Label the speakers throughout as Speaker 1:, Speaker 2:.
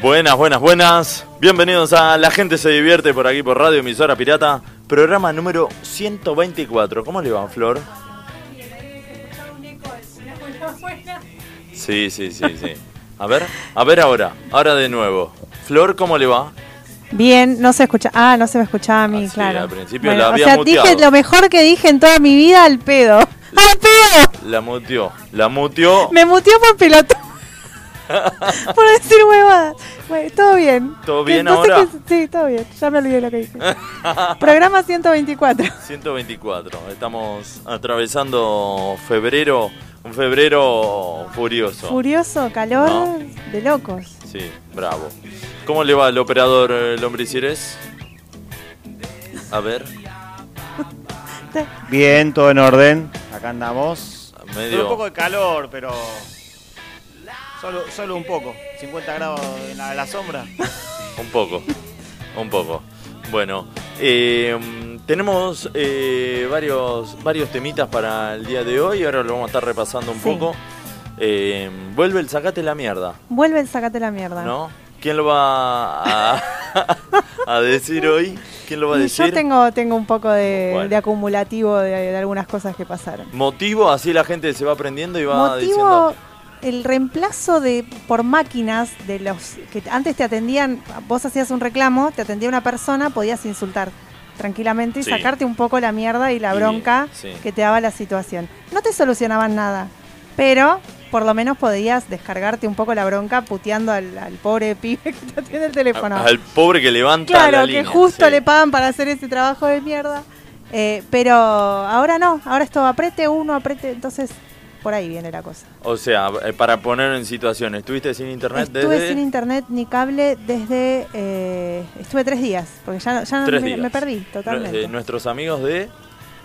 Speaker 1: Buenas, buenas, buenas. Bienvenidos a La gente se divierte por aquí por Radio Emisora Pirata, programa número 124. ¿Cómo le van, Flor? Sí, sí, sí, sí. A ver, a ver ahora, ahora de nuevo. Flor, ¿cómo le va?
Speaker 2: Bien, no se escucha. Ah, no se me escuchaba a mí,
Speaker 1: Ah, sí,
Speaker 2: claro.
Speaker 1: al principio la había
Speaker 2: o sea,
Speaker 1: muteado.
Speaker 2: dije lo mejor que dije en toda mi vida al pedo. ¡Al pedo!
Speaker 1: La muteó, la muteó,
Speaker 2: Me muteó por piloto. por decir huevadas. Bueno, todo bien.
Speaker 1: ¿Todo
Speaker 2: Que
Speaker 1: bien
Speaker 2: no sé
Speaker 1: ahora?
Speaker 2: qué- sí, todo bien. Ya me olvidé lo que dije. Programa 124.
Speaker 1: 124. Estamos atravesando febrero, un febrero furioso.
Speaker 2: Furioso, calor
Speaker 1: No.
Speaker 2: de locos.
Speaker 1: Sí, bravo. ¿Cómo le va al operador eh, Lombricires? A ver,
Speaker 3: Bien, todo en orden. Acá andamos. Con un poco
Speaker 1: medio.
Speaker 3: de calor, pero. Solo, solo un poco. 50 grados en la, a la sombra.
Speaker 1: Un poco. Un poco. Bueno, eh, tenemos eh, varios, varios temitas para el día de hoy. Ahora lo vamos a estar repasando un
Speaker 2: Sí.
Speaker 1: poco. Eh, vuelve el sacate la mierda,
Speaker 2: Vuelve el sacate la mierda.
Speaker 1: ¿no? ¿Quién lo va a, a decir hoy? ¿Quién lo va a
Speaker 2: Y
Speaker 1: decir?
Speaker 2: yo tengo, tengo un poco de,
Speaker 1: Bueno.
Speaker 2: de acumulativo de, de algunas cosas que pasaron.
Speaker 1: Motivo, así la gente se va aprendiendo y va
Speaker 2: Motivo
Speaker 1: diciendo.
Speaker 2: el reemplazo de por máquinas de los que antes te atendían, vos hacías un reclamo, te atendía una persona, podías insultar tranquilamente y
Speaker 1: Sí.
Speaker 2: sacarte un poco la mierda y la
Speaker 1: Y-
Speaker 2: bronca
Speaker 1: sí.
Speaker 2: que te daba la situación. No te solucionaban nada, pero por lo menos podías descargarte un poco la bronca puteando al, al pobre pibe que te atiende el teléfono.
Speaker 1: a- Al pobre que levanta la
Speaker 2: Claro, que
Speaker 1: línea,
Speaker 2: justo
Speaker 1: sí.
Speaker 2: le pagan para hacer ese trabajo de mierda. Eh, pero ahora no, ahora esto aprete uno, aprete, entonces por ahí viene la cosa.
Speaker 1: O sea, eh, para poner en situación, estuviste sin internet
Speaker 2: estuve
Speaker 1: desde
Speaker 2: sin internet ni cable desde... eh, estuve tres días, porque ya, no- ya no
Speaker 1: tres
Speaker 2: me,
Speaker 1: días.
Speaker 2: me perdí
Speaker 1: Nue-
Speaker 2: totalmente.
Speaker 1: eh, nuestros amigos de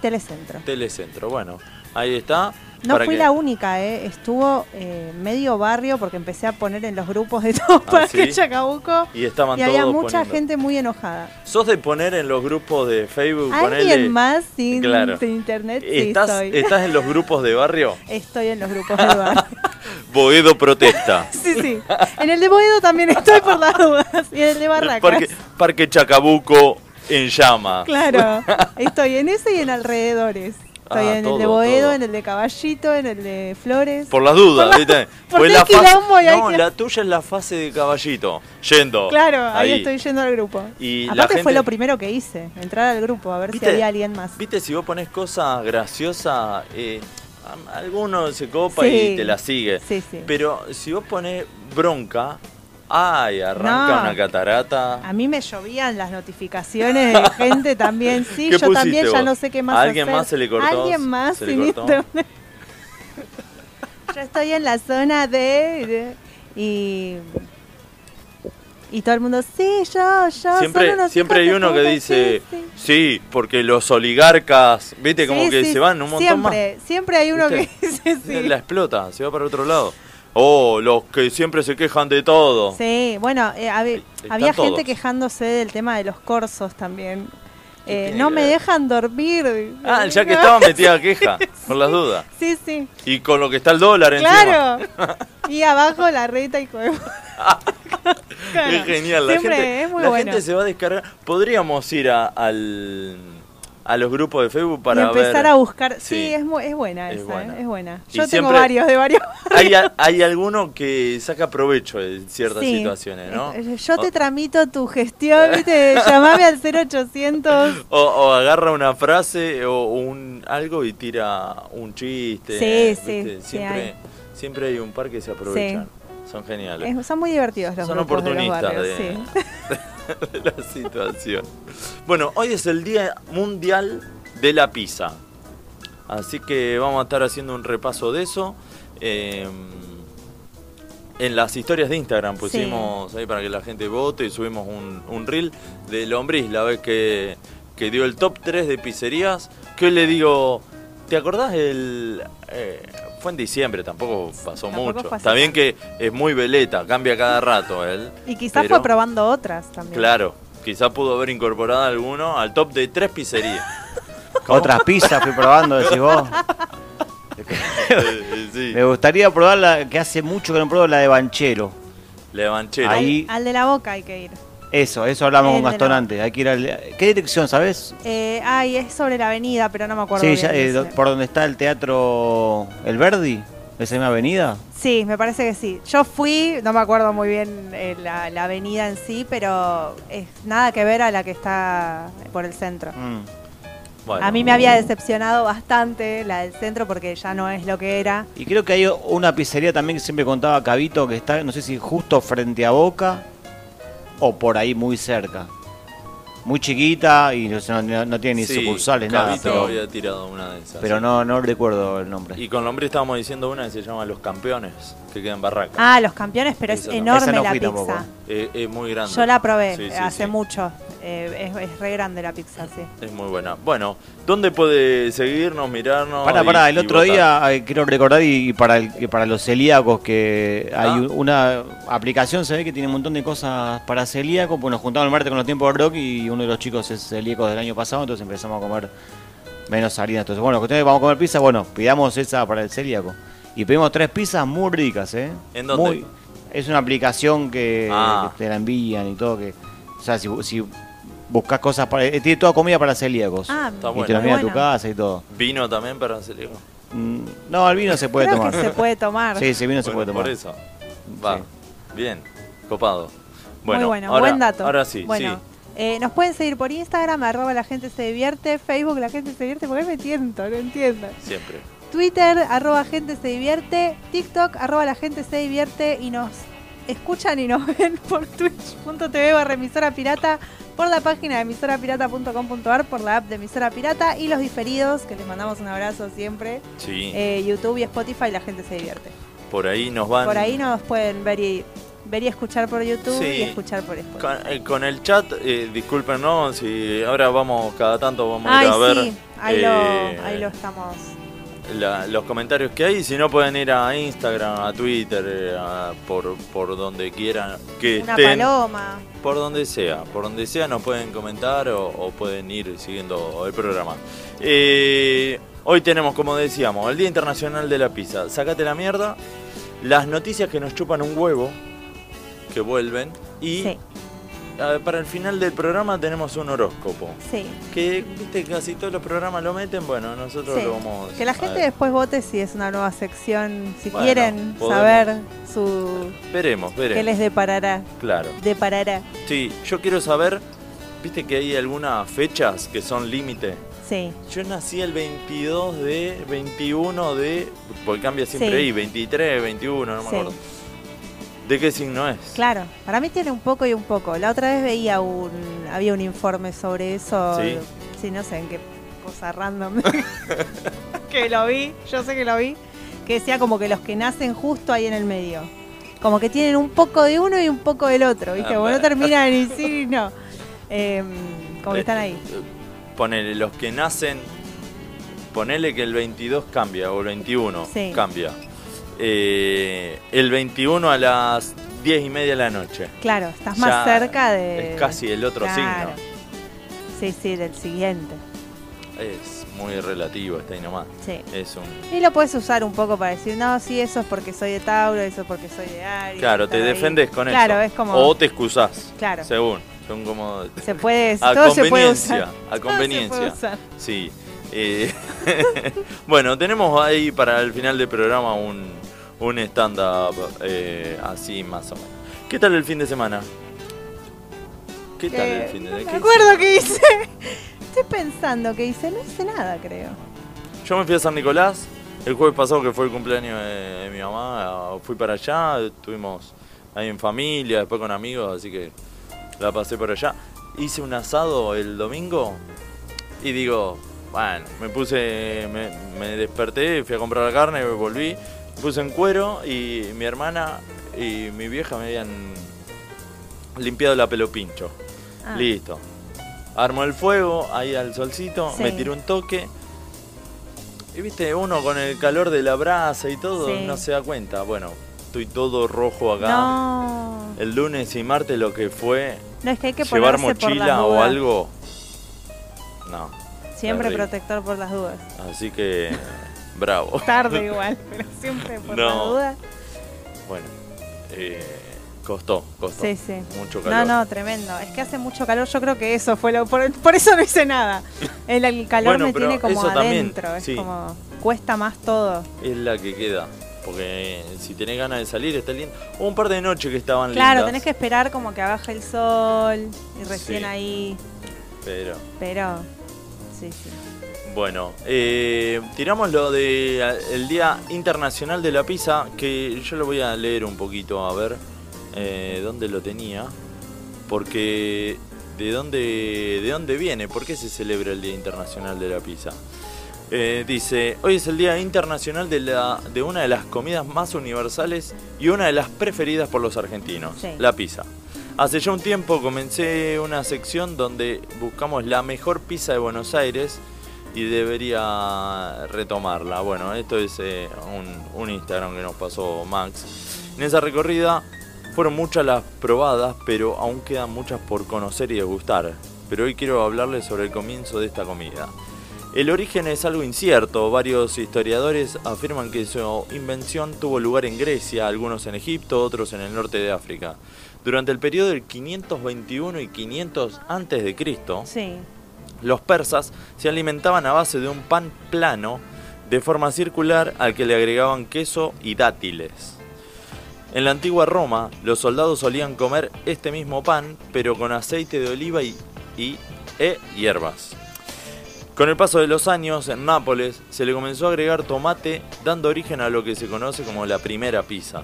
Speaker 2: Telecentro.
Speaker 1: Telecentro. Bueno, ahí está.
Speaker 2: No
Speaker 1: para
Speaker 2: fui
Speaker 1: que-
Speaker 2: la única, eh, estuvo eh, medio barrio porque empecé a poner en los grupos de todos
Speaker 1: Ah,
Speaker 2: para
Speaker 1: ¿sí?
Speaker 2: que Chacabuco.
Speaker 1: Y estaban
Speaker 2: Y había
Speaker 1: todos
Speaker 2: mucha
Speaker 1: poniendo-
Speaker 2: gente muy enojada.
Speaker 1: Sos de poner en los grupos de Facebook, ponele-
Speaker 2: ¿Alguien más sin,
Speaker 1: Claro.
Speaker 2: sin internet? Sí,
Speaker 1: ¿Estás,
Speaker 2: soy.
Speaker 1: ¿Estás en los grupos de barrio?
Speaker 2: Estoy en los grupos de barrio.
Speaker 1: Boedo protesta.
Speaker 2: Sí, sí. En el de Boedo también estoy por las dudas. Y en el de Barracas.
Speaker 1: Parque, Parque Chacabuco en llama.
Speaker 2: Claro. Estoy en ese y en alrededores. Estoy
Speaker 1: Ah,
Speaker 2: en
Speaker 1: todo,
Speaker 2: el de Boedo,
Speaker 1: todo.
Speaker 2: en el de Caballito, en el de Flores.
Speaker 1: Por las dudas, ¿viste? Fue
Speaker 2: porque hay
Speaker 1: la
Speaker 2: quilombo y
Speaker 1: fase...
Speaker 2: hay
Speaker 1: No,
Speaker 2: que-
Speaker 1: la tuya es la fase de caballito. Yendo.
Speaker 2: Claro, ahí. estoy yendo al grupo.
Speaker 1: Y la
Speaker 2: Aparte
Speaker 1: gente-
Speaker 2: fue lo primero que hice, entrar al grupo, a ver si
Speaker 1: ¿Viste?
Speaker 2: había alguien más.
Speaker 1: Viste, si vos pones cosas graciosas, eh, a- alguno se copa
Speaker 2: Sí.
Speaker 1: y te la sigue.
Speaker 2: Sí, sí.
Speaker 1: Pero si vos pones bronca, ay, arranca
Speaker 2: No. Ah,
Speaker 1: una catarata.
Speaker 2: A mí me llovían las notificaciones de gente también, sí,
Speaker 1: ¿Qué
Speaker 2: yo también
Speaker 1: pusiste
Speaker 2: ya
Speaker 1: vos?
Speaker 2: no sé qué más
Speaker 1: ¿A alguien
Speaker 2: hacer.
Speaker 1: más se le cortó?
Speaker 2: Alguien más
Speaker 1: ¿Se le
Speaker 2: sin
Speaker 1: cortó?
Speaker 2: internet. yo estoy en la zona de... de- y... Y todo el mundo, sí, yo, yo.
Speaker 1: Siempre,
Speaker 2: son unos
Speaker 1: siempre hay
Speaker 2: hijos de
Speaker 1: uno que
Speaker 2: puta,
Speaker 1: dice,
Speaker 2: sí, sí".
Speaker 1: sí, porque los oligarcas, viste, como
Speaker 2: Sí,
Speaker 1: que
Speaker 2: sí,
Speaker 1: se van un montón
Speaker 2: siempre, Siempre hay uno
Speaker 1: ¿Viste?
Speaker 2: que dice,
Speaker 1: más.
Speaker 2: sí.
Speaker 1: La explota, se va para otro lado. Oh, los que siempre se quejan de todo.
Speaker 2: Sí, bueno, eh, hab-
Speaker 1: están
Speaker 2: había gente
Speaker 1: todos.
Speaker 2: quejándose del tema de los corsos también.
Speaker 1: ¿Qué
Speaker 2: Eh,
Speaker 1: tiene
Speaker 2: no
Speaker 1: que
Speaker 2: me
Speaker 1: ver?
Speaker 2: dejan dormir.
Speaker 1: Ah, ya que estaba metida queja, por las dudas.
Speaker 2: Sí, sí.
Speaker 1: Y con lo que está el dólar encima.
Speaker 2: Claro. Y abajo la reta y co- Claro.
Speaker 1: Es genial, la,
Speaker 2: Siempre
Speaker 1: gente,
Speaker 2: es muy
Speaker 1: la
Speaker 2: bueno.
Speaker 1: gente se va a descargar. Podríamos ir a, al, a los grupos de Facebook para
Speaker 2: y empezar
Speaker 1: ver.
Speaker 2: a buscar. Sí,
Speaker 1: Sí.
Speaker 2: es, mu- es buena
Speaker 1: Es
Speaker 2: esa,
Speaker 1: buena.
Speaker 2: ¿eh? es buena.
Speaker 1: Y
Speaker 2: Yo tengo
Speaker 1: siempre-
Speaker 2: varios de varios.
Speaker 1: Hay, a- hay alguno que saca provecho de ciertas
Speaker 2: Sí.
Speaker 1: situaciones, ¿no?
Speaker 2: Eh, Yo te tramito tu gestión, ¿viste? Llamame al 0800.
Speaker 1: O, o agarra una frase o un algo y tira un chiste.
Speaker 2: Sí, sí,
Speaker 1: ¿viste?
Speaker 2: sí
Speaker 1: Siempre,
Speaker 2: hay.
Speaker 1: siempre hay un par que se aprovechan. Son geniales.
Speaker 2: Es- son muy divertidos los
Speaker 1: Son
Speaker 2: grupos de los
Speaker 1: oportunistas
Speaker 2: barrios,
Speaker 1: de,
Speaker 2: sí.
Speaker 1: de la situación. Bueno, hoy es el Día Mundial de la Pizza. Así que vamos a estar haciendo un repaso de eso. Eh, en las historias de Instagram pusimos ahí para que la gente vote y subimos un, un reel de Lombriz, la vez que, que dio el top 3 de pizzerías. Que hoy le digo, ¿te acordás el... eh, fue en diciembre, tampoco pasó
Speaker 2: Tampoco
Speaker 1: mucho.
Speaker 2: fue hace
Speaker 1: Está bien
Speaker 2: tanto.
Speaker 1: que es muy veleta, cambia cada rato él.
Speaker 2: Y quizás
Speaker 1: pero-
Speaker 2: fue probando otras también.
Speaker 1: Claro, quizá pudo haber incorporado alguno al top de tres pizzerías. ¿Cómo?
Speaker 3: Otras pizzas fui probando, decís vos.
Speaker 1: Eh, sí.
Speaker 3: Me gustaría probar la que hace mucho que no pruebo la de Banchero.
Speaker 1: La de Banchero.
Speaker 3: Ahí-
Speaker 2: Al de la boca hay que ir.
Speaker 3: Eso, eso hablamos con
Speaker 2: El de
Speaker 3: Gastón
Speaker 2: la-
Speaker 3: antes. Hay que ir al... ¿Qué dirección, sabes?
Speaker 2: Eh, ay, es sobre la avenida, pero no me acuerdo.
Speaker 3: Sí,
Speaker 2: bien
Speaker 3: ya, eh,
Speaker 2: ese.
Speaker 3: do- por donde está el teatro El Verdi, esa misma avenida.
Speaker 2: Sí, me parece que sí. Yo fui, no me acuerdo muy bien eh, la, la avenida en sí, pero es nada que ver a la que está por el centro.
Speaker 3: Mm.
Speaker 1: Bueno.
Speaker 2: A mí me había decepcionado bastante la del centro porque ya no es lo que era.
Speaker 3: Y creo que hay o- una pizzería también que siempre contaba Cabito que está, no sé si justo frente a Boca o por ahí muy cerca. Muy chiquita y no, sé, no- no tiene ni
Speaker 1: Sí,
Speaker 3: sucursales, nada.
Speaker 1: Cabito
Speaker 3: Pero,
Speaker 1: había tirado una de esas.
Speaker 3: pero no, no recuerdo el nombre.
Speaker 1: Y con Lombre estábamos diciendo una que se llama Los Campeones, que queda en Barraca.
Speaker 2: Ah, los campeones, pero es
Speaker 1: Esa no.
Speaker 2: enorme
Speaker 3: Esa no
Speaker 2: la
Speaker 3: fui
Speaker 2: pizza.
Speaker 3: tampoco.
Speaker 1: Eh, Es, muy grande.
Speaker 2: Yo la probé
Speaker 1: Sí, sí,
Speaker 2: hace
Speaker 1: sí.
Speaker 2: mucho. Eh, es, es re grande la pizza, sí.
Speaker 1: Es muy buena. Bueno, ¿dónde puede seguirnos, mirarnos?
Speaker 3: Para,
Speaker 1: y-
Speaker 3: para, el
Speaker 1: y
Speaker 3: otro
Speaker 1: votar?
Speaker 3: día eh, quiero recordar y, y para el- que para los celíacos que hay
Speaker 1: Ah.
Speaker 3: un- una aplicación, se ve que tiene un montón de cosas para celíacos, pues nos juntamos el martes con los tiempos de rock y uno de los chicos es celíaco del año pasado, entonces empezamos a comer menos harinas. Entonces, bueno, ustedes vamos a comer pizza, bueno, pidamos esa para el celíaco. Y pedimos tres pizzas muy ricas, ¿eh?
Speaker 1: ¿En dónde?
Speaker 3: Muy- es una aplicación que,
Speaker 1: Ah.
Speaker 3: que te la envían y todo, que, o sea, si, si buscas cosas para... eh, Tiene toda comida para celíacos.
Speaker 2: Ah,
Speaker 1: Está
Speaker 3: y te
Speaker 1: buena.
Speaker 3: lo envían a tu
Speaker 2: buena.
Speaker 3: casa y todo.
Speaker 1: Vino también para hacer
Speaker 3: Mm, No, el vino se puede
Speaker 2: Creo
Speaker 3: tomar.
Speaker 2: que se puede tomar.
Speaker 3: Sí, sí, vino se puede
Speaker 1: Bueno,
Speaker 3: tomar.
Speaker 1: Por eso. Va.
Speaker 3: Sí.
Speaker 1: Bien. Copado.
Speaker 2: Muy
Speaker 1: Bueno,
Speaker 2: bueno,
Speaker 1: ahora,
Speaker 2: buen dato.
Speaker 1: Ahora sí,
Speaker 2: Bueno,
Speaker 1: sí.
Speaker 2: eh, nos pueden seguir por Instagram, arroba la gente se divierte, Facebook la gente se divierte, porque me tiento, no entiendo.
Speaker 1: Siempre.
Speaker 2: Twitter, arroba gente se divierte, TikTok, arroba la gente se divierte y nos escuchan y nos ven por twitch.tv barra emisora pirata, por la página de emisorapirata.com.ar, por la app de emisora pirata y los diferidos, que les mandamos un abrazo siempre,
Speaker 1: Sí.
Speaker 2: eh, YouTube y Spotify, la gente se divierte.
Speaker 1: por ahí nos van.
Speaker 2: Por ahí nos pueden ver y, ver y escuchar por YouTube
Speaker 1: Sí.
Speaker 2: y escuchar por Spotify.
Speaker 1: Con, eh, con el chat, eh, disculpen, ¿no? Si ahora vamos, cada tanto vamos a
Speaker 2: Ay,
Speaker 1: ir a ver
Speaker 2: sí, ahí,
Speaker 1: eh,
Speaker 2: lo, ahí lo estamos.
Speaker 1: la- los comentarios que hay. Si no, pueden ir a Instagram, a Twitter, eh, a- por, por donde quieran que
Speaker 2: Una
Speaker 1: estén.
Speaker 2: paloma.
Speaker 1: Por donde sea, por donde sea nos pueden comentar o, o pueden ir siguiendo el programa. Eh, hoy tenemos, como decíamos, el Día Internacional de la Pizza. Sácate la mierda. Las noticias que nos chupan un huevo, que vuelven. Y
Speaker 2: Sí,
Speaker 1: eh, para el final del programa tenemos un horóscopo.
Speaker 2: sí.
Speaker 1: Que, viste, casi todos los programas lo meten. Bueno, nosotros
Speaker 2: sí.
Speaker 1: lo vamos
Speaker 2: que la
Speaker 1: a
Speaker 2: gente
Speaker 1: ver.
Speaker 2: después vote si es una nueva sección, si
Speaker 1: Bueno,
Speaker 2: quieren
Speaker 1: podemos.
Speaker 2: saber su
Speaker 1: Veremos,
Speaker 2: qué
Speaker 1: veremos.
Speaker 2: les deparará,
Speaker 1: Claro.
Speaker 2: deparará.
Speaker 1: Sí, yo quiero saber, viste que hay algunas fechas que son límite.
Speaker 2: Sí,
Speaker 1: Yo nací el 22 de 21 de. Porque cambia siempre
Speaker 2: Sí.
Speaker 1: ahí, 23, 21, no me
Speaker 2: Sí.
Speaker 1: acuerdo. ¿De qué signo es?
Speaker 2: claro. Para mí tiene un poco y un poco. La otra vez veía un había un informe sobre eso.
Speaker 1: Sí.
Speaker 2: sí no sé en qué cosa random. que lo vi, yo sé que lo vi, que decía como que los que nacen justo ahí en el medio. Como que tienen un poco de uno y un poco del otro, ¿viste?
Speaker 1: Ah,
Speaker 2: Como no
Speaker 1: bueno.
Speaker 2: terminan y sí, no. Em, como que están ahí.
Speaker 1: Ponele, los que nacen. Ponele que el 22 cambia, o el 21
Speaker 2: Sí.
Speaker 1: cambia. Eh, el 21 a las 10 y media de la noche.
Speaker 2: Claro, estás
Speaker 1: Ya
Speaker 2: más cerca de...
Speaker 1: Es casi el otro
Speaker 2: Claro.
Speaker 1: signo.
Speaker 2: Sí, sí, del siguiente.
Speaker 1: Es muy relativo, está ahí nomás.
Speaker 2: Sí.
Speaker 1: Es un.
Speaker 2: Y lo puedes usar un poco para decir, no, sí, eso es porque soy de Tauro, eso es porque soy de Aries.
Speaker 1: Claro, te
Speaker 2: estar ahí.
Speaker 1: defendes con
Speaker 2: Claro,
Speaker 1: eso.
Speaker 2: es como...
Speaker 1: O te excusás.
Speaker 2: Claro.
Speaker 1: Según. Son como.
Speaker 2: Se puede...
Speaker 1: A
Speaker 2: todo se puede
Speaker 1: conveniencia, a
Speaker 2: usar. Todo se puede
Speaker 1: conveniencia.
Speaker 2: usar.
Speaker 1: Sí. eh, bueno, tenemos ahí para el final del programa un, un stand-up eh, así más o menos. ¿Qué tal el fin de semana? ¿Qué tal
Speaker 2: Eh,
Speaker 1: el fin de
Speaker 2: no
Speaker 1: semana?
Speaker 2: me acuerdo que hice. Estoy pensando que hice. No hice nada, creo.
Speaker 1: Yo me fui a San Nicolás el jueves pasado que fue el cumpleaños de, de mi mamá. eh, Fui para allá, estuvimos ahí en familia, después con amigos, así que la pasé por allá. Hice un asado el domingo y digo, bueno, me puse, me, me desperté, fui a comprar la carne, me volví, me puse en cuero y mi hermana y mi vieja me habían limpiado la pelo pincho.
Speaker 2: Ah,
Speaker 1: Listo. Armó el fuego ahí al solcito,
Speaker 2: Sí.
Speaker 1: me tiró un toque. Y viste, uno con el calor de la brasa y todo,
Speaker 2: Sí.
Speaker 1: no se da cuenta. Bueno, estoy todo rojo acá.
Speaker 2: No.
Speaker 1: El lunes y martes lo que fue
Speaker 2: No, es que hay que
Speaker 1: llevar
Speaker 2: ponerse por las
Speaker 1: mochila o
Speaker 2: dudas.
Speaker 1: algo. No,
Speaker 2: Siempre
Speaker 1: Terrible.
Speaker 2: protector por las dudas.
Speaker 1: así que bravo.
Speaker 2: Tarde igual, pero siempre por
Speaker 1: No.
Speaker 2: las dudas.
Speaker 1: Bueno, eh, Costó, costó.
Speaker 2: Sí, sí.
Speaker 1: Mucho
Speaker 2: No,
Speaker 1: calor.
Speaker 2: no, tremendo. Es que hace mucho calor. Yo creo que eso fue lo. Por, por eso no hice nada. El, el calor
Speaker 1: Bueno,
Speaker 2: me
Speaker 1: pero
Speaker 2: tiene como
Speaker 1: eso también,
Speaker 2: adentro. es
Speaker 1: sí.
Speaker 2: como. Cuesta más todo.
Speaker 1: Es la que queda. Porque eh, si tenés ganas de salir, está lindo. Hubo un par de noches que estaban
Speaker 2: Claro, tenés
Speaker 1: lindas.
Speaker 2: que esperar como que baje el sol. Y recién
Speaker 1: Sí.
Speaker 2: ahí.
Speaker 1: Pero.
Speaker 2: Pero. Sí, sí.
Speaker 1: Bueno, eh, tiramos lo de a- el Día Internacional de la Pizza, que yo lo voy a leer un poquito, a ver eh, dónde lo tenía, porque de dónde, de dónde viene, por qué se celebra el Día Internacional de la Pizza. Eh, dice, hoy es el Día Internacional de, la, de una de las comidas más universales y una de las preferidas por los argentinos,
Speaker 2: Sí.
Speaker 1: la pizza. Hace ya un tiempo comencé una sección donde buscamos la mejor pizza de Buenos Aires y debería retomarla. Bueno, esto es eh, un, un Instagram que nos pasó Max. En esa recorrida fueron muchas las probadas, pero aún quedan muchas por conocer y degustar. Pero hoy quiero hablarles sobre el comienzo de esta comida. El origen es algo incierto. Varios historiadores afirman que su invención tuvo lugar en Grecia, algunos en Egipto, otros en el norte de África. Durante el periodo del 521 y 500 antes de Cristo,
Speaker 2: Sí.
Speaker 1: los persas se alimentaban a base de un pan plano de forma circular al que le agregaban queso y dátiles. En la antigua Roma, los soldados solían comer este mismo pan, pero con aceite de oliva y, y- e hierbas. Con el paso de los años, en Nápoles se le comenzó a agregar tomate, dando origen a lo que se conoce como la primera pizza.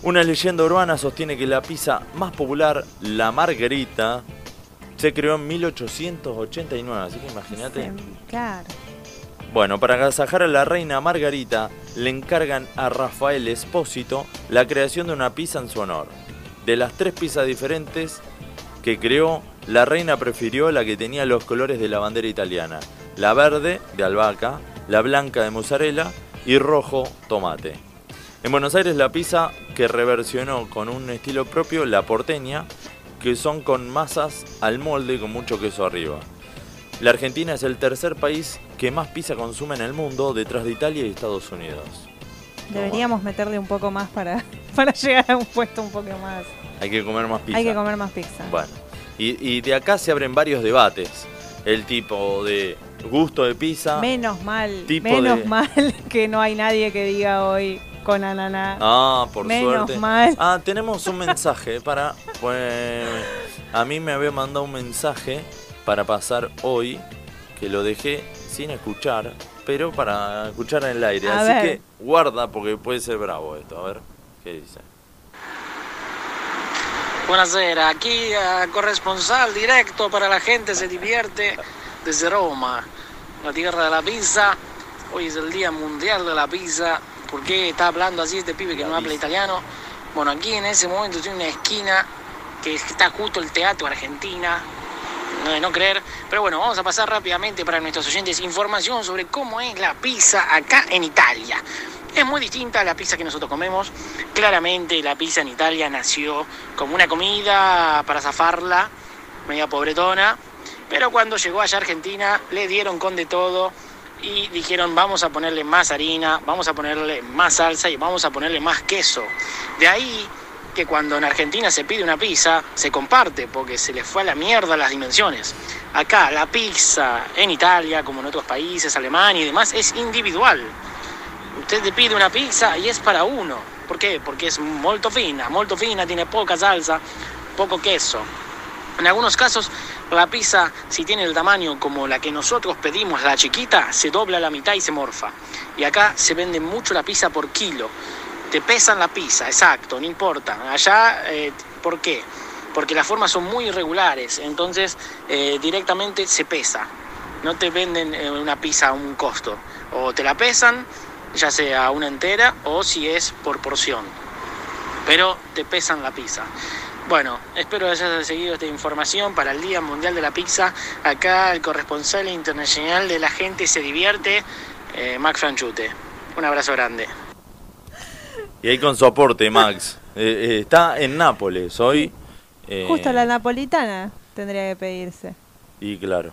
Speaker 1: Una leyenda urbana sostiene que la pizza más popular, la margarita, se creó en 1889, así que imagínate.
Speaker 2: Claro.
Speaker 1: Bueno, para agasajar a la reina Margarita, le encargan a Rafael Espósito la creación de una pizza en su honor. De las tres pizzas diferentes que creó, la reina prefirió la que tenía los colores de la bandera italiana: la verde, de albahaca, la blanca, de mozzarella y rojo, tomate. En Buenos Aires, la pizza que reversionó con un estilo propio, la porteña, que son con masas al molde y con mucho queso arriba. La Argentina es el tercer país que más pizza consume en el mundo, detrás de Italia y Estados Unidos.
Speaker 2: Deberíamos meterle un poco más para, para llegar a un puesto un poco más.
Speaker 1: Hay que comer más pizza.
Speaker 2: Hay que comer más pizza.
Speaker 1: Bueno, y, y de acá se abren varios debates. El tipo de gusto de pizza.
Speaker 2: Menos mal,
Speaker 1: Tipo
Speaker 2: menos
Speaker 1: de-
Speaker 2: mal que no hay nadie que diga hoy con ananá.
Speaker 1: Ah, por
Speaker 2: Menos
Speaker 1: suerte.
Speaker 2: mal.
Speaker 1: Ah, tenemos un mensaje para. Pues, a mí me había mandado un mensaje para pasar hoy, que lo dejé sin escuchar, pero para escuchar en el aire.
Speaker 2: A
Speaker 1: Así
Speaker 2: ver.
Speaker 1: que guarda, porque puede ser bravo esto. A ver, ¿qué dice?
Speaker 4: Buonasera, aquí eh, corresponsal directo para la gente se divierte desde Roma, la tierra de la pizza. Hoy es el Día Mundial de la Pizza. ¿Por qué está hablando así este pibe que
Speaker 1: La
Speaker 4: no habla
Speaker 1: pizza.
Speaker 4: italiano? Bueno, aquí en ese momento tiene una esquina que está justo el Teatro Argentina. No de no creer. Pero bueno, vamos a pasar rápidamente para nuestros oyentes información sobre cómo es la pizza acá en Italia. Es muy distinta a la pizza que nosotros comemos. Claramente la pizza en Italia nació como una comida para zafarla, media pobretona. Pero cuando llegó allá a Argentina le dieron con de todo y dijeron vamos a ponerle más harina, vamos a ponerle más salsa y vamos a ponerle más queso. De ahí que cuando en Argentina se pide una pizza, se comparte porque se les fue a la mierda las dimensiones. Acá la pizza en Italia, como en otros países, Alemania y demás, es individual. Usted te pide una pizza y es para uno. ¿Por qué? Porque es molto fina, molto fina, tiene poca salsa, poco queso. En algunos casos, la pizza, si tiene el tamaño como la que nosotros pedimos, la chiquita, se dobla a la mitad y se morfa. Y acá se vende mucho la pizza por kilo. Te pesan la pizza, exacto, no importa. Allá, eh, ¿por qué? Porque las formas son muy irregulares, entonces eh, directamente se pesa. No te venden eh, una pizza a un costo. O te la pesan, ya sea una entera, o si es por porción. Pero te pesan la pizza. Bueno, espero hayas seguido esta información para el Día Mundial de la Pizza. Acá el corresponsal internacional de La Gente Se Divierte, eh, Max Franchute. Un abrazo grande.
Speaker 1: Y ahí con su aporte, Max. Eh, eh, está en Nápoles hoy. eh,
Speaker 2: Justo la napolitana tendría que pedirse.
Speaker 1: Y claro.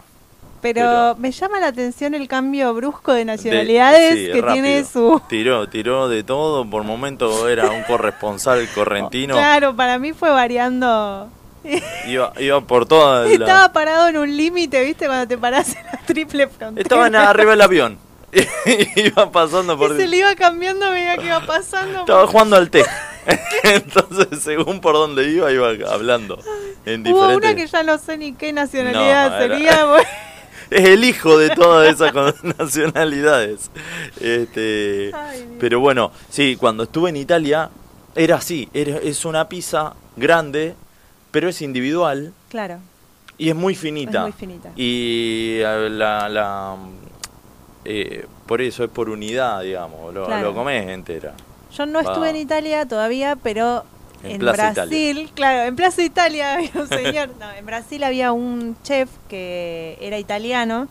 Speaker 2: Pero,
Speaker 1: Pero-
Speaker 2: me llama la atención el cambio brusco de nacionalidades
Speaker 1: De- sí,
Speaker 2: que
Speaker 1: rápido.
Speaker 2: tiene su...
Speaker 1: Tiró, tiró de todo. Por momento era un corresponsal correntino.
Speaker 2: Claro, para mí fue variando.
Speaker 1: Iba, iba por toda la...
Speaker 2: Estaba parado en un límite, ¿viste? Cuando te parás en la triple frontera.
Speaker 1: Estaban arriba del avión. iba pasando por...
Speaker 2: Y se le iba cambiando a medida que iba pasando.
Speaker 1: Estaba jugando al té. Entonces, según por dónde iba, iba hablando. En
Speaker 2: Hubo una
Speaker 1: diferentes...
Speaker 2: que ya no sé ni qué nacionalidad
Speaker 1: No, era-
Speaker 2: sería. bueno.
Speaker 1: Es el hijo de todas esas con- nacionalidades. Este,
Speaker 2: Ay, Dios.
Speaker 1: pero bueno, sí, cuando estuve en Italia era así, era- es una pizza grande, pero es individual
Speaker 2: Claro.
Speaker 1: y es muy finita.
Speaker 2: Es muy finita.
Speaker 1: Y eh, la... la, eh, por eso es por unidad, digamos, lo,
Speaker 2: Claro.
Speaker 1: lo comes entera.
Speaker 2: Yo no
Speaker 1: Va.
Speaker 2: estuve en Italia todavía, pero
Speaker 1: En
Speaker 2: en,
Speaker 1: Plaza
Speaker 2: Brasil, claro, en Plaza Italia había un señor, no, en Brasil había un chef que era italiano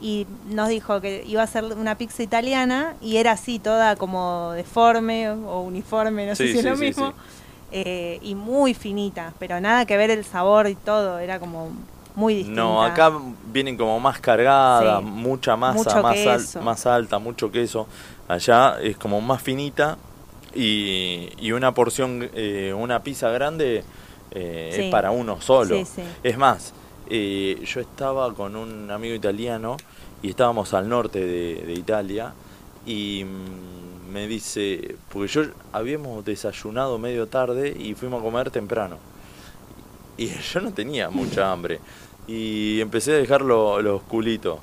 Speaker 2: y nos dijo que iba a hacer una pizza italiana y era así, toda como deforme o uniforme, no
Speaker 1: Sí,
Speaker 2: sé si
Speaker 1: sí,
Speaker 2: es lo
Speaker 1: sí,
Speaker 2: mismo,
Speaker 1: sí.
Speaker 2: eh, y muy finita, pero nada que ver el sabor y todo, era como muy distinta.
Speaker 1: No, acá vienen como más cargada,
Speaker 2: Sí.
Speaker 1: mucha masa,
Speaker 2: Mucho
Speaker 1: más, al-
Speaker 2: queso.
Speaker 1: más alta, mucho queso. Allá es como más finita y, y una porción, eh, una pizza grande eh,
Speaker 2: Sí.
Speaker 1: es para uno solo.
Speaker 2: Sí, sí.
Speaker 1: Es más, eh, yo estaba con un amigo italiano y estábamos al norte de, de Italia y mm, me dice, porque yo habíamos desayunado medio tarde y fuimos a comer temprano. Y yo no tenía mucha hambre. Y empecé a dejar lo- los culitos.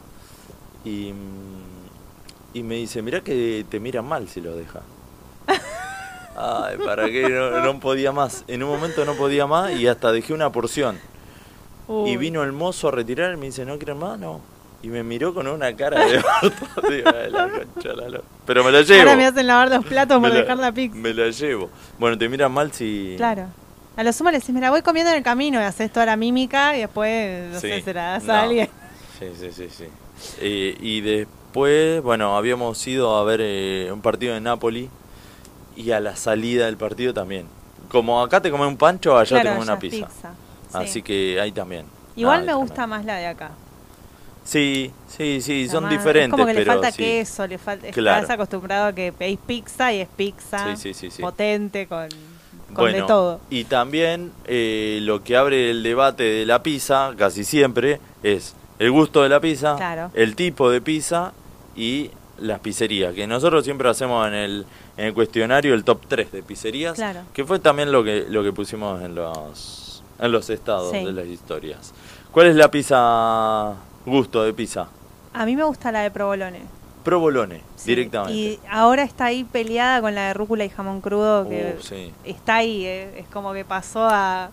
Speaker 1: Y, mm, y me dice, mirá que te miran mal si lo dejas. Ay, ¿para qué? No, no podía más. En un momento no podía más y hasta dejé una porción.
Speaker 2: Uy.
Speaker 1: Y vino el mozo a retirar y me dice, ¿no quieren más? No. Y me miró con una cara de orto. Digo, "Ay, la concha de la lora". Pero me lo llevo.
Speaker 2: Ahora me hacen lavar los platos
Speaker 1: Me
Speaker 2: por
Speaker 1: la-
Speaker 2: dejar la pizza.
Speaker 1: Me la llevo. Bueno, te miran mal si...
Speaker 2: Claro. A lo sumo le decís, me la voy comiendo en el camino y haces toda la mímica y después, no sé,
Speaker 1: Sí,
Speaker 2: se la das
Speaker 1: no.
Speaker 2: a alguien.
Speaker 1: Sí, sí, sí, sí. Eh, y después, bueno, habíamos ido a ver eh, un partido de Napoli y a la salida del partido también. Como acá te comés un pancho, allá te
Speaker 2: Claro,
Speaker 1: comés
Speaker 2: ya
Speaker 1: Ah, una
Speaker 2: es
Speaker 1: pizza.
Speaker 2: sí.
Speaker 1: Así que ahí también.
Speaker 2: Igual
Speaker 1: Nada,
Speaker 2: me
Speaker 1: es
Speaker 2: gusta
Speaker 1: tremendo.
Speaker 2: más la de acá.
Speaker 1: Sí, sí, sí,
Speaker 2: La
Speaker 1: son
Speaker 2: más-
Speaker 1: diferentes.
Speaker 2: Es como que le
Speaker 1: pero
Speaker 2: falta
Speaker 1: sí.
Speaker 2: queso, le falta.
Speaker 1: Claro.
Speaker 2: Estás acostumbrado a que pedís pizza y es pizza
Speaker 1: Sí, sí, sí, sí.
Speaker 2: potente con, con
Speaker 1: Bueno,
Speaker 2: de todo.
Speaker 1: y también eh, lo que abre el debate de la pizza, casi siempre, es el gusto de la pizza,
Speaker 2: Claro.
Speaker 1: el tipo de pizza y las pizzerías, que nosotros siempre hacemos en el, en el cuestionario el top 3 de pizzerías,
Speaker 2: Claro.
Speaker 1: que fue también lo que, lo que pusimos en los, en los estados
Speaker 2: Sí.
Speaker 1: de las historias. ¿Cuál es la pizza, gusto de pizza?
Speaker 2: A mí me gusta la de provolone.
Speaker 1: Provolone,
Speaker 2: sí.
Speaker 1: directamente.
Speaker 2: Y ahora está ahí peleada con la de rúcula y jamón crudo, que
Speaker 1: Uh, sí.
Speaker 2: está ahí, eh, es como que pasó a,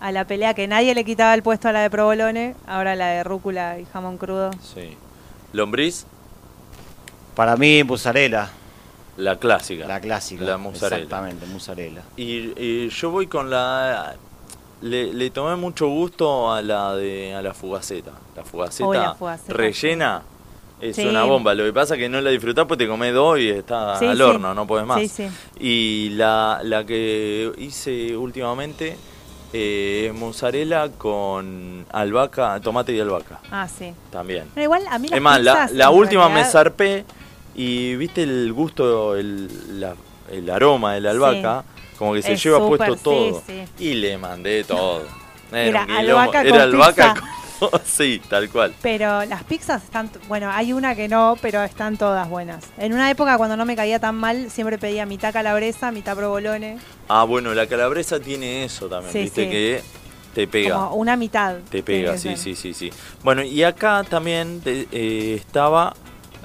Speaker 2: a la pelea que nadie le quitaba el puesto a la de provolone, ahora la de rúcula y jamón crudo.
Speaker 1: Sí. Lombriz,
Speaker 3: Para mí, mozzarella,
Speaker 1: la clásica.
Speaker 3: la clásica.
Speaker 1: La mozzarella.
Speaker 3: Exactamente, mozzarella.
Speaker 1: Y, y yo voy con la... Le, le tomé mucho gusto a la de a la fugaceta. La fugaceta,
Speaker 2: Oh, la fugaceta.
Speaker 1: rellena es
Speaker 2: Sí.
Speaker 1: una bomba. Lo que pasa es que no la disfrutás pues te comés dos y está
Speaker 2: Sí,
Speaker 1: al
Speaker 2: sí.
Speaker 1: horno, no podés más.
Speaker 2: Sí, sí.
Speaker 1: Y la, la que hice últimamente eh, es mozzarella con albahaca, tomate y albahaca
Speaker 2: Ah, sí.
Speaker 1: también.
Speaker 2: Bueno, igual a mí las
Speaker 1: Es más, la,
Speaker 2: pizzas,
Speaker 1: la
Speaker 2: en
Speaker 1: última me
Speaker 2: realidad,
Speaker 1: zarpé y viste el gusto, el, la- el aroma de la albahaca, como que se
Speaker 2: Es
Speaker 1: lleva
Speaker 2: súper,
Speaker 1: puesto
Speaker 2: sí,
Speaker 1: todo.
Speaker 2: sí.
Speaker 1: Y le mandé todo.
Speaker 2: Era
Speaker 1: un quilombo.
Speaker 2: albahaca
Speaker 1: Era
Speaker 2: con
Speaker 1: albahaca
Speaker 2: pizza.
Speaker 1: con- Sí, tal cual.
Speaker 2: Pero las pizzas están, t- bueno, hay una que no, pero están todas buenas. En una época cuando no me caía tan mal, siempre pedía mitad calabresa, mitad provolone,
Speaker 1: Ah, bueno, la calabresa tiene eso también,
Speaker 2: Sí,
Speaker 1: viste
Speaker 2: sí.
Speaker 1: que te pega.
Speaker 2: como una mitad.
Speaker 1: Te
Speaker 2: tiene
Speaker 1: pega,
Speaker 2: que
Speaker 1: sí,
Speaker 2: ser.
Speaker 1: sí, sí, sí. Bueno, y acá también te- eh, estaba,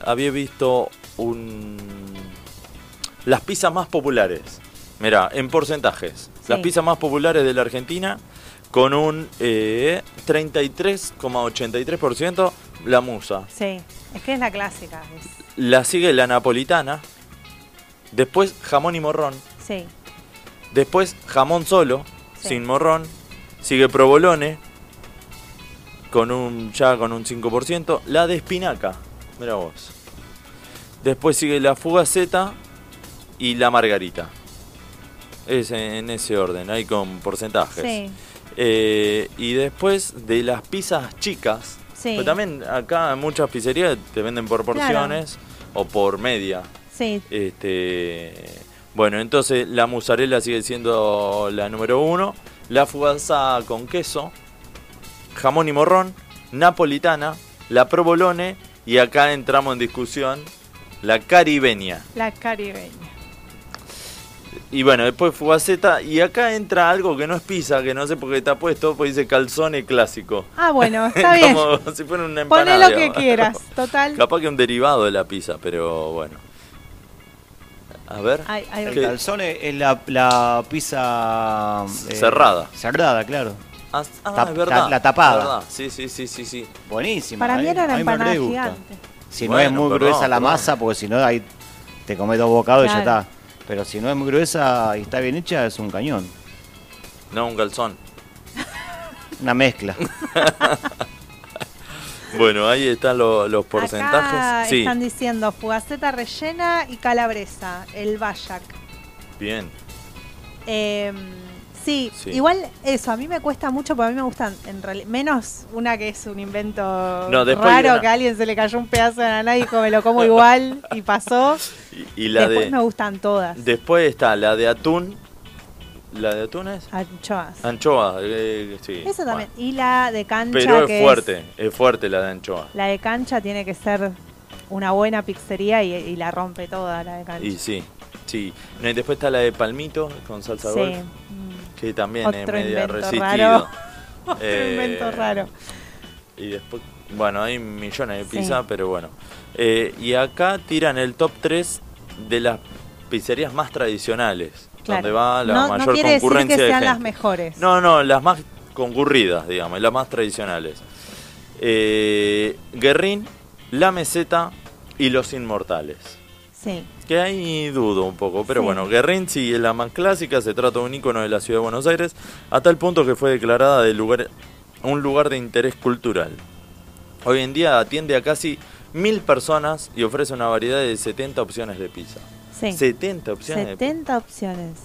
Speaker 1: había visto un... Las pizzas más populares. Mirá, en porcentajes.
Speaker 2: Sí.
Speaker 1: Las pizzas más populares de la Argentina con un eh, 33,83% la musa.
Speaker 2: Sí, es que es la clásica. es-
Speaker 1: La sigue la napolitana. Después jamón y morrón.
Speaker 2: sí,
Speaker 1: Después jamón solo,
Speaker 2: Sí.
Speaker 1: sin morrón. Sigue provolone, con un, ya con un 5%. La de espinaca, mira vos. Después sigue la fugaceta y la margarita. Es en ese orden, ahí con porcentajes.
Speaker 2: sí.
Speaker 1: Eh, y después de las pizzas chicas,
Speaker 2: Sí.
Speaker 1: pero también acá en muchas pizzerías te venden por
Speaker 2: Claro.
Speaker 1: porciones o por media.
Speaker 2: Sí,
Speaker 1: Este, bueno, entonces la mozzarella sigue siendo la número uno. La fugaza con queso, jamón y morrón, napolitana, la provolone y acá entramos en discusión la caribeña.
Speaker 2: la caribeña.
Speaker 1: Y bueno, después fugaceta y acá entra algo que no es pizza, que no sé por qué está puesto, pues dice calzone clásico.
Speaker 2: Ah, bueno, está bien.
Speaker 1: Como si fuera una empanada.
Speaker 2: Poné lo que
Speaker 1: digamos.
Speaker 2: quieras. Total.
Speaker 1: Capaz que un derivado de la pizza, pero bueno. A ver.
Speaker 2: Ay, ay,
Speaker 3: El
Speaker 1: ¿Qué?
Speaker 3: calzone es la, la pizza... eh,
Speaker 1: Cerrada.
Speaker 3: Cerrada, claro.
Speaker 1: Ah, ah,
Speaker 3: Tap-
Speaker 1: es verdad.
Speaker 3: la- la tapada.
Speaker 1: verdad. Sí, sí, sí, sí, sí.
Speaker 3: Buenísima.
Speaker 2: Para mí
Speaker 3: eh.
Speaker 2: era
Speaker 3: A
Speaker 2: una
Speaker 3: mí me
Speaker 2: empanada
Speaker 3: re gusta.
Speaker 2: gigante.
Speaker 3: Si no
Speaker 1: Bueno,
Speaker 3: es muy
Speaker 1: perdón,
Speaker 3: gruesa la
Speaker 1: perdón.
Speaker 3: masa, porque si no ahí te comes dos bocados y ya
Speaker 2: Claro.
Speaker 3: está. Pero si no es muy gruesa y está bien hecha, es un cañón.
Speaker 1: No, un calzón.
Speaker 3: Una mezcla.
Speaker 1: Bueno, ahí están lo- los porcentajes.
Speaker 2: Acá
Speaker 1: sí,
Speaker 2: están diciendo fugaceta rellena y calabresa, el bayak.
Speaker 1: bien.
Speaker 2: Eh, sí,
Speaker 1: Sí.
Speaker 2: igual eso, a mí me cuesta mucho porque a mí me gustan, en realidad, menos una que es un invento
Speaker 1: No, después hay
Speaker 2: raro
Speaker 1: una-
Speaker 2: que a alguien se le cayó un pedazo de ananá y dijo, me lo como igual y pasó.
Speaker 1: Y, y la
Speaker 2: Después
Speaker 1: de
Speaker 2: me gustan todas.
Speaker 1: después está la de atún. ¿La de atún es?
Speaker 2: Anchoas.
Speaker 1: Anchoa, eh, Ah, sí.
Speaker 2: Eso
Speaker 1: bueno.
Speaker 2: también. Y la de cancha
Speaker 1: Pero
Speaker 2: que
Speaker 1: es fuerte, es... fuerte la de anchoa.
Speaker 2: la de cancha tiene que ser una buena pizzería y, y la rompe toda la de cancha.
Speaker 1: Y sí, sí. No, y después está la de palmito con salsa
Speaker 2: Sí.
Speaker 1: golf,
Speaker 2: Mm.
Speaker 1: que también es
Speaker 2: Otro
Speaker 1: media
Speaker 2: invento
Speaker 1: resistida.
Speaker 2: raro. Otro
Speaker 1: Eh,
Speaker 2: invento raro.
Speaker 1: Y después, bueno, hay millones de
Speaker 2: Sí.
Speaker 1: pizzas, pero bueno. Eh, y acá tiran el top 3 de las pizzerías más tradicionales,
Speaker 2: Claro.
Speaker 1: donde va la
Speaker 2: no, no
Speaker 1: mayor
Speaker 2: quiere decir
Speaker 1: concurrencia
Speaker 2: que
Speaker 1: de
Speaker 2: sean
Speaker 1: gente.
Speaker 2: las mejores.
Speaker 1: No, no, las más concurridas, digamos, las más tradicionales. Eh, Guerrín, La Meseta y Los Inmortales.
Speaker 2: Sí.
Speaker 1: Que ahí dudo un poco, pero
Speaker 2: Sí.
Speaker 1: bueno, Guerrín sí es la más clásica, se trata de un ícono de la ciudad de Buenos Aires, a tal punto que fue declarada de lugar, un lugar de interés cultural. Hoy en día atiende a casi mil personas y ofrece una variedad de 70 opciones de pizza.
Speaker 2: Sí.
Speaker 1: 70 opciones de pizza,
Speaker 2: 70 opciones.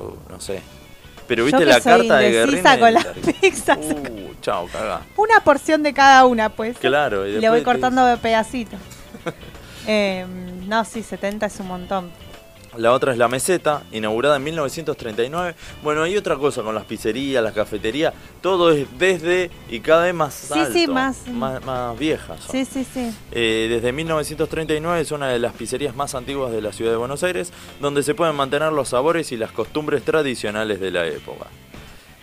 Speaker 1: Uh, no sé. Pero
Speaker 2: Yo
Speaker 1: viste
Speaker 2: que
Speaker 1: la
Speaker 2: soy
Speaker 1: carta de Guerrín.
Speaker 2: indecisa con
Speaker 1: es
Speaker 2: las
Speaker 1: larga.
Speaker 2: pizzas.
Speaker 1: Uh, chao, cagá.
Speaker 2: Una porción de cada una, pues.
Speaker 1: Claro, y
Speaker 2: Y le
Speaker 1: después
Speaker 2: voy
Speaker 1: te
Speaker 2: cortando de pedacitos. Eh, no, sí, 70 es un montón.
Speaker 1: La otra es La Meseta, inaugurada en 1939. Bueno, hay otra cosa con las pizzerías, las cafeterías, todo es desde y cada vez más
Speaker 2: Sí,
Speaker 1: alto,
Speaker 2: sí, más-
Speaker 1: más, más viejas. son.
Speaker 2: Sí, sí, sí.
Speaker 1: Eh, desde 1939 es una de las pizzerías más antiguas de la ciudad de Buenos Aires, donde se pueden mantener los sabores y las costumbres tradicionales de la época.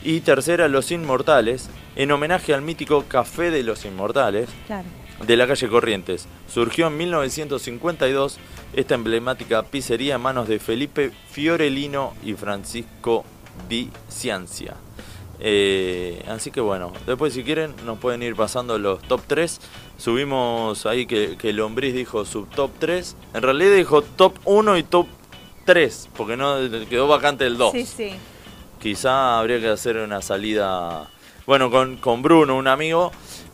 Speaker 1: Y tercera, Los Inmortales, en homenaje al mítico Café de los Inmortales,
Speaker 2: Claro.
Speaker 1: de la calle Corrientes. Surgió en 1952 esta emblemática pizzería en manos de Felipe Fiorellino y Francisco Di Ciancia. Eh, así que bueno, después si quieren nos pueden ir pasando los top 3. Subimos ahí que, que Lombriz dijo sub top 3. En realidad dijo top 1 y top 3, porque no quedó vacante el 2.
Speaker 2: Sí, sí.
Speaker 1: Quizá habría que hacer una salida. Bueno, con, con Bruno, un amigo,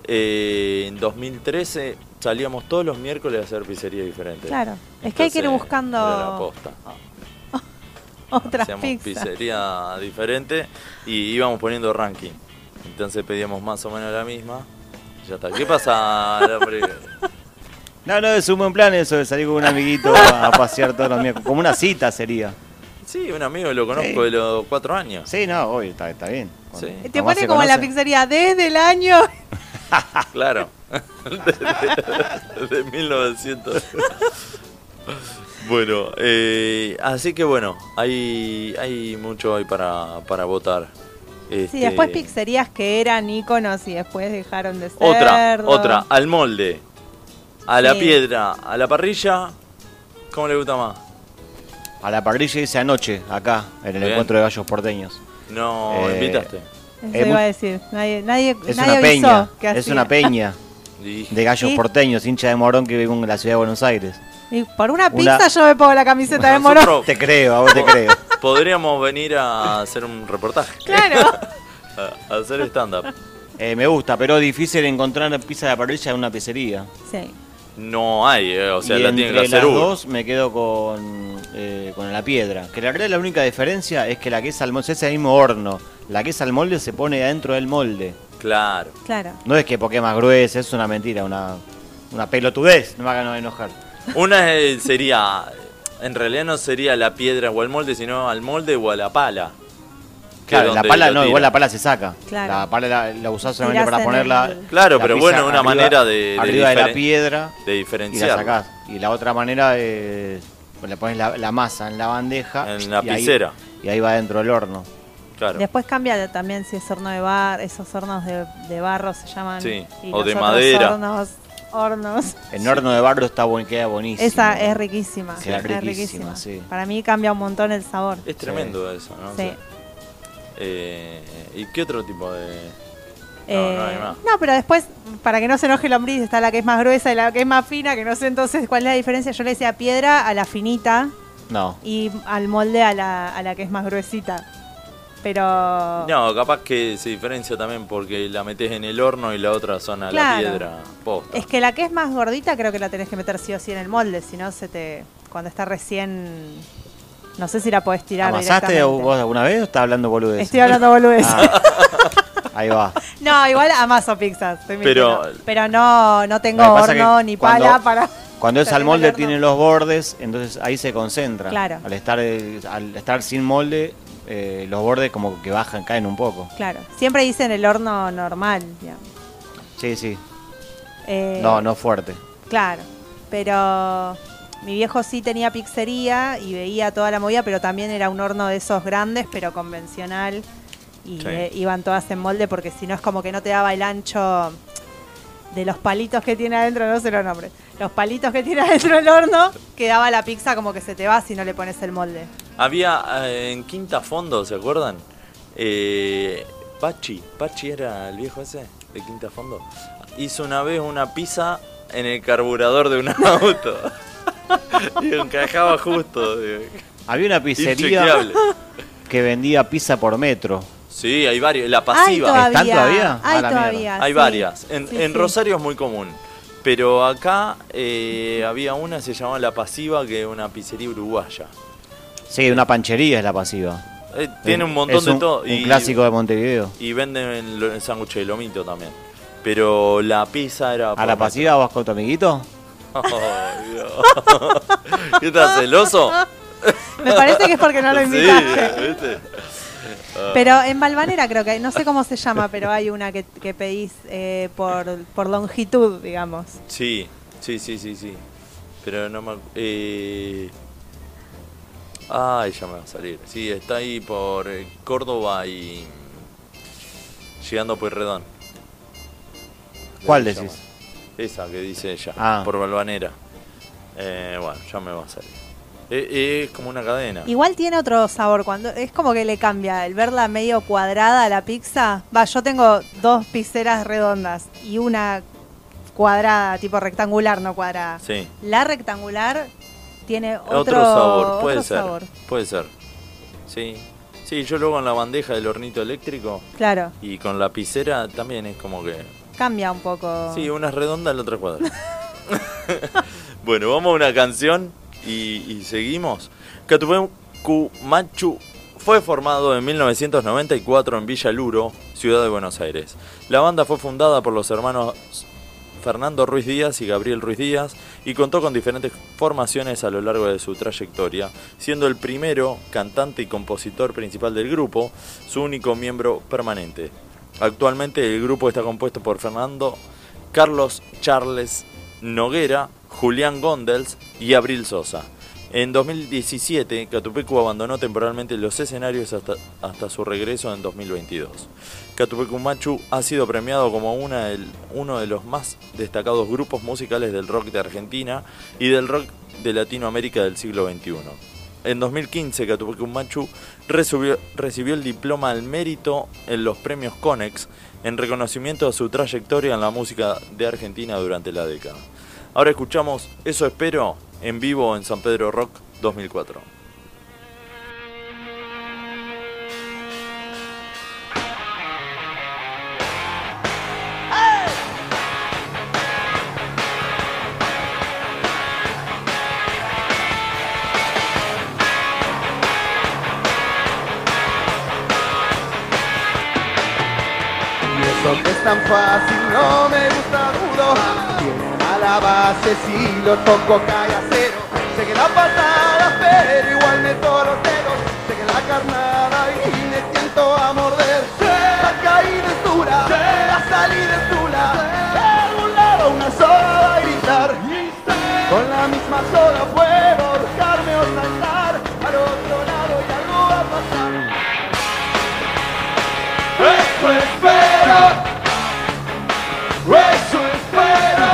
Speaker 1: eh, en 2013 salíamos todos los miércoles a hacer pizzería diferente.
Speaker 2: Claro. Es que hay que ir
Speaker 1: Entonces,
Speaker 2: buscando-
Speaker 1: era la posta.
Speaker 2: Otras
Speaker 1: Hacíamos
Speaker 2: pizzas.
Speaker 1: pizzería diferente y íbamos poniendo ranking. Entonces pedíamos más o menos la misma. y Ya está. ¿Qué pasa? Lombriz?
Speaker 3: No, no, es un buen plan eso de salir con un amiguito a pasear todos los miércoles. Como una cita sería.
Speaker 1: sí, un amigo lo conozco
Speaker 3: Sí.
Speaker 1: de los cuatro años.
Speaker 3: Sí, no, obvio, está, está bien.
Speaker 1: Sí.
Speaker 3: Cuando
Speaker 2: Te
Speaker 3: más
Speaker 2: pone
Speaker 3: se
Speaker 2: como en la
Speaker 3: conoce.
Speaker 2: pizzería desde el año.
Speaker 1: Claro. De, de- de 1900. Bueno, eh, así que bueno, hay, hay mucho ahí para, para votar.
Speaker 2: Sí,
Speaker 1: Este,
Speaker 2: después pizzerías que eran íconos y después dejaron de ser.
Speaker 1: Otra, otra, al molde, a la
Speaker 2: Sí.
Speaker 1: piedra, a la parrilla. ¿Cómo le gusta más?
Speaker 3: A la parrilla dice anoche, acá, en el
Speaker 1: Bien.
Speaker 3: encuentro de gallos porteños.
Speaker 1: No,
Speaker 3: Eh,
Speaker 1: invitaste.
Speaker 2: Eso
Speaker 3: Es
Speaker 2: iba
Speaker 3: muy-
Speaker 2: a decir. Nadie, nadie,
Speaker 3: Es
Speaker 2: nadie
Speaker 3: una
Speaker 2: avisó
Speaker 3: peña,
Speaker 2: que
Speaker 3: es
Speaker 2: hacía.
Speaker 3: una peña
Speaker 1: Y-
Speaker 3: de gallos
Speaker 2: Sí.
Speaker 3: porteños, hincha de morón que vive en la ciudad de Buenos Aires.
Speaker 2: Y por una
Speaker 3: Una-
Speaker 2: pizza yo me pongo la camiseta de
Speaker 1: Nosotros
Speaker 2: moro.
Speaker 3: Te creo, a vos te
Speaker 1: po-
Speaker 3: creo.
Speaker 1: Podríamos venir a hacer un reportaje,
Speaker 2: Claro.
Speaker 1: a, a hacer stand-up.
Speaker 3: Eh, me gusta, pero es difícil encontrar pizza de parrilla en una pizzería.
Speaker 2: Sí.
Speaker 1: no hay, eh, o sea,
Speaker 3: y
Speaker 1: la
Speaker 3: entre
Speaker 1: tienen que hacer
Speaker 3: las
Speaker 1: uno.
Speaker 3: dos me quedo con, eh, con la piedra. Que la verdad la única diferencia es que la que es al molde, es el mismo horno. La que es al molde se pone adentro del molde.
Speaker 1: Claro.
Speaker 2: Claro.
Speaker 3: No es que porque es más gruesa, es una mentira, una, una pelotudez. No me hagan enojar.
Speaker 1: Una eh, sería, en realidad no sería la piedra o al molde, sino al molde o a la pala. que
Speaker 3: Claro,
Speaker 1: es
Speaker 3: la
Speaker 1: donde
Speaker 3: pala
Speaker 1: lo
Speaker 3: no,
Speaker 1: tira.
Speaker 3: igual la pala se saca.
Speaker 2: Claro.
Speaker 3: La pala la, la usás solamente
Speaker 2: Tirás
Speaker 3: para
Speaker 2: en
Speaker 3: ponerla.
Speaker 2: el-
Speaker 1: Claro,
Speaker 3: la
Speaker 1: pero
Speaker 3: pizza
Speaker 1: bueno, una
Speaker 3: arriba-
Speaker 1: manera de- de
Speaker 3: Arriba de la
Speaker 1: diferen-
Speaker 3: piedra.
Speaker 1: De
Speaker 3: y la
Speaker 1: diferenciar.
Speaker 3: sacás. Y la otra manera es. pues, Le pones la, la masa en la bandeja.
Speaker 1: En la
Speaker 3: y ahí-
Speaker 1: picera.
Speaker 3: Y ahí va dentro del horno.
Speaker 1: Claro.
Speaker 2: Después cambia de- también si es horno de bar, esos hornos de, de barro se llaman.
Speaker 1: Sí,
Speaker 2: y
Speaker 1: o
Speaker 2: los
Speaker 1: de
Speaker 2: otros
Speaker 1: madera.
Speaker 2: Hornos, hornos.
Speaker 3: En horno de barro está buen, queda buenísimo.
Speaker 2: Esa es riquísima.
Speaker 3: Queda
Speaker 2: es
Speaker 3: riquísima,
Speaker 2: riquísima.
Speaker 3: sí.
Speaker 2: Para mí cambia un montón el sabor.
Speaker 1: Es tremendo eso, ¿no? O
Speaker 2: Sí.
Speaker 1: sea, eh, ¿Y qué otro tipo de...?
Speaker 2: Eh,
Speaker 1: no hay más.
Speaker 2: no, pero después, para que no se enoje el lombriz, está la que es más gruesa y la que es más fina, que no sé entonces cuál es la diferencia. Yo le decía piedra a la finita
Speaker 3: No.
Speaker 2: y al molde a la, a la que es más gruesita. Pero.
Speaker 1: No, capaz que se diferencia también porque la metes en el horno y la otra zona a la
Speaker 2: Claro.
Speaker 1: piedra. Posta.
Speaker 2: Es que la que es más gordita creo que la tenés que meter sí o sí en el molde, si no se te... Cuando está recién... No sé si la podés tirar
Speaker 3: ¿Amasaste
Speaker 2: directamente.
Speaker 3: vos Ah. alguna vez o estás hablando boludez?
Speaker 2: Estoy hablando boludez.
Speaker 3: ahí va.
Speaker 2: No, igual amaso pizzas, estoy
Speaker 1: Pero-
Speaker 2: mintiendo. Pero no, no tengo
Speaker 3: Lo que pasa
Speaker 2: horno
Speaker 3: que
Speaker 2: ni
Speaker 3: cuando-
Speaker 2: pala para...
Speaker 3: Cuando es
Speaker 2: Pero
Speaker 3: al
Speaker 2: en el
Speaker 3: molde
Speaker 2: horno.
Speaker 3: tiene los bordes, entonces ahí se concentra.
Speaker 2: Claro.
Speaker 3: Al estar, eh, al estar sin molde, eh, los bordes como que bajan, caen un poco.
Speaker 2: Claro, siempre dicen el horno normal. digamos.
Speaker 3: Sí, sí.
Speaker 2: Eh,
Speaker 3: No, no fuerte.
Speaker 2: Claro, pero mi viejo sí tenía pizzería y veía toda la movida, pero también era un horno de esos grandes, pero convencional. Y
Speaker 1: Sí.
Speaker 2: eh, iban todas en molde porque si no es como que no te daba el ancho de los palitos que tiene adentro, no sé los nombres, los palitos que tiene adentro el horno, quedaba la pizza como que se te va si no le pones el molde.
Speaker 1: Había eh, en Quinta Fondo, ¿se acuerdan? Eh, Pachi, Pachi era el viejo ese de Quinta Fondo. Hizo una vez una pizza en el carburador de un auto. y encajaba justo. digo,
Speaker 3: Había una pizzería
Speaker 1: Inchequeable.
Speaker 3: que vendía pizza por metro.
Speaker 1: Sí, hay varios. La
Speaker 2: Hay
Speaker 1: pasiva.
Speaker 3: ¿Están todavía?
Speaker 2: Hay
Speaker 3: A la
Speaker 2: todavía.
Speaker 3: mierda.
Speaker 1: hay
Speaker 2: sí.
Speaker 1: varias. En,
Speaker 2: Sí,
Speaker 1: en
Speaker 2: sí.
Speaker 1: Rosario es muy común. Pero acá eh, había una, se llamaba La Pasiva, que es una pizzería uruguaya.
Speaker 3: Sí, una panchería es la pasiva.
Speaker 1: Eh, tiene un montón
Speaker 3: Es
Speaker 1: de todo.
Speaker 3: Un
Speaker 1: y-
Speaker 3: clásico de Montevideo.
Speaker 1: Y venden lo- el sándwich de lomito también. Pero la pizza era...
Speaker 3: ¿A la pasiva vas con tu amiguito?
Speaker 1: Ay, Dios. ¿Qué estás celoso?
Speaker 2: Me parece que es porque no lo
Speaker 1: Sí,
Speaker 2: invitaste.
Speaker 1: ¿viste?
Speaker 2: Pero en Balvanera creo que, hay- no sé cómo se llama, pero hay una que, que pedís eh, por, por longitud, digamos.
Speaker 1: Sí, sí, sí, sí, sí. Pero no me... acu- Eh... Ay, ya me va a salir. Sí, está ahí por eh, Córdoba y... Llegando a Pueyrredón.
Speaker 3: ¿Cuál
Speaker 1: Debe
Speaker 3: decís?
Speaker 1: llamar. Esa que dice ella,
Speaker 3: Ah.
Speaker 1: por Balvanera. Eh, bueno, ya me va a salir. Eh, eh, es como una cadena.
Speaker 2: Igual tiene otro sabor, cuando es como que le cambia el verla medio cuadrada a la pizza. Va, yo tengo dos pizzeras redondas y una cuadrada, tipo rectangular, no cuadrada.
Speaker 1: Sí.
Speaker 2: La rectangular tiene otro,
Speaker 1: Otro, sabor, puede
Speaker 2: otro
Speaker 1: ser.
Speaker 2: sabor.
Speaker 1: Puede ser. Sí. Sí, yo luego en la bandeja del hornito eléctrico
Speaker 2: Claro,
Speaker 1: y con la piscera también es como que.
Speaker 2: cambia un poco.
Speaker 1: Sí, una es redonda, la otra es cuadrada. bueno, vamos a una canción y, y seguimos. Catupecu Machu fue formado en 1994 en Villa Luro, ciudad de Buenos Aires. La banda fue fundada por los hermanos Fernando Ruiz Díaz y Gabriel Ruiz Díaz y contó con diferentes formaciones a lo largo de su trayectoria, siendo el primero cantante y compositor principal del grupo, su único miembro permanente. Actualmente el grupo está compuesto por Fernando, Carlos Charles Noguera, Julián Gondels y Abril Sosa. En 2017, Catupecu abandonó temporalmente los escenarios hasta, hasta su regreso en 2022. Catupecu Machu ha sido premiado como una del- uno de los más destacados grupos musicales del rock de Argentina y del rock de Latinoamérica del siglo XXI. En 2015, Catupecu Machu resubió- recibió el diploma al mérito en los premios Conex en reconocimiento a su trayectoria en la música de Argentina durante la década. Ahora escuchamos Eso Espero en vivo en San Pedro Rock 2004.
Speaker 5: Eso espero. tan fácil, no me gusta duro. Tiene mala base si lo toco cae a cero. Sé que la patada, pero igual meto los dedos. Sé que la carnada y me siento a morder. La caída es dura, la salida es dura. De algún lado una sola va a gritar. Con la misma sola puedo ahorcarme o saltar. Al otro lado y algo va a pasar. Eso espero. Eso espero.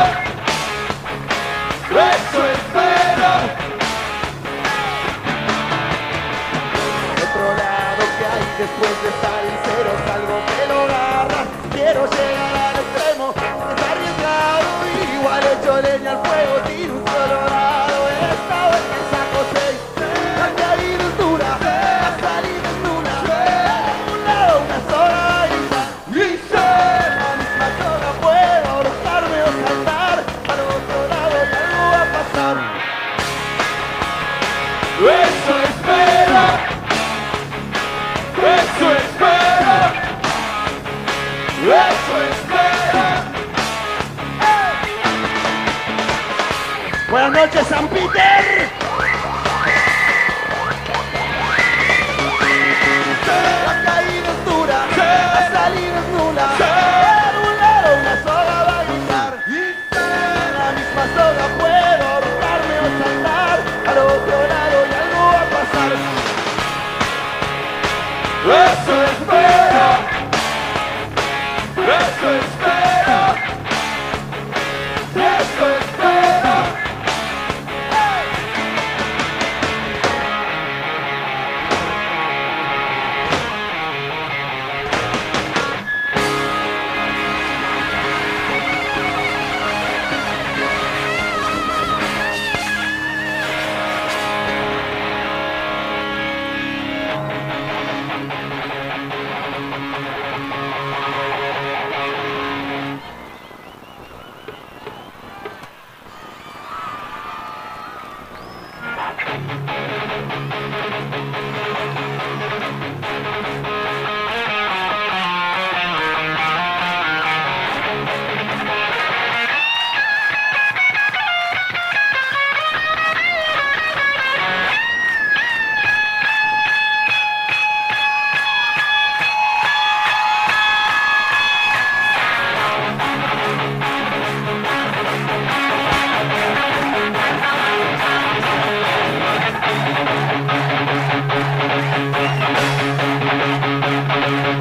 Speaker 5: Eso espero. Al Otro lado que hay después de estar en cero, salvo que lo agarra. Quiero llegar al extremo. Es arriesgado, igual hecho leña al fuego. Tiro un colorado. Esta vez que saco seis. La caída es dura. La salida es dura. De un lado una sola grita. Dice, la misma sola puedo ahorcarme o saltar. Al otro lado y algo va a pasar. Eso espera. Eso espera. Eso espera. Eh. Buenas noches, San Peter. La caída es dura, la salida es nula. Por un lado una sola va a gritar. La misma sola puedo ahorcarme o saltar. Al otro lado y algo va a pasar. Eso espero. Eso espero. Eso espero.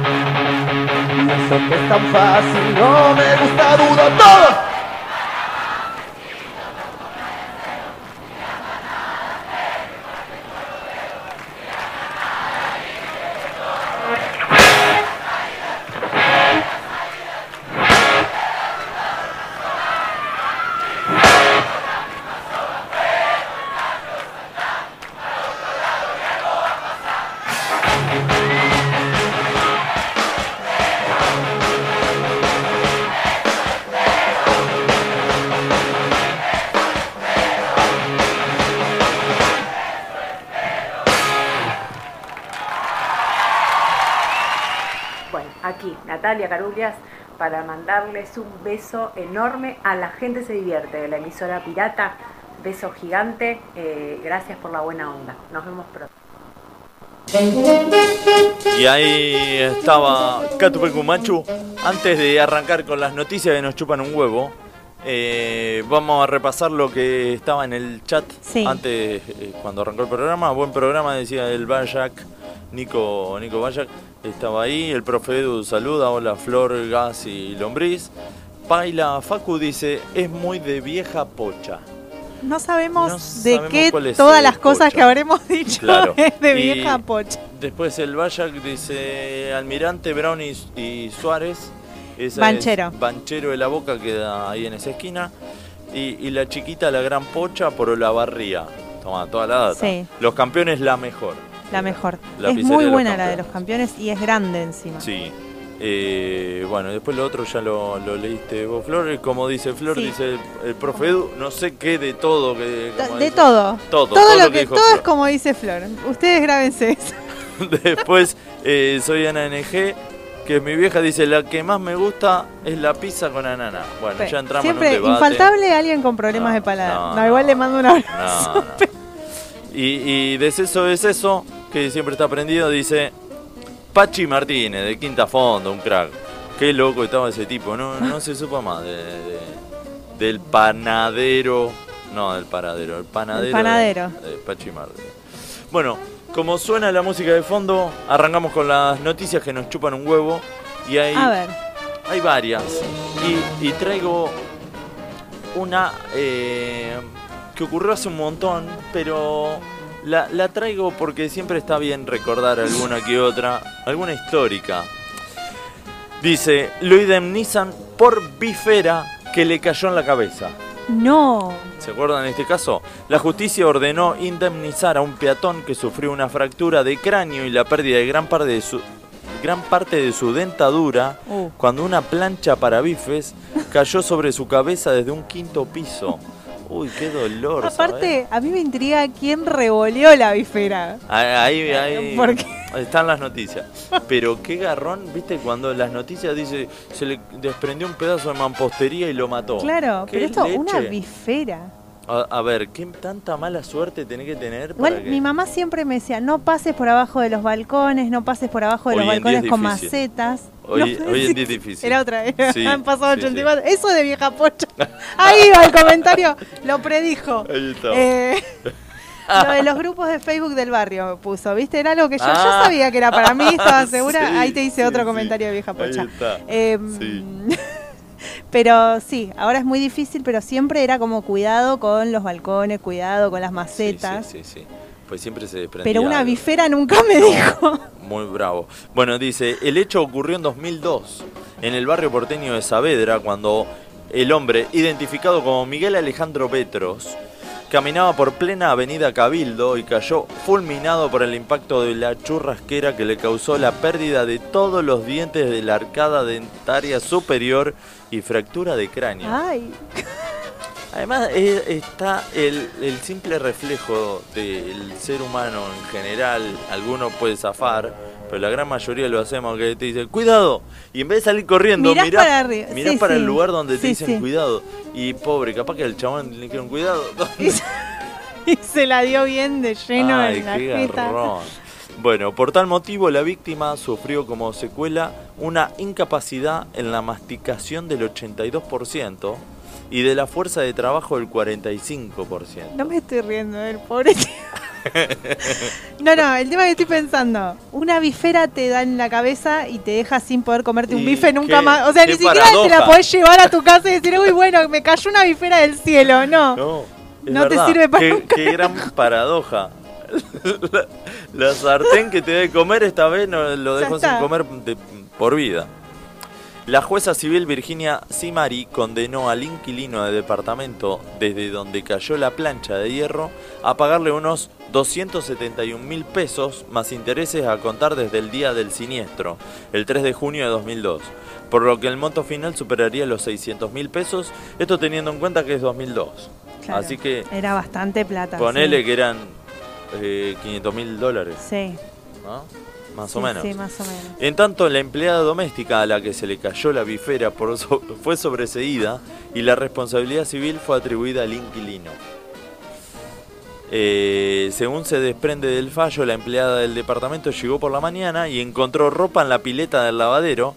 Speaker 5: Y eso que es tan fácil, no me gusta, dudo todo.
Speaker 6: Bueno, aquí Natalia Carulias para mandarles un beso enorme a la gente se divierte de la emisora Pirata. Beso gigante, eh, gracias por la buena onda. Nos vemos pronto.
Speaker 1: Y ahí estaba Catupecu Machu. Antes de arrancar con las noticias que nos chupan un huevo, eh, vamos a repasar lo que estaba en el chat
Speaker 2: Sí.
Speaker 1: antes, eh, cuando arrancó el programa. Buen programa, decía el Bayak, Nico, Nico Bayak. Estaba ahí, el profe Edu saluda, hola Flor, Gas y Lombriz. Paila Facu dice, es muy de vieja pocha.
Speaker 2: No sabemos
Speaker 1: No
Speaker 2: de
Speaker 1: sabemos cuál
Speaker 2: qué
Speaker 1: es
Speaker 2: todas
Speaker 1: el
Speaker 2: las cosas
Speaker 1: pocho.
Speaker 2: que habremos dicho
Speaker 1: Claro.
Speaker 2: es de
Speaker 1: Y-
Speaker 2: vieja pocha.
Speaker 1: Después el Bayak dice Almirante Brown y, y Suárez. Esa
Speaker 2: Banchero.
Speaker 1: es Banchero de la Boca queda ahí en esa esquina. Y, y la chiquita, la gran pocha por Olavarría. Toma, toda la data.
Speaker 2: Sí.
Speaker 1: Los campeones, la mejor.
Speaker 2: La mejor.
Speaker 1: La
Speaker 2: es
Speaker 1: pizzería
Speaker 2: muy
Speaker 1: de los
Speaker 2: buena la de
Speaker 1: campeones.
Speaker 2: los campeones y es grande encima.
Speaker 1: Sí. Eh, bueno, después lo otro ya lo, lo leíste vos, Flor. Y Como dice Flor,
Speaker 2: Sí.
Speaker 1: dice el, el profe Edu, no sé qué de todo. Que,
Speaker 2: Ta-
Speaker 1: como
Speaker 2: De
Speaker 1: dice-
Speaker 2: todo.
Speaker 1: Todo,
Speaker 2: Todo lo que,
Speaker 1: dijo
Speaker 2: todo es
Speaker 1: Flor.
Speaker 2: como dice Flor. Ustedes grábense eso.
Speaker 1: Después eh, soy Ana NG. que mi vieja dice, la que más me gusta es la pizza con ananá. Bueno, ya entramos
Speaker 2: Siempre
Speaker 1: en un debate.
Speaker 2: infaltable alguien con problemas
Speaker 1: No,
Speaker 2: de paladar. No,
Speaker 1: no,
Speaker 2: igual
Speaker 1: no.
Speaker 2: le mando un abrazo.
Speaker 1: No, no. Y, y de eso es eso, que siempre está aprendido, dice Pachi Martínez, de Quinta Fondo, un crack. Qué loco estaba ese tipo, no, no se supa más de- de- del panadero, no, del paradero, el panadero. de-
Speaker 2: panadero.
Speaker 1: De, Pachi Martínez. Bueno, como suena la música de fondo, arrancamos con las noticias que nos chupan un huevo y hay,
Speaker 2: A ver,
Speaker 1: hay varias. Y, y traigo una eh, que ocurrió hace un montón, pero la, la traigo porque siempre está bien recordar alguna que otra, alguna histórica. Dice, lo indemnizan por bifera que le cayó en la cabeza.
Speaker 2: no.
Speaker 1: ¿Se acuerdan de este caso? La justicia ordenó indemnizar a un peatón que sufrió una fractura de cráneo y la pérdida de gran parte de su, gran parte de su dentadura
Speaker 2: Uh.
Speaker 1: cuando una plancha para bifes cayó sobre su cabeza desde un quinto piso. Uy, qué dolor. ¿sabés?
Speaker 2: Aparte, a mí me intriga quién revoleó la bifera.
Speaker 1: Ahí, ahí-
Speaker 2: ¿Por qué?
Speaker 1: están las noticias. Pero qué garrón, viste, cuando las noticias dice se le desprendió un pedazo de mampostería y lo mató.
Speaker 2: Claro,
Speaker 1: Oh, Qué
Speaker 2: pero esto, una
Speaker 1: leche.
Speaker 2: bifera.
Speaker 1: A, a ver, ¿qué tanta mala suerte tenés que tener para
Speaker 2: Igual
Speaker 1: que-
Speaker 2: mi mamá siempre me decía, no pases por abajo de los balcones, no pases por abajo de
Speaker 1: Hoy
Speaker 2: los
Speaker 1: en día es
Speaker 2: balcones con
Speaker 1: difícil.
Speaker 2: macetas.
Speaker 1: Hoy-
Speaker 2: No,
Speaker 1: hoy en día es difícil.
Speaker 2: Era otra, era-
Speaker 1: Sí,
Speaker 2: han pasado
Speaker 1: sí, sí.
Speaker 2: 84. Eso de vieja pocha. Ahí va el comentario, lo predijo.
Speaker 1: Ahí está.
Speaker 2: Eh, lo de los grupos de Facebook del barrio puso, ¿viste? Era algo que yo, yo
Speaker 1: Ah.
Speaker 2: sabía que era para mí, estaba segura.
Speaker 1: Sí,
Speaker 2: Ahí te hice
Speaker 1: sí,
Speaker 2: otro
Speaker 1: sí.
Speaker 2: comentario de vieja
Speaker 1: Ahí
Speaker 2: pocha.
Speaker 1: está.
Speaker 2: Em,
Speaker 1: Sí.
Speaker 2: Pero sí, ahora es muy difícil, pero siempre era como cuidado con los balcones, cuidado con las macetas.
Speaker 1: Sí, sí, sí, sí. Pues siempre se desprendía.
Speaker 2: Pero una
Speaker 1: algo.
Speaker 2: bifera nunca me dijo.
Speaker 1: Muy bravo. Bueno, dice, el hecho ocurrió en 2002, en el barrio porteño de Saavedra, cuando el hombre, identificado como Miguel Alejandro Petros, caminaba por plena avenida Cabildo y cayó fulminado por el impacto de la churrasquera que le causó la pérdida de todos los dientes de la arcada dentaria superior y fractura de cráneo.
Speaker 2: Ay,
Speaker 1: Además eh, está el, el simple reflejo del ser humano en general. Alguno puede zafar, pero la gran mayoría lo hacemos que te dicen, cuidado. Y en vez de salir corriendo, mirás,
Speaker 2: Mirás para arriba.
Speaker 1: mirás
Speaker 2: Sí,
Speaker 1: para
Speaker 2: sí.
Speaker 1: el lugar donde te
Speaker 2: Sí,
Speaker 1: dicen
Speaker 2: sí.
Speaker 1: cuidado. Y pobre, capaz que al chabón le dijeron cuidado.
Speaker 2: y se, y se la dio bien de lleno
Speaker 1: Ay,
Speaker 2: en la
Speaker 1: qué
Speaker 2: jeta.
Speaker 1: garrón. Bueno, por tal motivo la víctima sufrió como secuela una incapacidad en la masticación del 82% y de la fuerza de trabajo del 45%.
Speaker 2: No me estoy riendo del pobre tío. No, no, el tema que estoy pensando, una bifera te da en la cabeza y te deja sin poder comerte un
Speaker 1: Y
Speaker 2: bife nunca
Speaker 1: qué-
Speaker 2: más. O sea,
Speaker 1: qué
Speaker 2: ni siquiera te la
Speaker 1: paradoja.
Speaker 2: podés llevar a tu casa y decir, uy, bueno, me cayó una bifera del cielo, no.
Speaker 1: No, es
Speaker 2: No te
Speaker 1: verdad.
Speaker 2: sirve para
Speaker 1: qué,
Speaker 2: un
Speaker 1: qué gran paradoja. la, la sartén que te debe comer esta vez no lo
Speaker 2: Ya
Speaker 1: dejó sin
Speaker 2: está.
Speaker 1: comer de- por vida. La jueza civil Virginia Simari condenó al inquilino del departamento desde donde cayó la plancha de hierro a pagarle unos 271 mil pesos más intereses a contar desde el día del siniestro, el 3 de junio de 2002, por lo que el monto final superaría los 600 mil pesos, esto teniendo en cuenta que es 2002.
Speaker 2: Claro,
Speaker 1: Así que
Speaker 2: Era bastante plata.
Speaker 1: ponele
Speaker 2: sí.
Speaker 1: que eran 500 mil dólares,
Speaker 2: Sí.
Speaker 1: ¿no? Más
Speaker 2: sí,
Speaker 1: o menos.
Speaker 2: Sí, más o menos.
Speaker 1: En tanto, la empleada doméstica a la que se le cayó la bifera por so- fue sobreseída y la responsabilidad civil fue atribuida al inquilino. Eh, según se desprende del fallo, la empleada del departamento llegó por la mañana y encontró ropa en la pileta del lavadero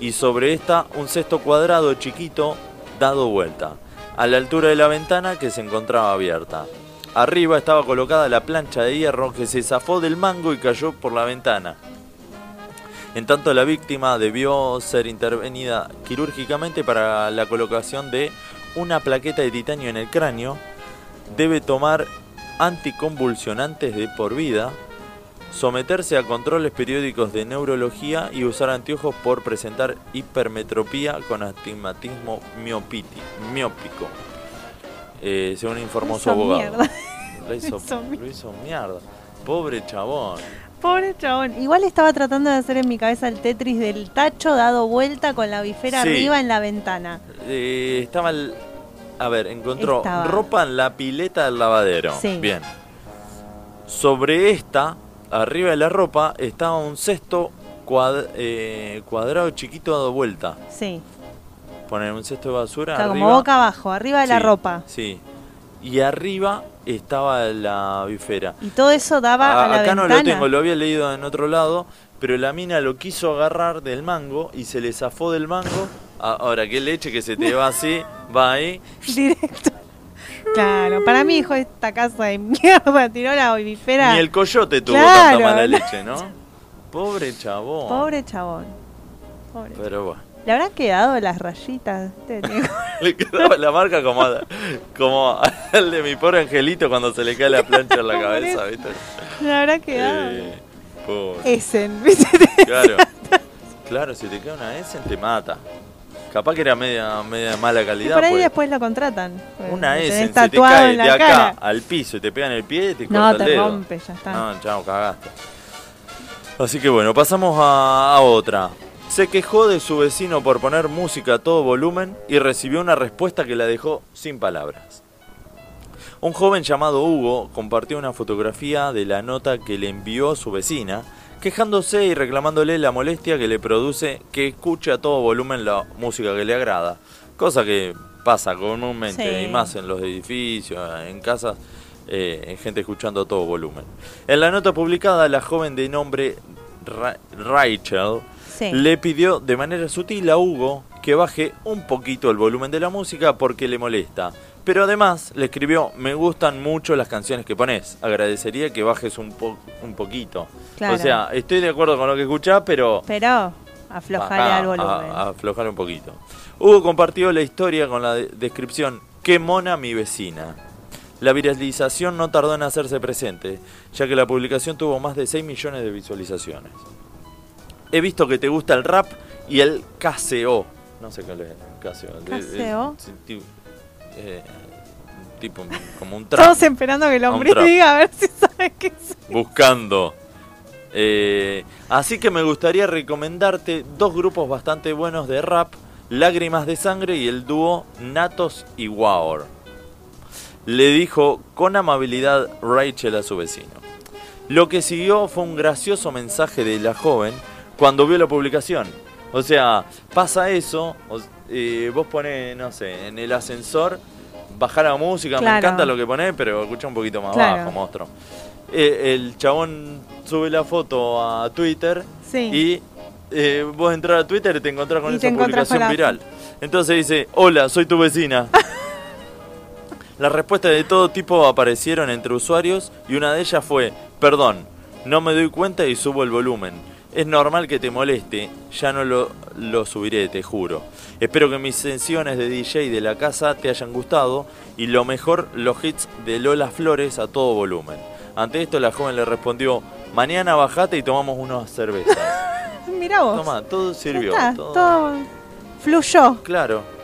Speaker 1: y sobre esta un cesto cuadrado chiquito dado vuelta, a la altura de la ventana que se encontraba abierta. Arriba estaba colocada la plancha de hierro que se zafó del mango y cayó por la ventana. En tanto, la víctima debió ser intervenida quirúrgicamente para la colocación de una plaqueta de titanio en el cráneo. Debe tomar anticonvulsionantes de por vida, someterse a controles periódicos de neurología y usar anteojos por presentar hipermetropía con astigmatismo miopiti- miópico. Eh, según informó su
Speaker 2: Hizo
Speaker 1: abogado.
Speaker 2: mierda.
Speaker 1: Lo hizo-
Speaker 2: Hizo mi-
Speaker 1: lo hizo mierda. Pobre chabón.
Speaker 2: Pobre chabón. Igual estaba tratando de hacer en mi cabeza el Tetris del tacho dado vuelta con la bifera
Speaker 1: Sí.
Speaker 2: arriba en la ventana.
Speaker 1: Eh, estaba el- A ver, encontró
Speaker 2: Estaba.
Speaker 1: ropa en la pileta del lavadero.
Speaker 2: Sí.
Speaker 1: Bien. Sobre esta, arriba de la ropa, estaba un cesto cuad- eh, cuadrado chiquito dado vuelta.
Speaker 2: Sí.
Speaker 1: Poner un cesto de basura.
Speaker 2: Está
Speaker 1: arriba,
Speaker 2: como boca abajo, arriba de la
Speaker 1: sí,
Speaker 2: ropa.
Speaker 1: Sí. Y arriba estaba la bifera.
Speaker 2: Y todo eso daba a,
Speaker 1: A-
Speaker 2: la
Speaker 1: Ah, acá no
Speaker 2: ventana.
Speaker 1: lo tengo, lo había leído en otro lado, pero la mina lo quiso agarrar del mango y se le zafó del mango. A- Ahora, qué leche que se te va así, va ahí.
Speaker 2: Directo. Claro, para mí, hijo, esta casa de mierda tiró la olivera.
Speaker 1: Ni el coyote tuvo
Speaker 2: Claro.
Speaker 1: tanta mala leche, ¿no? Pobre chabón.
Speaker 2: Pobre chabón. Pobre.
Speaker 1: Pero bueno,
Speaker 2: ¿Le habrán quedado las rayitas? Este tiene-
Speaker 1: le quedaba la marca como, a- como al de mi pobre angelito cuando se le cae la plancha en la
Speaker 2: Como
Speaker 1: cabeza,
Speaker 2: eso.
Speaker 1: ¿viste?
Speaker 2: ¿Le habrá quedado?
Speaker 1: Eh, pobre.
Speaker 2: Essen, ¿viste?
Speaker 1: Claro. Claro, si te queda una S te mata. Capaz que era media, media mala
Speaker 2: Y
Speaker 1: calidad.
Speaker 2: por ahí
Speaker 1: porque-
Speaker 2: después lo contratan.
Speaker 1: pues. Una
Speaker 2: Lo
Speaker 1: es,
Speaker 2: tenés
Speaker 1: en- se te
Speaker 2: tatuado
Speaker 1: cae
Speaker 2: en la
Speaker 1: de acá
Speaker 2: cara.
Speaker 1: al piso y te pegan el pie y te corta
Speaker 2: No,
Speaker 1: el
Speaker 2: te
Speaker 1: dedo.
Speaker 2: rompe, ya está.
Speaker 1: No, chao, cagaste. Así que bueno, pasamos a, a otra. Se quejó de su vecino por poner música a todo volumen y recibió una respuesta que la dejó sin palabras. Un joven llamado Hugo compartió una fotografía de la nota que le envió su vecina, quejándose y reclamándole la molestia que le produce que escuche a todo volumen la música que le agrada, cosa que pasa comúnmente
Speaker 2: Sí.
Speaker 1: y más en los edificios, en casas, eh, en gente escuchando a todo volumen. En la nota publicada, la joven de nombre Ra- Rachel
Speaker 2: Sí.
Speaker 1: le pidió de manera sutil a Hugo que baje un poquito el volumen de la música porque le molesta. Pero además le escribió, me gustan mucho las canciones que pones, agradecería que bajes un, po- un poquito.
Speaker 2: Claro.
Speaker 1: O sea, estoy de acuerdo con lo que escuchás, pero...
Speaker 2: Pero aflojale
Speaker 1: Bajá,
Speaker 2: al volumen.
Speaker 1: a- a aflojar un poquito. Hugo compartió la historia con la de- descripción Qué mona mi vecina. La viralización no tardó en hacerse presente, ya que la publicación tuvo más de 6 millones de visualizaciones. He visto que te gusta el rap y el KCO. No sé qué es el KCO. De- de-
Speaker 2: ¿KCO?
Speaker 1: sí, ti- eh, tipo un- como un trap
Speaker 2: Estamos esperando que el
Speaker 1: A un
Speaker 2: hombre
Speaker 1: trap.
Speaker 2: diga a ver si sabe qué es.
Speaker 1: buscando. Eh, así que me gustaría recomendarte dos grupos bastante buenos de rap, Lágrimas de Sangre y el dúo Natos y Waor. Le dijo con amabilidad Rachel a su vecino. Lo que siguió fue un gracioso mensaje de la joven cuando vio la publicación. O sea, pasa eso, o s- eh, vos pones, no sé, en el ascensor, bajar la música, me
Speaker 2: Claro.
Speaker 1: encanta lo que ponés, pero escucha un poquito más
Speaker 2: Claro.
Speaker 1: bajo, monstruo. Eh, el chabón sube la foto a Twitter
Speaker 2: Sí.
Speaker 1: y eh, vos entras a Twitter y te encontrás con
Speaker 2: Y te
Speaker 1: esa
Speaker 2: encontrás con
Speaker 1: publicación
Speaker 2: la-
Speaker 1: viral. Entonces dice, hola, soy tu vecina. Las respuestas de todo tipo aparecieron entre usuarios y una de ellas fue, perdón, no me doy cuenta y subo el volumen. Es normal que te moleste, ya no lo, lo subiré, te juro. Espero que mis sesiones de DJ de la casa te hayan gustado y lo mejor los hits de Lola Flores a todo volumen. Ante esto la joven le respondió, mañana bajate y tomamos unas cervezas.
Speaker 2: Mirá vos.
Speaker 1: Toma, todo
Speaker 2: Ya
Speaker 1: sirvió.
Speaker 2: está,
Speaker 1: todo-
Speaker 2: todo fluyó.
Speaker 1: Claro.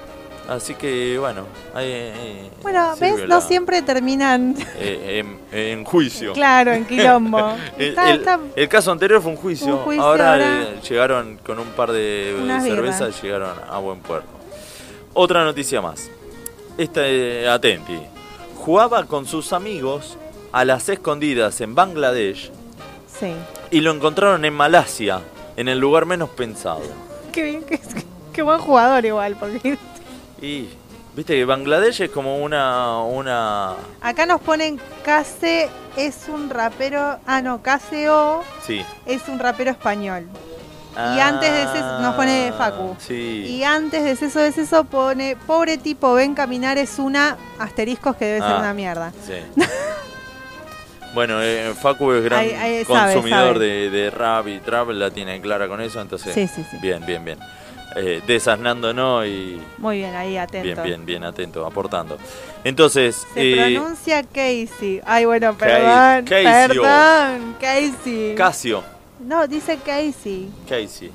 Speaker 1: Así que bueno, ahí, eh,
Speaker 2: Bueno,
Speaker 1: sirvió
Speaker 2: ¿ves?
Speaker 1: la-
Speaker 2: No siempre terminan,
Speaker 1: eh, en, en juicio.
Speaker 2: claro, en quilombo.
Speaker 1: El,
Speaker 2: Está-
Speaker 1: el-
Speaker 2: está-
Speaker 1: el caso anterior fue un juicio,
Speaker 2: Un juicio,
Speaker 1: ahora,
Speaker 2: ahora-
Speaker 1: eh, llegaron con un par de, de
Speaker 2: Unas
Speaker 1: cervezas,
Speaker 2: birras.
Speaker 1: llegaron a buen puerto. Otra noticia más. Esta, eh, atenti. Jugaba con sus amigos a las escondidas en Bangladesh
Speaker 2: Sí.
Speaker 1: y lo encontraron en Malasia, en el lugar menos pensado.
Speaker 2: Qué bien que es. Qué buen jugador igual, porque
Speaker 1: Y viste que Bangladesh es como una... una
Speaker 2: acá nos ponen Case es un rapero, ah no, Caseo
Speaker 1: sí.
Speaker 2: es un rapero español. Y antes de ese nos pone Facu.
Speaker 1: Sí.
Speaker 2: Y antes de eso es eso pone pobre tipo ven caminar es una asteriscos que debe ser
Speaker 1: Ah.
Speaker 2: una mierda.
Speaker 1: Sí. bueno, eh, Facu es gran
Speaker 2: Ahí- ahí sabe,
Speaker 1: consumidor
Speaker 2: sabe.
Speaker 1: De, de rap y trap, la tiene clara con eso, entonces.
Speaker 2: Sí, sí, sí.
Speaker 1: Bien, bien, bien. Eh, desasnándonos y.
Speaker 2: Muy bien, ahí atento.
Speaker 1: Bien, bien, bien, atento, aportando. Entonces,
Speaker 2: Se
Speaker 1: eh,
Speaker 2: pronuncia Casey. Ay, bueno,
Speaker 1: Casey-
Speaker 2: perdón.
Speaker 1: Casey o-
Speaker 2: Perdón, Casey.
Speaker 1: Casio.
Speaker 2: No, dice Casey.
Speaker 1: Casey.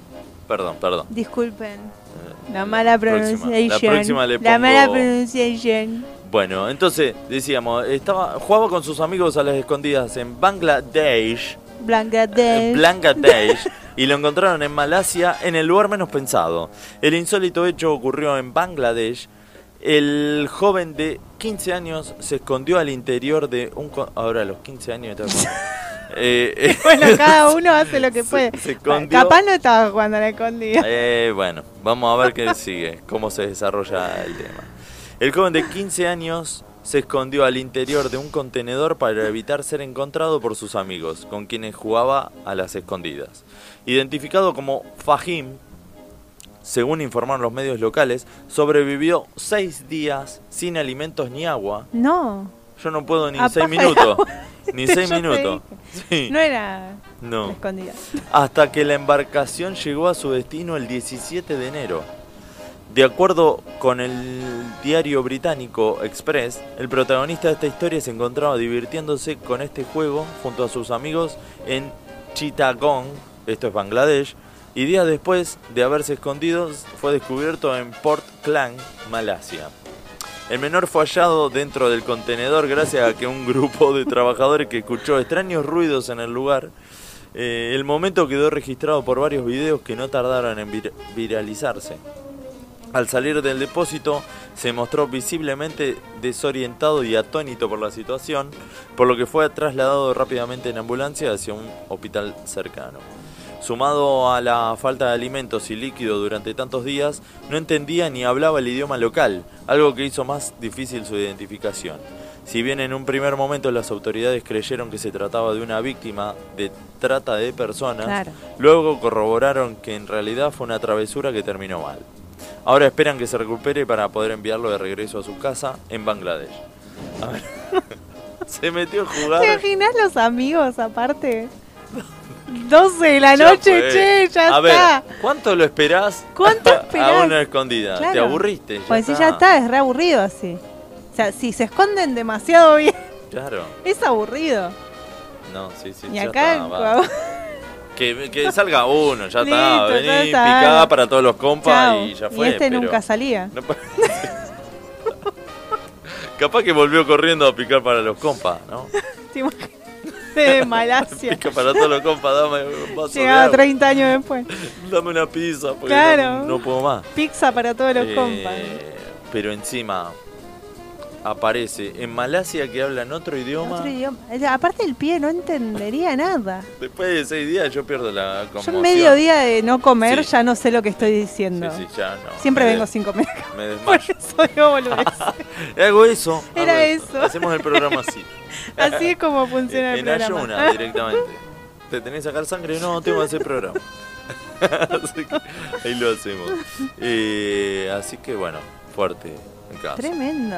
Speaker 1: Perdón, perdón.
Speaker 2: Disculpen.
Speaker 1: Eh,
Speaker 2: La mala
Speaker 1: próxima-
Speaker 2: pronunciación.
Speaker 1: La próxima le pongo.
Speaker 2: La mala pronunciación.
Speaker 1: Bueno, entonces decíamos, estaba jugaba con sus amigos a las escondidas en Bangladesh.
Speaker 2: Blanca
Speaker 1: en
Speaker 2: Del.
Speaker 1: Bangladesh Eh, y lo encontraron en Malasia en el lugar menos pensado. El insólito hecho ocurrió en Bangladesh. El joven de 15 años se escondió al interior de un... co- Ahora, a los 15 años... estaba con- Eh, eh,
Speaker 2: Bueno, cada uno hace lo que
Speaker 1: Se-
Speaker 2: puede.
Speaker 1: se escondió.
Speaker 2: Capaz no estaba jugando a la escondida.
Speaker 1: Eh, bueno, vamos a ver qué sigue, cómo se desarrolla el tema. El joven de 15 años se escondió al interior de un contenedor para evitar ser encontrado por sus amigos, con quienes jugaba a las escondidas. Identificado como Fahim, según informaron los medios locales, sobrevivió seis días sin alimentos ni agua.
Speaker 2: No.
Speaker 1: Yo no puedo ni
Speaker 2: A
Speaker 1: seis
Speaker 2: paja de
Speaker 1: minutos.
Speaker 2: agua.
Speaker 1: Ni
Speaker 2: Yo
Speaker 1: seis
Speaker 2: te
Speaker 1: minutos. Sí,
Speaker 2: No era la
Speaker 1: no.
Speaker 2: escondida.
Speaker 1: hasta que la embarcación llegó a su destino el 17 de enero. De acuerdo con el diario británico Express, el protagonista de esta historia se encontraba divirtiéndose con este juego junto a sus amigos en Chittagong, esto es Bangladesh, y días después de haberse escondido fue descubierto en Port Klang, Malasia. El menor fue hallado dentro del contenedor gracias a que un grupo de trabajadores que escuchó extraños ruidos en el lugar eh, el momento quedó registrado por varios videos que no tardaron en vir- viralizarse. Al salir del depósito se mostró visiblemente desorientado y atónito por la situación, por lo que fue trasladado rápidamente en ambulancia hacia un hospital cercano. Sumado a la falta de alimentos y líquido durante tantos días, no entendía ni hablaba el idioma local, algo que hizo más difícil su identificación. Si bien en un primer momento las autoridades creyeron que se trataba de una víctima de trata de personas,
Speaker 2: Claro.
Speaker 1: luego corroboraron que en realidad fue una travesura que terminó mal. Ahora esperan que se recupere para poder enviarlo de regreso a su casa en Bangladesh. A ver. se metió a
Speaker 2: ¿Te
Speaker 1: jugar.
Speaker 2: imaginas los amigos aparte? 12 de la
Speaker 1: Ya
Speaker 2: noche,
Speaker 1: fue.
Speaker 2: che, ya
Speaker 1: a
Speaker 2: está.
Speaker 1: ver, ¿cuánto lo esperás?
Speaker 2: ¿Cuánto
Speaker 1: A
Speaker 2: esperás?
Speaker 1: una escondida. Te
Speaker 2: Claro.
Speaker 1: aburriste.
Speaker 2: Pues sí, ya está, es re aburrido así. O sea, si se esconden demasiado bien,
Speaker 1: Claro.
Speaker 2: es aburrido.
Speaker 1: No, sí, sí.
Speaker 2: Y
Speaker 1: ya
Speaker 2: acá
Speaker 1: está,
Speaker 2: en
Speaker 1: va.
Speaker 2: Coahuila-
Speaker 1: que, que salga uno, ya está.
Speaker 2: Listo, ya
Speaker 1: Vení,
Speaker 2: está.
Speaker 1: picá para todos los compas
Speaker 2: Chau.
Speaker 1: y ya fue.
Speaker 2: este
Speaker 1: pero-
Speaker 2: nunca salía.
Speaker 1: No pa- Capaz que volvió corriendo a picar para los compas, ¿no?
Speaker 2: ¿Te imaginas? De Malasia.
Speaker 1: Pica para todos los compas, dame un vaso de
Speaker 2: Llegaba
Speaker 1: agua,
Speaker 2: 30 años después.
Speaker 1: dame una pizza, porque
Speaker 2: Claro.
Speaker 1: no, no puedo más.
Speaker 2: Pizza para todos los
Speaker 1: Eh,
Speaker 2: compas.
Speaker 1: Pero encima aparece en Malasia que hablan otro idioma.
Speaker 2: Otro idioma. Eh, Aparte el pie no entendería nada.
Speaker 1: Después de seis días yo pierdo la
Speaker 2: Yo
Speaker 1: conmoción.
Speaker 2: en medio día de no comer
Speaker 1: Sí.
Speaker 2: ya no sé lo que estoy
Speaker 1: Sí,
Speaker 2: diciendo.
Speaker 1: sí, Eh, ya no.
Speaker 2: Siempre
Speaker 1: Me
Speaker 2: vengo
Speaker 1: de-
Speaker 2: sin comer.
Speaker 1: Me
Speaker 2: Por
Speaker 1: desmayo. Eh,
Speaker 2: eso digo boludeces.
Speaker 1: Hago eso.
Speaker 2: Era
Speaker 1: hago
Speaker 2: eso.
Speaker 1: Hacemos el programa así. Eh,
Speaker 2: Así es como funciona el
Speaker 1: en
Speaker 2: programa.
Speaker 1: ayuna directamente. ¿Te tenés que sacar sangre? No, tengo que hacer programa. así que ahí lo hacemos. Eh, así que bueno, fuerte el caso.
Speaker 2: Tremendo.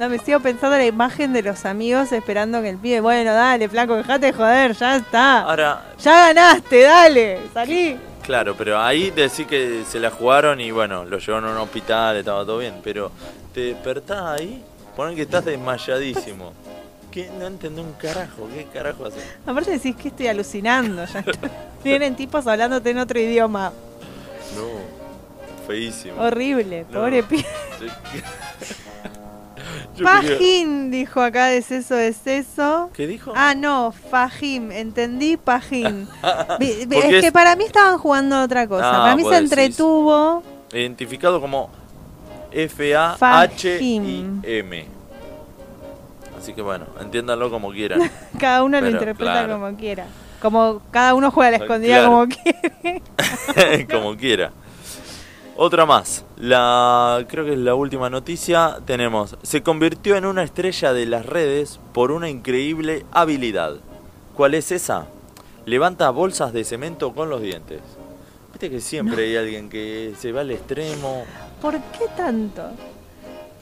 Speaker 2: No, me sigo pensando en la imagen de los amigos esperando que el pibe, bueno, dale, flaco, dejate de joder, ya está.
Speaker 1: Ahora,
Speaker 2: Ya ganaste, dale, salí.
Speaker 1: claro, pero ahí decís que se la jugaron y bueno, lo llevaron a un hospital, estaba todo bien. Pero te despertás ahí, ponen que estás desmayadísimo. ¿Qué? No entendí un carajo, ¿qué carajo haces?
Speaker 2: Aparte decís que estoy alucinando. Ya está. Vienen tipos hablándote en otro idioma.
Speaker 1: No, feísimo.
Speaker 2: Horrible,
Speaker 1: No.
Speaker 2: pobre pibe.
Speaker 1: Yo- Yo quería-
Speaker 2: Pajín dijo acá de eso es eso.
Speaker 1: ¿Qué dijo?
Speaker 2: Ah, no, Fajim, entendí Pajín. Vi- vi-
Speaker 1: Porque
Speaker 2: es que
Speaker 1: es-
Speaker 2: para mí estaban jugando a otra cosa.
Speaker 1: Ah,
Speaker 2: para mí
Speaker 1: vos
Speaker 2: se
Speaker 1: decís.
Speaker 2: entretuvo.
Speaker 1: identificado como F-A-H-I-M. Así que bueno, entiéndanlo como quieran.
Speaker 2: Cada uno
Speaker 1: Pero,
Speaker 2: lo interpreta
Speaker 1: claro.
Speaker 2: como quiera. Como cada uno juega a la escondida
Speaker 1: Claro.
Speaker 2: como quiere.
Speaker 1: como quiera. Otra más. La creo que es la última noticia. Tenemos. Se convirtió en una estrella de las redes por una increíble habilidad. ¿Cuál es esa? Levanta bolsas de cemento con los dientes. Viste que siempre hay alguien que se va al extremo.
Speaker 2: ¿Por qué tanto?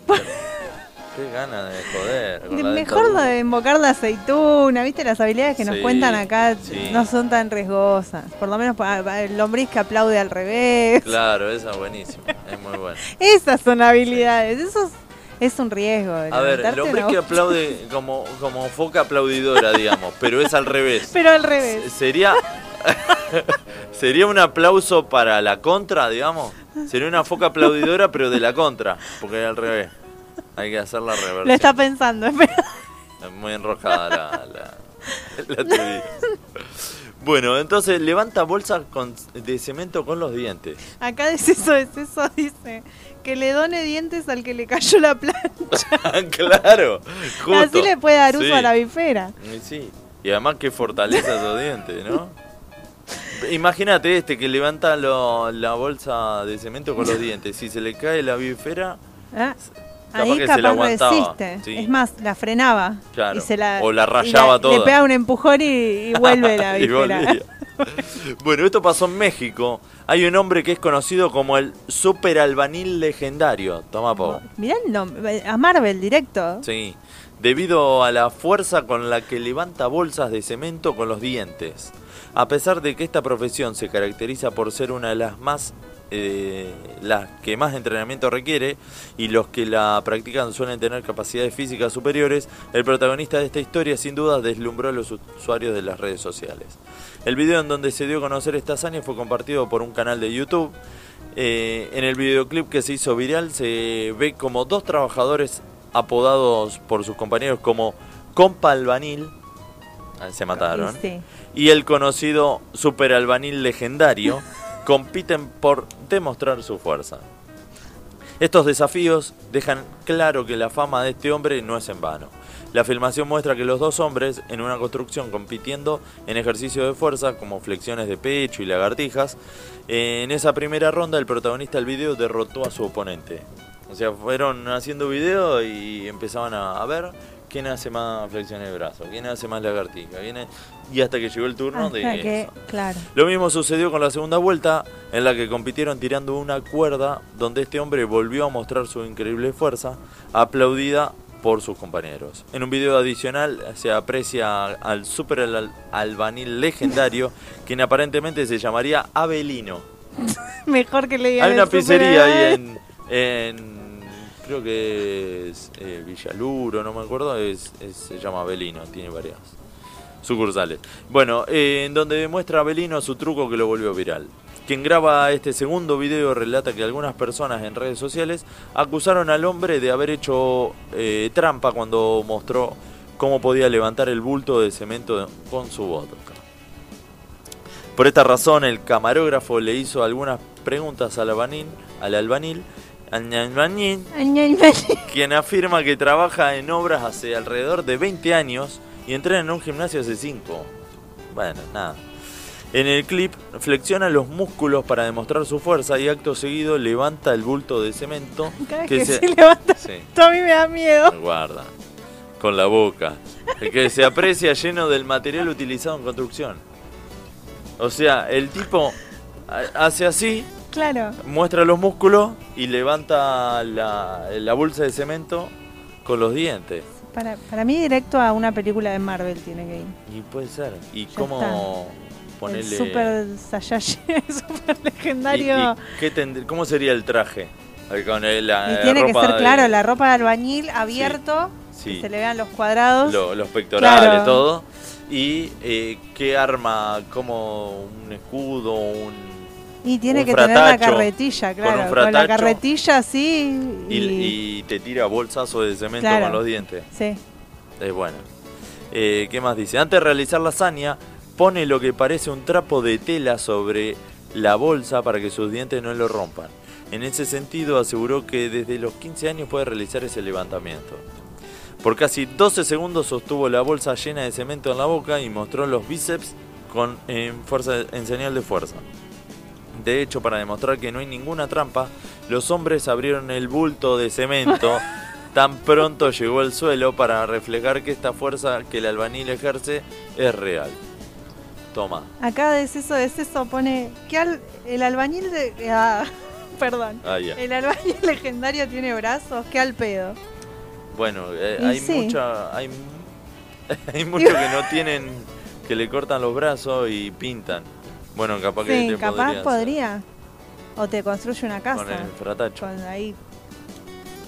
Speaker 1: Qué gana de joder. con la
Speaker 2: Mejor lo
Speaker 1: dentadura.
Speaker 2: de invocar la aceituna, ¿viste? Las habilidades que nos
Speaker 1: Sí,
Speaker 2: cuentan acá
Speaker 1: sí.
Speaker 2: no son tan riesgosas. Por lo menos pa- pa- el lombriz que aplaude al revés.
Speaker 1: Claro, esa es buenísima. Es muy buena.
Speaker 2: Esas son habilidades. Eso es, es un riesgo. de
Speaker 1: A ver,
Speaker 2: levantarte
Speaker 1: el hombre
Speaker 2: una
Speaker 1: que
Speaker 2: voz.
Speaker 1: aplaude como, como foca aplaudidora, digamos, pero es al revés.
Speaker 2: Pero al
Speaker 1: Se-
Speaker 2: revés.
Speaker 1: Sería. Sería un aplauso para la contra, digamos. Sería una foca aplaudidora, pero de la contra, porque es al revés. Hay que hacer la reversión.
Speaker 2: Lo está pensando. espera.
Speaker 1: Está Muy enroscada la, la, la teoría. Bueno, entonces levanta bolsas con- de cemento con los dientes.
Speaker 2: Acá es eso, es eso, dice. Que le done dientes al que le cayó la plata.
Speaker 1: claro, justo.
Speaker 2: Así le puede dar uso
Speaker 1: Sí.
Speaker 2: a la bifera.
Speaker 1: Y Sí, Y además qué fortaleza esos dientes, ¿no? Imagínate este que levanta lo- la bolsa de cemento con los dientes. Si se le cae la bifera,
Speaker 2: Ah,
Speaker 1: Capaz
Speaker 2: Ahí
Speaker 1: que se la
Speaker 2: capaz
Speaker 1: aguantaba,
Speaker 2: resiste.
Speaker 1: sí.
Speaker 2: Es más, la frenaba.
Speaker 1: Claro.
Speaker 2: y se la,
Speaker 1: O la
Speaker 2: y
Speaker 1: rayaba
Speaker 2: Le
Speaker 1: toda.
Speaker 2: pega un empujón y, y vuelve la
Speaker 1: Y
Speaker 2: víspera.
Speaker 1: volvía. bueno, esto pasó en México. Hay un hombre que es conocido como el super albanil legendario. Toma po.
Speaker 2: Mirá el nombre. A Marvel directo.
Speaker 1: Sí. Debido a la fuerza con la que levanta bolsas de cemento con los dientes. A pesar de que esta profesión se caracteriza por ser una de las más eh, las que más entrenamiento requiere y los que la practican suelen tener capacidades físicas superiores, el protagonista de esta historia sin duda deslumbró a los usuarios de las redes sociales. El video en donde se dio a conocer esta hazaña fue compartido por un canal de YouTube. Eh, en el videoclip que se hizo viral se ve como dos trabajadores apodados por sus compañeros como Compa Albanil, ah, se mataron,
Speaker 2: Y sí.
Speaker 1: y el conocido Super Albanil legendario compiten por demostrar su fuerza. Estos desafíos dejan claro que la fama de este hombre no es en vano. La filmación muestra que los dos hombres en una construcción compitiendo en ejercicio de fuerza como flexiones de pecho y lagartijas, eh, en esa primera ronda el protagonista del video derrotó a su oponente. O sea, fueron haciendo video y empezaban a, a ver quién hace más flexiones de brazo, quién hace más lagartija, quién es- y hasta que llegó el turno
Speaker 2: Hasta
Speaker 1: de
Speaker 2: que-
Speaker 1: eso.
Speaker 2: claro.
Speaker 1: Lo mismo sucedió con la segunda vuelta, en la que compitieron tirando una cuerda, donde este hombre volvió a mostrar su increíble fuerza, aplaudida por sus compañeros. En un video adicional se aprecia al super al- albanil legendario, quien aparentemente se llamaría Abelino.
Speaker 2: Mejor que le digan
Speaker 1: Hay
Speaker 2: el
Speaker 1: una
Speaker 2: super-
Speaker 1: pizzería ahí en, en- creo que es eh, Villaluro, no me acuerdo, es, es- se llama Belino, tiene varias sucursales. Bueno, eh, en donde demuestra Belino su truco que lo volvió viral. Quien graba este segundo video relata que algunas personas en redes sociales acusaron al hombre de haber hecho eh, trampa cuando mostró cómo podía levantar el bulto de cemento con su boca. Por esta razón, el camarógrafo le hizo algunas preguntas al albanil, al albanil, al albanil,
Speaker 2: Ay, ay, ay.
Speaker 1: quien afirma que trabaja en obras hace alrededor de 20 años y entrena en un gimnasio hace 5. Bueno, nada. En el clip flexiona los músculos para demostrar su fuerza y acto seguido levanta el bulto de cemento
Speaker 2: Cada vez
Speaker 1: que
Speaker 2: que
Speaker 1: se...
Speaker 2: se levanta,
Speaker 1: Sí.
Speaker 2: esto a mí me da miedo.
Speaker 1: Guarda. Con la boca. El que se aprecia lleno del material utilizado en construcción. O sea, el tipo ha- hace así,
Speaker 2: Claro.
Speaker 1: muestra los músculos y levanta la, la bolsa de cemento con los dientes.
Speaker 2: Para, para mí directo a una película de Marvel tiene que ir.
Speaker 1: Y puede ser. ¿Y
Speaker 2: Ya
Speaker 1: cómo ponerle...
Speaker 2: El super Saiyajin, el super
Speaker 1: y-
Speaker 2: legendario.
Speaker 1: y qué tend- ¿Cómo sería el traje? Eh, Con el- la,
Speaker 2: Y,
Speaker 1: la
Speaker 2: tiene que
Speaker 1: ropa
Speaker 2: ser,
Speaker 1: de-
Speaker 2: claro, la ropa de albañil abierto,
Speaker 1: Sí.
Speaker 2: que se le vean los cuadrados.
Speaker 1: lo- los pectorales,
Speaker 2: Claro.
Speaker 1: todo. Y eh, qué arma, como un escudo, un...
Speaker 2: y tiene
Speaker 1: un
Speaker 2: que tener la
Speaker 1: fratacho,
Speaker 2: carretilla,
Speaker 1: con
Speaker 2: claro.
Speaker 1: un
Speaker 2: Con, la
Speaker 1: fratacho.
Speaker 2: carretilla así. Y,
Speaker 1: Y, y te tira bolsazo de cemento
Speaker 2: Claro.
Speaker 1: con los dientes.
Speaker 2: Sí.
Speaker 1: Es bueno. Eh, ¿Qué más dice? Antes de realizar la hazaña, pone lo que parece un trapo de tela sobre la bolsa para que sus dientes no lo rompan. En ese sentido, aseguró que desde los 15 años puede realizar ese levantamiento. Por casi 12 segundos sostuvo la bolsa llena de cemento en la boca y mostró los bíceps con, en, fuerza, en señal de fuerza. De hecho, para demostrar que no hay ninguna trampa, los hombres abrieron el bulto de cemento tan pronto llegó al suelo para reflejar que esta fuerza que el albanil ejerce es real. Toma.
Speaker 2: Acá de eso, de eso pone que al- el albañil de... ah, perdón.
Speaker 1: Ah, ya.
Speaker 2: El albañil legendario tiene brazos, que al pedo.
Speaker 1: Bueno, eh,
Speaker 2: Y
Speaker 1: hay
Speaker 2: sí.
Speaker 1: mucha. Hay, hay muchos que no tienen. que le cortan los brazos y pintan. Bueno, capaz que
Speaker 2: sí,
Speaker 1: te
Speaker 2: capaz
Speaker 1: podrías
Speaker 2: podría. O te construye una
Speaker 1: hacer
Speaker 2: casa.
Speaker 1: Con el fratacho.
Speaker 2: con ahí.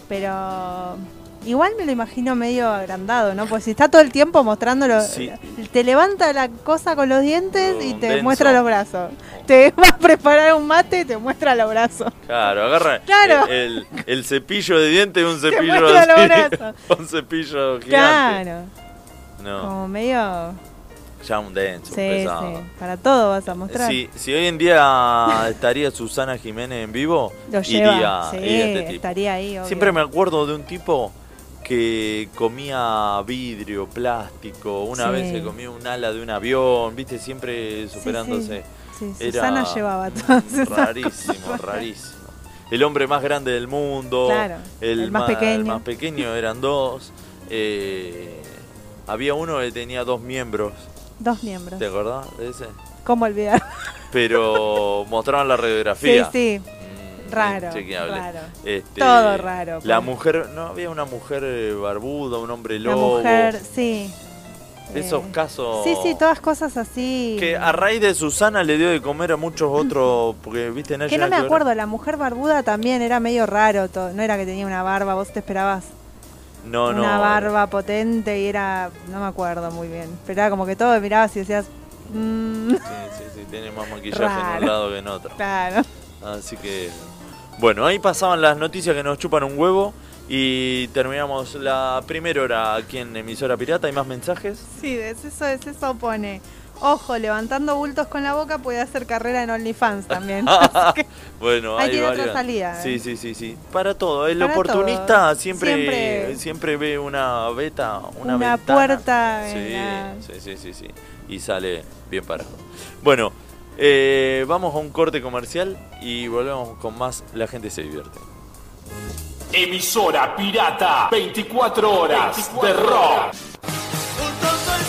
Speaker 2: Pero igual me lo imagino medio agrandado, ¿no? Pues si está todo el tiempo mostrándolo,
Speaker 1: Sí.
Speaker 2: te levanta la cosa con los dientes y
Speaker 1: Un
Speaker 2: te
Speaker 1: denso.
Speaker 2: muestra los brazos. Te va a preparar un mate y te muestra los brazos.
Speaker 1: Claro, agarra
Speaker 2: Claro.
Speaker 1: El, el cepillo de dientes y un cepillo
Speaker 2: muestra los
Speaker 1: así,
Speaker 2: brazos.
Speaker 1: Un cepillo gigante.
Speaker 2: Claro,
Speaker 1: No,
Speaker 2: como medio...
Speaker 1: ya un denso,
Speaker 2: Sí,
Speaker 1: pesado.
Speaker 2: sí, para todo vas a mostrar.
Speaker 1: Si, si hoy en día estaría Susana Jiménez en vivo,
Speaker 2: lo
Speaker 1: iría,
Speaker 2: lleva, sí,
Speaker 1: iría este tipo.
Speaker 2: estaría ahí. obvio.
Speaker 1: Siempre me acuerdo de un tipo que comía vidrio, plástico, una
Speaker 2: Sí.
Speaker 1: vez se comía un ala de un avión, viste, siempre
Speaker 2: Sí,
Speaker 1: superándose.
Speaker 2: Sí, sí,
Speaker 1: Era
Speaker 2: Susana llevaba todas esas
Speaker 1: Rarísimo,
Speaker 2: cosas.
Speaker 1: rarísimo. El hombre más grande del mundo,
Speaker 2: Claro, el más
Speaker 1: ma-
Speaker 2: pequeño.
Speaker 1: más pequeño eran dos. eh, había uno que tenía dos miembros,
Speaker 2: Dos miembros.
Speaker 1: ¿te acordás de ese?
Speaker 2: ¿Cómo olvidar?
Speaker 1: Pero mostraban la
Speaker 2: Sí,
Speaker 1: radiografía.
Speaker 2: sí.
Speaker 1: Mm,
Speaker 2: Raro,
Speaker 1: inchequeable.
Speaker 2: raro.
Speaker 1: Este,
Speaker 2: Todo raro,
Speaker 1: La
Speaker 2: pues.
Speaker 1: mujer, no había una mujer eh, barbuda, un hombre
Speaker 2: La
Speaker 1: lobo.
Speaker 2: mujer, sí.
Speaker 1: de esos
Speaker 2: Eh,
Speaker 1: casos.
Speaker 2: Sí, sí, todas cosas así.
Speaker 1: Que a raíz de Susana le dio de comer a muchos otros, porque viste en
Speaker 2: Que no me acuerdo, la mujer barbuda también era medio raro, todo. no era que tenía una barba, vos te esperabas
Speaker 1: No, no.
Speaker 2: una barba potente y era, no me acuerdo muy bien, pero era como que todo mirabas y decías, mm,
Speaker 1: Sí, sí, sí, tiene más maquillaje en
Speaker 2: Raro.
Speaker 1: un lado que en otro.
Speaker 2: claro,
Speaker 1: Así que. Bueno, ahí pasaban las noticias que nos chupan un huevo. Y terminamos la primera hora aquí en Emisora Pirata. ¿Hay más mensajes?
Speaker 2: sí, es eso, es eso pone. Ojo, levantando bultos con la boca puede hacer carrera en OnlyFans también. Así que-
Speaker 1: Bueno,
Speaker 2: Ahí
Speaker 1: hay
Speaker 2: tiene otra
Speaker 1: varios.
Speaker 2: salida, ¿eh?
Speaker 1: Sí, sí, sí, sí. Para todo. El
Speaker 2: Para
Speaker 1: oportunista
Speaker 2: todo.
Speaker 1: Siempre,
Speaker 2: Siempre.
Speaker 1: siempre ve una beta, una,
Speaker 2: Una
Speaker 1: ventana.
Speaker 2: puerta en
Speaker 1: Sí,
Speaker 2: la-
Speaker 1: sí, sí, sí, sí. Y sale bien parado. Bueno, eh, vamos a un corte comercial y volvemos con más. La gente se divierte.
Speaker 5: Emisora pirata, 24 horas de rock.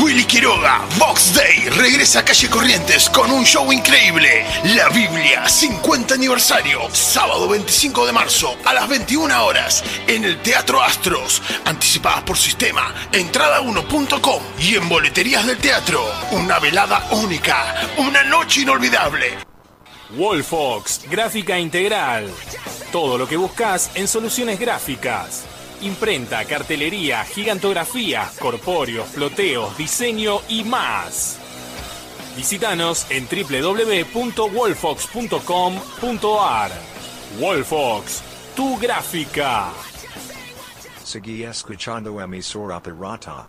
Speaker 7: Willy Quiroga, Box Day, regresa a Calle Corrientes con un show increíble. La Biblia, 50 aniversario, sábado 25 de marzo a las 21 horas en el Teatro Astros. Anticipadas por sistema, entrada1.com y en boleterías del teatro. Una velada única, una noche inolvidable.
Speaker 5: Wolfox, gráfica integral. Todo lo que buscas en soluciones gráficas. Imprenta, cartelería, gigantografías, corpóreos, floteos, diseño y más. Visítanos en www.wolfox.com.ar. Wolfox, tu gráfica.
Speaker 8: Seguí escuchando emisora pirata.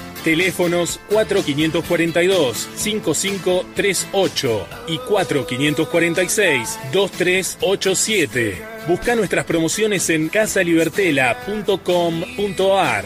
Speaker 5: Teléfonos 4542-5538 y 4546-2387. Busca nuestras promociones en casalibertela.com.ar.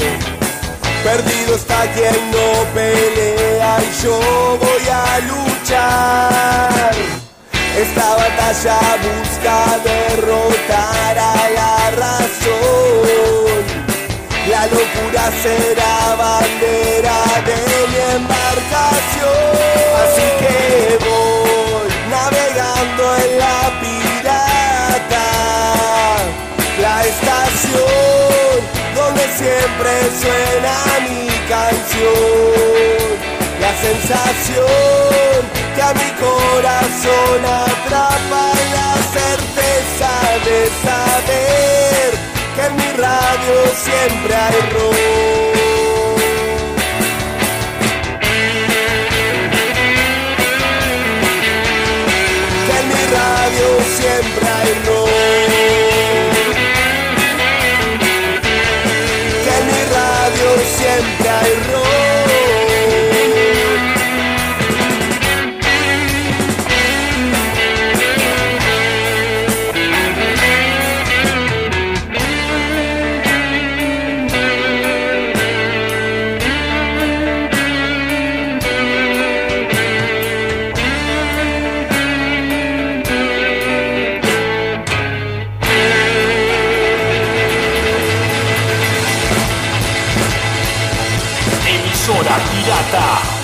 Speaker 3: Perdido está quien no pelea y yo voy a luchar. Esta batalla busca derrotar a la razón. La locura será bandera de mi embarcación. Así que voy navegando en la pirata, la estación
Speaker 9: donde siempre suena mi canción. La sensación que a mi corazón atrapa y la certeza de saber que en mi radio siempre hay rock. Que en mi radio siempre hay rock. Que en mi radio siempre hay rock.
Speaker 10: Emisora pirata.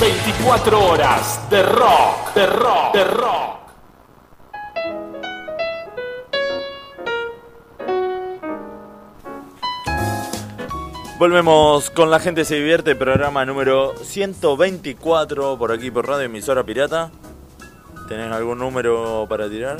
Speaker 10: 24 horas de rock, de rock, de rock.
Speaker 1: Volvemos con La Gente Se Divierte, programa número 124 por aquí por Radio Emisora Pirata. ¿Tenés algún número para tirar?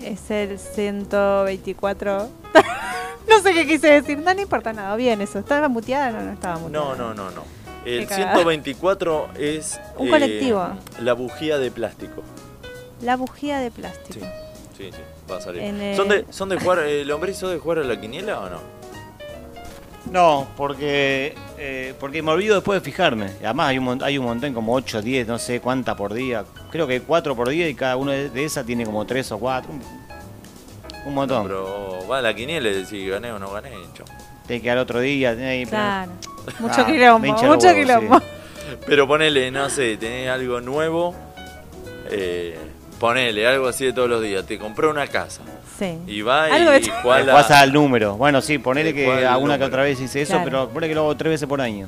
Speaker 2: Es el 124. no sé qué quise decir, no, no importa nada, bien eso. ¿Estaba muteada? No, no estaba muteada.
Speaker 1: No, no, no, no. El
Speaker 2: Qué cagada.
Speaker 1: 124 es... eh,
Speaker 2: Un colectivo.
Speaker 1: La bujía de plástico.
Speaker 2: La bujía de plástico.
Speaker 1: Sí, sí, va a salir.
Speaker 2: En el-
Speaker 1: ¿Son, de, ¿Son de jugar, eh, Lombriz, sos de jugar a la quiniela o no?
Speaker 3: No, porque, eh, porque me olvido después de fijarme. Además hay un, mon- hay un montón, como 8, 10, no sé cuánta por día. Creo que 4 por día y cada una de de esas tiene como 3 o 4. Un, un montón.
Speaker 1: Pero va a la quiniela y decís gané o no gané, chau.
Speaker 3: Tiene que al otro día. tiene que-
Speaker 2: Claro.
Speaker 3: Ah,
Speaker 2: Mucho
Speaker 3: me
Speaker 2: quilombo,
Speaker 3: hincha los
Speaker 2: mucho
Speaker 3: huevos, sí.
Speaker 2: quilombo.
Speaker 1: Pero ponele, no sé, tenés algo nuevo. eh, ponele, algo así de todos los días. Te compró una casa.
Speaker 2: Sí.
Speaker 1: Y va
Speaker 2: Algo de
Speaker 1: y
Speaker 2: todo.
Speaker 1: juega
Speaker 3: Le pasa al número. Bueno, sí, ponele que
Speaker 1: cuál
Speaker 3: alguna
Speaker 1: número?
Speaker 3: que otra vez hice eso,
Speaker 1: Claro.
Speaker 3: pero ponele que lo hago 3 veces por año.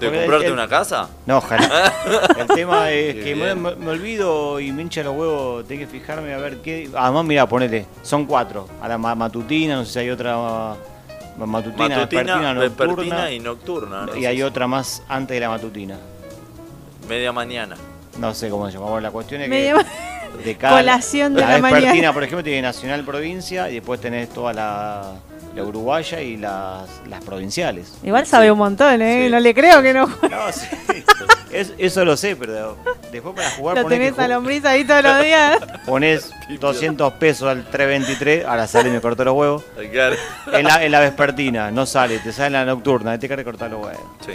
Speaker 1: ¿De
Speaker 3: Porque
Speaker 1: comprarte
Speaker 3: el-
Speaker 1: una casa?
Speaker 3: No, ojalá. El tema es
Speaker 1: Qué
Speaker 3: que me,
Speaker 1: bien.
Speaker 3: me olvido y me hincha los huevos. Tengo que fijarme a ver qué. Además, mira, ponele, son cuatro. A la ma- matutina, no sé si hay otra ma- matutina,
Speaker 1: Matutina,
Speaker 3: vespertina, nocturna.
Speaker 1: vespertina y nocturna, no
Speaker 3: y
Speaker 1: sé
Speaker 3: hay
Speaker 1: si-
Speaker 3: otra más antes de la matutina.
Speaker 1: Media mañana.
Speaker 3: No sé cómo se llama. Bueno, la cuestión es
Speaker 2: Media
Speaker 3: que. De cada,
Speaker 2: Colación de la
Speaker 3: vespertina,
Speaker 2: mañana.
Speaker 3: por ejemplo, tiene Nacional Provincia y después tenés toda la, la uruguaya y las, las provinciales.
Speaker 2: Igual sabe un montón, ¿eh? No le creo que no juegue.
Speaker 3: No, sí. Es- eso lo sé, pero después para jugar
Speaker 2: Lo
Speaker 3: ponés que
Speaker 2: tenés a
Speaker 3: ju-
Speaker 2: lombriz ahí todos los días.
Speaker 3: Pones 200 pesos al 323, ahora sale y me cortó los huevos.
Speaker 1: Claro.
Speaker 3: En la, en la vespertina, no sale, te sale en la nocturna, te que recortar los huevos.
Speaker 1: Sí.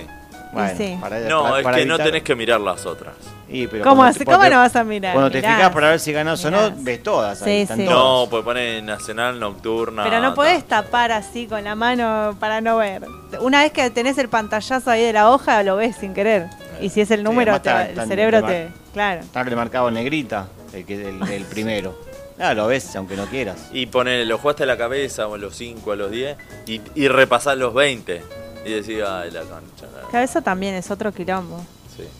Speaker 3: Bueno,
Speaker 2: Sí.
Speaker 3: para-
Speaker 1: no,
Speaker 3: para-
Speaker 1: es
Speaker 3: para
Speaker 1: que no
Speaker 3: evitar-
Speaker 1: tenés que mirar las otras.
Speaker 3: Y, pero
Speaker 2: ¿Cómo
Speaker 3: cuando te-
Speaker 2: hace- cómo
Speaker 3: cuando-
Speaker 2: no vas a mirar?
Speaker 3: Cuando te
Speaker 2: Mirás.
Speaker 3: fijas para ver si ganás o no, ves todas. ahí,
Speaker 2: Sí,
Speaker 3: están
Speaker 2: sí.
Speaker 3: todas.
Speaker 1: No, pues pone nacional, nocturna.
Speaker 2: Pero no
Speaker 1: ta-
Speaker 2: podés tapar así con la mano para no ver. Una vez que tenés el pantallazo ahí de la hoja, lo ves sin querer. Y si es el número,
Speaker 3: además
Speaker 2: te-
Speaker 3: está-
Speaker 2: el
Speaker 3: está en-
Speaker 2: cerebro
Speaker 3: te
Speaker 2: te... Claro.
Speaker 3: Está remarcado en negrita, el, que, el, el primero. Ah, lo ves, aunque no quieras.
Speaker 1: Y pone, lo jugaste a la cabeza o a los 5, a los 10 y, y repasás los 20. Y decís, ay, la concha. la-".
Speaker 2: Cabeza también es otro quilombo.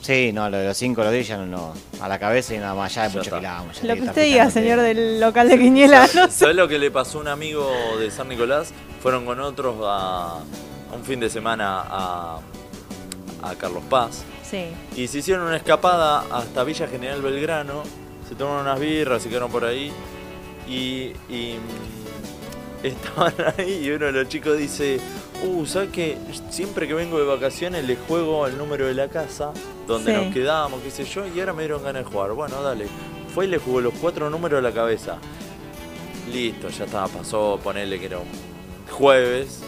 Speaker 1: Sí.
Speaker 3: no, lo de los cinco, lo de ella, no, no. A la cabeza y nada más, ya es mucho quilombo,
Speaker 2: Lo
Speaker 3: ya tenés
Speaker 2: que
Speaker 3: estar
Speaker 2: usted diga,
Speaker 3: fijándote.
Speaker 2: señor del local de Quiniela. no sé.
Speaker 1: ¿Sabés lo que le pasó a un amigo de San Nicolás? Fueron con otros a, a un fin de semana a, a Carlos Paz.
Speaker 2: Sí.
Speaker 1: Y se hicieron una escapada hasta Villa General Belgrano. Se tomaron unas birras, se quedaron por ahí. Y, y, mm, estaban ahí y uno de los chicos dice, uh, ¿sabes qué? Siempre que vengo de vacaciones le juego al número de la casa, donde
Speaker 2: Sí.
Speaker 1: nos quedamos, qué sé yo, y ahora me dieron ganas de jugar. Bueno, dale. Fue y le jugó los cuatro números a la cabeza. Listo, ya estaba, pasó, ponerle que era un jueves.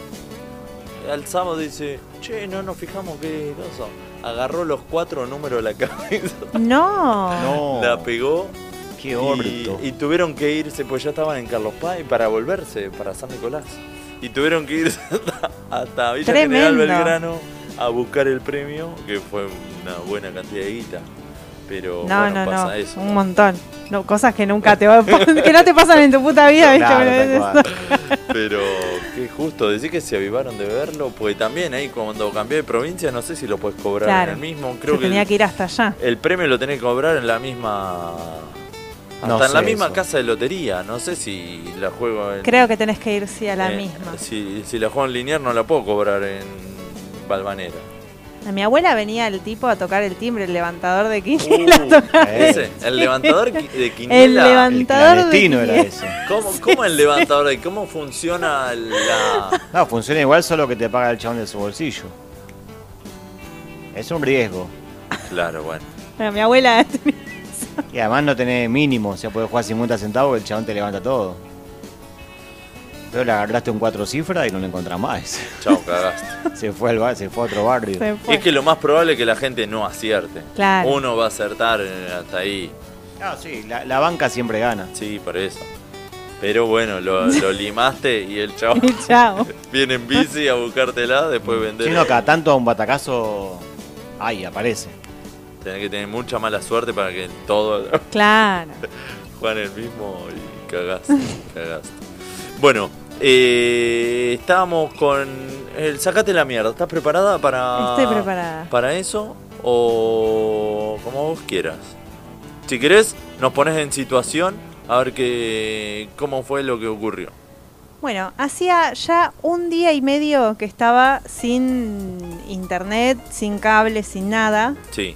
Speaker 1: Al sábado dice, che, no nos fijamos qué cosa. Agarró los cuatro números de la cabeza.
Speaker 2: No.
Speaker 1: La pegó.
Speaker 3: Qué
Speaker 1: orto. Y, tuvieron que irse, pues ya estaban en Carlos Paz, y para volverse, para San Nicolás. Y tuvieron que irse hasta, hasta Villa General
Speaker 2: Tremendo.
Speaker 1: Belgrano a buscar el premio, que fue una buena cantidad de guita. Pero
Speaker 2: No,
Speaker 1: bueno,
Speaker 2: no,
Speaker 1: pasa
Speaker 2: no.
Speaker 1: eso.
Speaker 2: Un montón. No, cosas que nunca te va a- que no te pasan en tu puta vida, ¿viste?
Speaker 1: Claro,
Speaker 2: Pero
Speaker 1: tal
Speaker 2: es-
Speaker 1: cual. Pero qué justo, decir que se avivaron de verlo, porque también ahí cuando cambié de provincia no sé si lo puedes cobrar
Speaker 2: Claro.
Speaker 1: en el mismo,
Speaker 2: Se
Speaker 1: creo que
Speaker 2: tenía
Speaker 1: el,
Speaker 2: que ir hasta allá.
Speaker 1: el premio lo tenés que cobrar en la misma Hasta
Speaker 3: No
Speaker 1: en la
Speaker 3: sé
Speaker 1: misma
Speaker 3: eso.
Speaker 1: casa de lotería. No sé si la juego en.
Speaker 2: Creo que tenés que ir, sí, a la
Speaker 1: eh,
Speaker 2: misma.
Speaker 1: Si, si la juego en Linier, no la puedo cobrar en Balvanera.
Speaker 2: A mi abuela venía el tipo a tocar el timbre, el levantador de quiniela. a tocar
Speaker 1: Ese, el levantador qui- de Uh, quiniela.
Speaker 2: El levantador de clandestino era quiniela. ese.
Speaker 1: ¿Cómo, cómo el levantador de ¿Cómo funciona la.
Speaker 3: No, funciona igual, solo que te paga el chabón de su bolsillo. Es un riesgo.
Speaker 1: Claro, bueno.
Speaker 2: Bueno, mi abuela tenía-
Speaker 3: Y además no tenés mínimo, o sea, podés jugar 50 centavos el chabón te levanta todo. Pero le agarraste un cuatro cifras y no lo encontrás más.
Speaker 1: Chao, cagaste.
Speaker 3: Se fue, al bar- se fue a otro barrio.
Speaker 2: Se fue.
Speaker 1: Es que lo más probable es que la gente no acierte.
Speaker 2: Claro.
Speaker 1: Uno va a acertar eh, hasta ahí.
Speaker 3: Ah, sí, la, la banca siempre gana.
Speaker 1: Sí, por eso. Pero bueno, lo, lo limaste y el chavo
Speaker 2: Chao.
Speaker 1: viene en bici a buscártela, después vender.
Speaker 3: Si no, cada tanto a un batacazo. Ay, aparece.
Speaker 1: Tenés que tener mucha mala suerte para que todo Ah.
Speaker 2: Claro.
Speaker 1: juegan el mismo y cagaste, cagaste. Bueno, eh, estábamos con el sacate la mierda. ¿Estás preparada para
Speaker 2: Estoy preparada.
Speaker 1: para eso o como vos quieras? Si querés, nos pones en situación a ver qué cómo fue lo que ocurrió.
Speaker 2: Bueno, hacía ya un día y medio que estaba sin internet, sin cable, sin nada,
Speaker 1: Sí.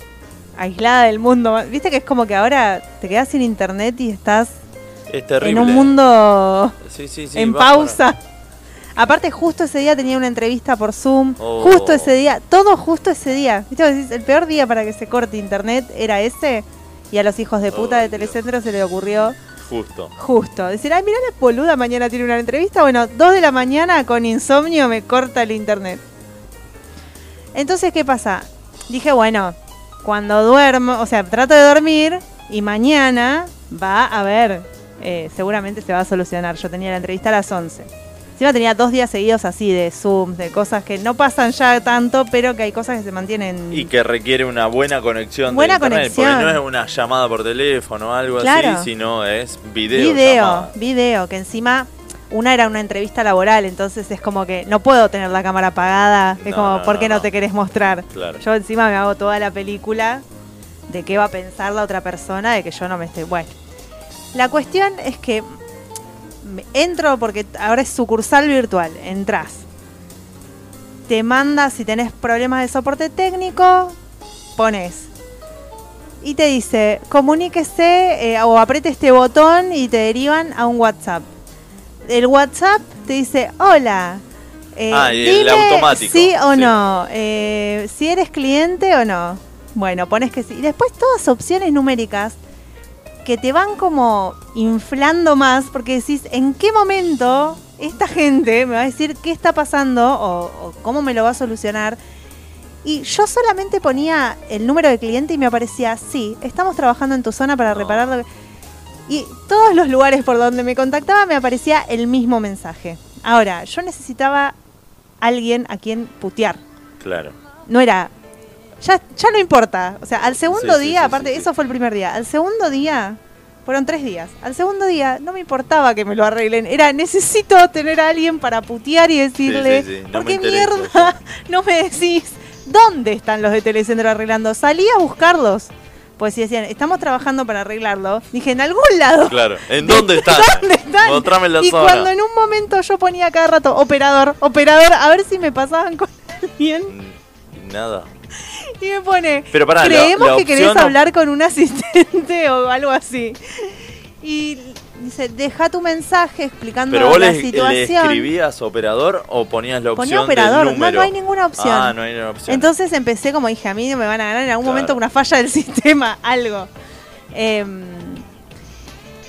Speaker 2: aislada del mundo. Viste que es como que ahora te quedas sin internet y estás
Speaker 1: Es terrible.
Speaker 2: en un mundo
Speaker 1: Sí, sí, sí,
Speaker 2: en
Speaker 1: va para-
Speaker 2: pausa. Aparte, justo ese día tenía una entrevista por Zoom.
Speaker 1: Oh.
Speaker 2: Justo ese día, todo justo ese día. ¿Viste? Vos decís, El peor día para que se corte internet era ese. Y a los hijos de puta
Speaker 1: Oh,
Speaker 2: de Telecentro se le ocurrió
Speaker 1: Justo.
Speaker 2: justo. Decir, ay, mirá la boluda, mañana tiene una entrevista. Bueno, 2 de la mañana con insomnio me corta el internet. Entonces, ¿qué pasa? Dije, bueno, cuando duermo, o sea, trato de dormir y mañana va a haber, eh, seguramente se va a solucionar. Yo tenía la entrevista a las 11. Encima tenía dos días seguidos así de Zoom, de cosas que no pasan ya tanto, pero que hay cosas que se mantienen
Speaker 1: Y que requiere una buena conexión. de
Speaker 2: Buena
Speaker 1: internet,
Speaker 2: conexión.
Speaker 1: Porque no es una llamada por teléfono o algo
Speaker 2: Claro.
Speaker 1: así, sino es video.
Speaker 2: Video, video, que encima una era una entrevista laboral, entonces es como que no puedo tener la cámara apagada, es
Speaker 1: No,
Speaker 2: como,
Speaker 1: no,
Speaker 2: ¿por qué
Speaker 1: no,
Speaker 2: no,
Speaker 1: no.
Speaker 2: te querés mostrar?
Speaker 1: Claro.
Speaker 2: Yo encima me hago toda la película de qué va a pensar la otra persona, de que yo no me esté... Bueno, la cuestión es que me- entro porque ahora es sucursal virtual, entras. Te manda, si tenés problemas de soporte técnico, pones y te dice, comuníquese eh, o apriete este botón y te derivan a un WhatsApp. El WhatsApp te dice, hola. eh,
Speaker 1: Ah, y el
Speaker 2: dime
Speaker 1: automático,
Speaker 2: Sí o
Speaker 1: sí.
Speaker 2: no. eh, si eres cliente o no. Bueno, pones que sí. Y después todas opciones numéricas que te van como inflando más porque decís, ¿en qué momento esta gente me va a decir qué está pasando o, o cómo me lo va a solucionar? Y yo solamente ponía el número de cliente y me aparecía, sí, estamos trabajando en tu zona para reparar... lo que-". Y todos los lugares por donde me contactaba me aparecía el mismo mensaje. Ahora, yo necesitaba alguien a quien putear.
Speaker 1: Claro.
Speaker 2: No era... Ya, ya no importa. O sea, al segundo
Speaker 1: Sí, sí,
Speaker 2: día,
Speaker 1: sí,
Speaker 2: aparte, eso fue el primer día. Al segundo día, fueron tres días. Al segundo día, no me importaba que me lo arreglen. Era, necesito tener a alguien para putear y decirle,
Speaker 1: sí, sí, no
Speaker 2: ¿por
Speaker 1: me
Speaker 2: qué
Speaker 1: interesa,
Speaker 2: mierda no me decís dónde están los de Telecentro arreglando? Salí a buscarlos. Pues si decían, estamos trabajando para arreglarlo, dije, en algún lado.
Speaker 1: Claro. ¿En dónde están?
Speaker 2: ¿Dónde están?
Speaker 1: Mostrame la
Speaker 2: y
Speaker 1: zona.
Speaker 2: cuando en un momento yo ponía cada rato, operador, operador, a ver si me pasaban con alguien.
Speaker 1: Mm, Nada.
Speaker 2: Y me pone,
Speaker 1: Pero pará, la-
Speaker 2: creemos
Speaker 1: la
Speaker 2: que querés
Speaker 1: opción o-
Speaker 2: hablar con un asistente o algo así. Y dice, deja tu mensaje explicando
Speaker 1: Pero vos
Speaker 2: la
Speaker 1: le, le
Speaker 2: situación.
Speaker 1: escribías operador o ponías la opción
Speaker 2: Ponía operador,
Speaker 1: del
Speaker 2: no,
Speaker 1: número.
Speaker 2: no hay ninguna opción.
Speaker 1: Ah, no hay ninguna opción.
Speaker 2: Entonces empecé, como dije, a mí me van a ganar en algún
Speaker 1: Claro.
Speaker 2: momento una falla del sistema, algo. Em,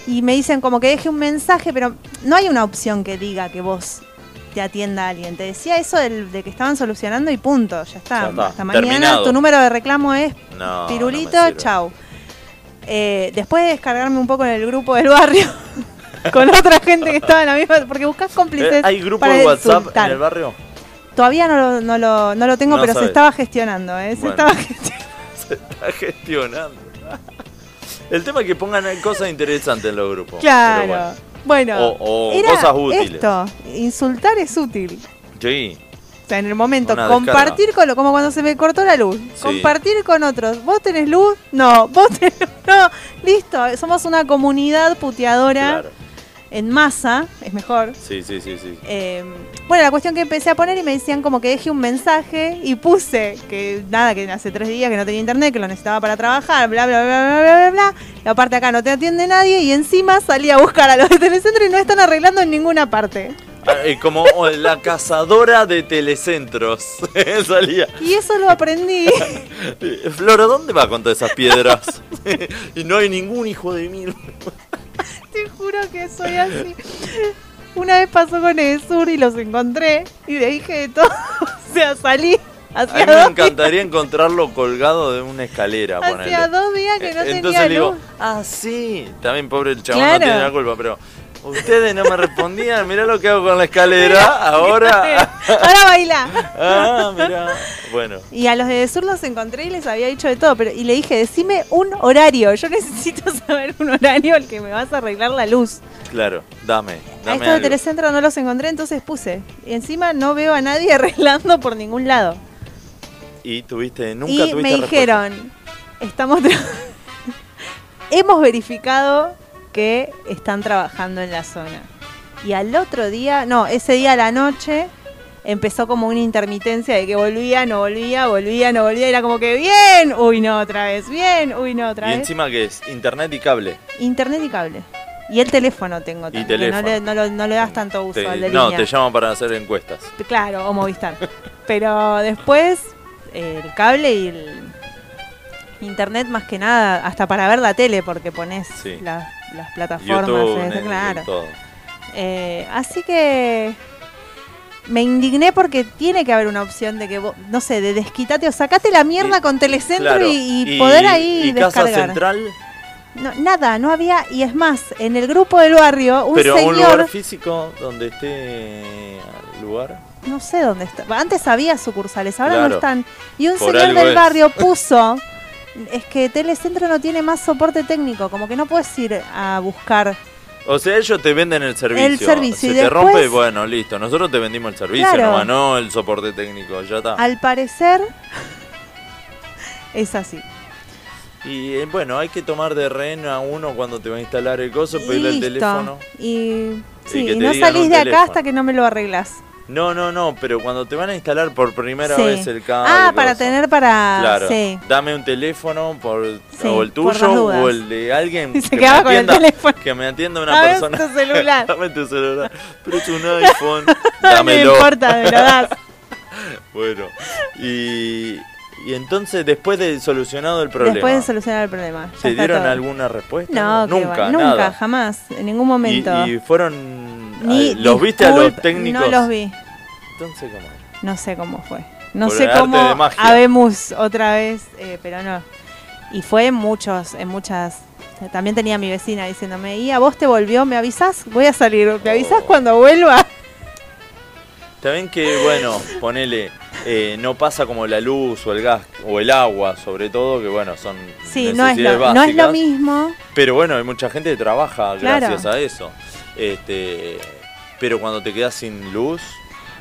Speaker 2: y me dicen como que deje un mensaje, pero no hay una opción que diga que vos te atienda alguien. Te decía eso del- de que estaban solucionando y punto, ya está.
Speaker 1: Ya está,
Speaker 2: Hasta mañana
Speaker 1: terminado.
Speaker 2: tu número de reclamo es
Speaker 1: No,
Speaker 2: pirulito,
Speaker 1: no me sirve.
Speaker 2: chau. Eh, después de descargarme un poco en el grupo del barrio con otra gente que estaba en la misma, porque buscas cómplices.
Speaker 1: Eh, ¿Hay grupo
Speaker 2: para
Speaker 1: de WhatsApp
Speaker 2: insultar.
Speaker 1: en el barrio?
Speaker 2: Todavía no lo, no lo, no lo tengo,
Speaker 1: No
Speaker 2: pero se
Speaker 1: sabes.
Speaker 2: estaba gestionando, ¿eh? Se
Speaker 1: Bueno.
Speaker 2: estaba gestionando.
Speaker 1: Se está gestionando. El tema es que pongan cosas interesantes en los grupos.
Speaker 2: Claro.
Speaker 1: pero bueno.
Speaker 2: Bueno,
Speaker 1: O- o
Speaker 2: era
Speaker 1: cosas útiles.
Speaker 2: esto, insultar es útil.
Speaker 1: Sí,
Speaker 2: en el momento.
Speaker 1: Una
Speaker 2: compartir con lo, como cuando se me cortó la luz.
Speaker 1: Sí.
Speaker 2: Compartir con otros. ¿Vos tenés luz? No. ¿Vos tenés No. Listo. Somos una comunidad puteadora
Speaker 1: Claro.
Speaker 2: en masa. Es mejor.
Speaker 1: Sí, sí, sí, sí.
Speaker 2: Eh, bueno, la cuestión que empecé a poner y me decían como que dejé un mensaje y puse que nada, que hace tres días que no tenía internet, que lo necesitaba para trabajar, bla, bla, bla, bla, bla, bla, bla. Y aparte acá no te atiende nadie y encima salí a buscar a los de Telecentro y no están arreglando en ninguna parte.
Speaker 1: Ah, eh, como la cazadora de telecentros. Salía.
Speaker 2: Y eso lo aprendí.
Speaker 1: Eh, Flor, ¿a dónde va con todas esas piedras? y no hay ningún hijo de mil.
Speaker 2: Te juro que soy así. Una vez pasó con Edesur y los encontré y le dije de todo. o sea, salí
Speaker 1: A mí
Speaker 2: hacia
Speaker 1: me
Speaker 2: dos,
Speaker 1: encantaría encontrado colgado de una escalera. ponele.
Speaker 2: hacia dos días que no
Speaker 1: Eh,
Speaker 2: tenía
Speaker 1: Entonces le
Speaker 2: luz.
Speaker 1: digo, ah, sí. también pobre el chabón
Speaker 2: Claro.
Speaker 1: no tiene la culpa, pero ustedes no me respondían. Mirá lo que hago con la escalera. Ahora.
Speaker 2: Ahora baila.
Speaker 1: ah, mirá. Bueno.
Speaker 2: Y a los de Sur los encontré y les había dicho de todo, pero y le dije, decime un horario, yo necesito saber un horario al que me vas a arreglar la luz.
Speaker 1: Claro, dame,
Speaker 2: a
Speaker 1: dame
Speaker 2: estos de
Speaker 1: algo.
Speaker 2: Telecentro no los encontré, entonces puse. Y encima no veo a nadie arreglando por ningún lado.
Speaker 1: Y tuviste, nunca
Speaker 2: y
Speaker 1: tuviste
Speaker 2: me
Speaker 1: respuesta.
Speaker 2: dijeron, estamos tra- hemos verificado que están trabajando en la zona. Y al otro día, no, ese día a la noche empezó como una intermitencia de que volvía, no volvía, volvía, no volvía, era como que bien, uy no otra vez, bien, uy no otra
Speaker 1: Y
Speaker 2: vez.
Speaker 1: encima que es internet y cable.
Speaker 2: Internet y cable. Y el teléfono tengo también, que
Speaker 1: teléfono.
Speaker 2: no le, no lo- no le das tanto uso
Speaker 1: Te-
Speaker 2: al de
Speaker 1: no,
Speaker 2: línea.
Speaker 1: te llaman para hacer encuestas.
Speaker 2: Claro, o Movistar. Pero después, eh, el cable y el internet más que nada, hasta para ver la tele, porque pones
Speaker 1: Sí.
Speaker 2: las, las plataformas.
Speaker 1: YouTube,
Speaker 2: eh,
Speaker 1: Netflix,
Speaker 2: claro.
Speaker 1: todo.
Speaker 2: Eh, así que me indigné porque tiene que haber una opción de que, vos- no sé, de desquitate o sacate la mierda con Telecentro
Speaker 1: Claro,
Speaker 2: y, y poder ahí
Speaker 1: y Casa
Speaker 2: descargar.
Speaker 1: Central,
Speaker 2: No, nada, no había, y es más, en el grupo del barrio, un
Speaker 1: pero
Speaker 2: señor...
Speaker 1: un lugar físico donde esté el lugar.
Speaker 2: No sé dónde está. Antes había sucursales, ahora
Speaker 1: Claro.
Speaker 2: no están. Y un
Speaker 1: Por
Speaker 2: señor
Speaker 1: algo
Speaker 2: del
Speaker 1: es.
Speaker 2: barrio puso. Es que Telecentro no tiene más soporte técnico, como que no puedes ir a buscar.
Speaker 1: O sea, ellos te venden el servicio.
Speaker 2: El servicio,
Speaker 1: Se
Speaker 2: y
Speaker 1: te
Speaker 2: después-
Speaker 1: rompe, bueno, listo. Nosotros te vendimos el servicio,
Speaker 2: Claro.
Speaker 1: nomás, no el soporte técnico, ya está.
Speaker 2: Al parecer es así.
Speaker 1: Y eh, bueno, hay que tomar de rehén a uno cuando te va a instalar el coso, pedirle el
Speaker 2: Listo.
Speaker 1: teléfono.
Speaker 2: Y,
Speaker 1: que
Speaker 2: sí, y
Speaker 1: te
Speaker 2: no
Speaker 1: digan
Speaker 2: salís
Speaker 1: un
Speaker 2: de acá
Speaker 1: teléfono.
Speaker 2: hasta que no me lo arreglás.
Speaker 1: No, no, no, pero cuando te van a instalar por primera
Speaker 2: Sí.
Speaker 1: vez el cable.
Speaker 2: Ah, para
Speaker 1: coso.
Speaker 2: tener para.
Speaker 1: Claro.
Speaker 2: Ah, Sí.
Speaker 1: Dame un teléfono por,
Speaker 2: Sí,
Speaker 1: o el
Speaker 2: por las
Speaker 1: tuyo
Speaker 2: dudas.
Speaker 1: o el de alguien
Speaker 2: Y se quedaba con el
Speaker 1: que me atienda una
Speaker 2: Dame
Speaker 1: persona.
Speaker 2: tu celular.
Speaker 1: Dame tu celular. Pero es un iPhone.
Speaker 2: No me
Speaker 1: Dámelo.
Speaker 2: importa, me lo das.
Speaker 1: bueno. Y, y entonces después de solucionado el problema.
Speaker 2: Después de solucionar el problema. ya
Speaker 1: ¿Te
Speaker 2: está
Speaker 1: dieron
Speaker 2: todo.
Speaker 1: alguna respuesta?
Speaker 2: No, qué
Speaker 1: nunca,
Speaker 2: va, nunca,
Speaker 1: nada.
Speaker 2: jamás, en ningún momento.
Speaker 1: Y, y fueron
Speaker 2: Ni
Speaker 1: a- los viste a los
Speaker 2: disculpa,
Speaker 1: técnicos.
Speaker 2: No los vi.
Speaker 1: Entonces cómo era?
Speaker 2: No sé cómo fue. No
Speaker 1: Por
Speaker 2: sé
Speaker 1: el arte
Speaker 2: cómo
Speaker 1: de magia.
Speaker 2: habemos otra vez, eh, pero no. Y fue en muchos, en muchas. También tenía mi vecina diciéndome, y a vos te volvió, ¿me avisás? Voy a salir,
Speaker 1: Oh.
Speaker 2: ¿me avisás cuando vuelva?
Speaker 1: Está bien que, bueno, ponele, eh, no pasa como la luz o el gas o el agua, sobre todo, que bueno, son
Speaker 2: Sí, no es,
Speaker 1: necesidades
Speaker 2: lo, no es lo
Speaker 1: básicas.
Speaker 2: mismo.
Speaker 1: Pero bueno, hay mucha gente que trabaja
Speaker 2: Claro.
Speaker 1: gracias a eso. Este, pero cuando te quedas sin luz,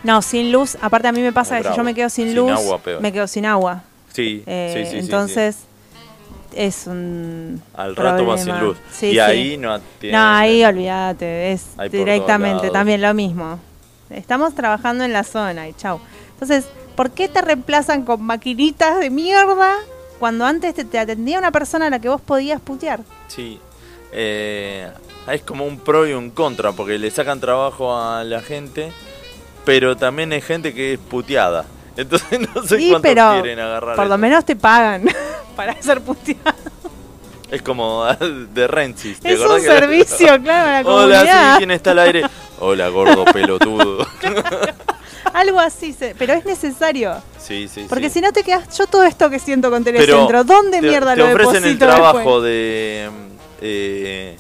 Speaker 2: No, sin luz. Aparte a mí me pasa
Speaker 1: Muy
Speaker 2: que si
Speaker 1: bravo.
Speaker 2: yo me quedo sin,
Speaker 1: Sin
Speaker 2: luz,
Speaker 1: agua, peor.
Speaker 2: me quedo sin agua.
Speaker 1: sí,
Speaker 2: Eh,
Speaker 1: sí, sí, sí, sí.
Speaker 2: entonces es un
Speaker 1: al rato vas sin
Speaker 2: problema.
Speaker 1: luz.
Speaker 2: Sí,
Speaker 1: y
Speaker 2: sí.
Speaker 1: ahí no atienden.
Speaker 2: No, ahí olvídate, es
Speaker 1: Hay por todos
Speaker 2: directamente
Speaker 1: lados.
Speaker 2: también lo mismo. Estamos trabajando en la zona y chau. Entonces, ¿por qué te reemplazan con maquinitas de mierda cuando antes te, te atendía una persona a la que vos podías putear?
Speaker 1: Sí. Eh, es como un pro y un contra, porque le sacan trabajo a la gente, pero también hay gente que es puteada. Entonces no sé
Speaker 2: Sí,
Speaker 1: cuántos
Speaker 2: pero
Speaker 1: quieren agarrar.
Speaker 2: por lo
Speaker 1: eso.
Speaker 2: menos te pagan para ser puteado.
Speaker 1: Es como de Rensis. ¿te
Speaker 2: Es
Speaker 1: acordás
Speaker 2: un
Speaker 1: que-
Speaker 2: servicio, claro, a la
Speaker 1: Hola,
Speaker 2: comunidad.
Speaker 1: sí, ¿quién está al aire? Hola, gordo pelotudo.
Speaker 2: Algo así, se- pero es necesario.
Speaker 1: Sí, sí,
Speaker 2: Porque
Speaker 1: sí.
Speaker 2: si no te quedas, yo todo esto que siento con
Speaker 1: Pero
Speaker 2: Telecentro, ¿dónde
Speaker 1: te-
Speaker 2: mierda
Speaker 1: te
Speaker 2: lo
Speaker 1: ofrecen el
Speaker 2: deposito
Speaker 1: trabajo
Speaker 2: después?
Speaker 1: de eh,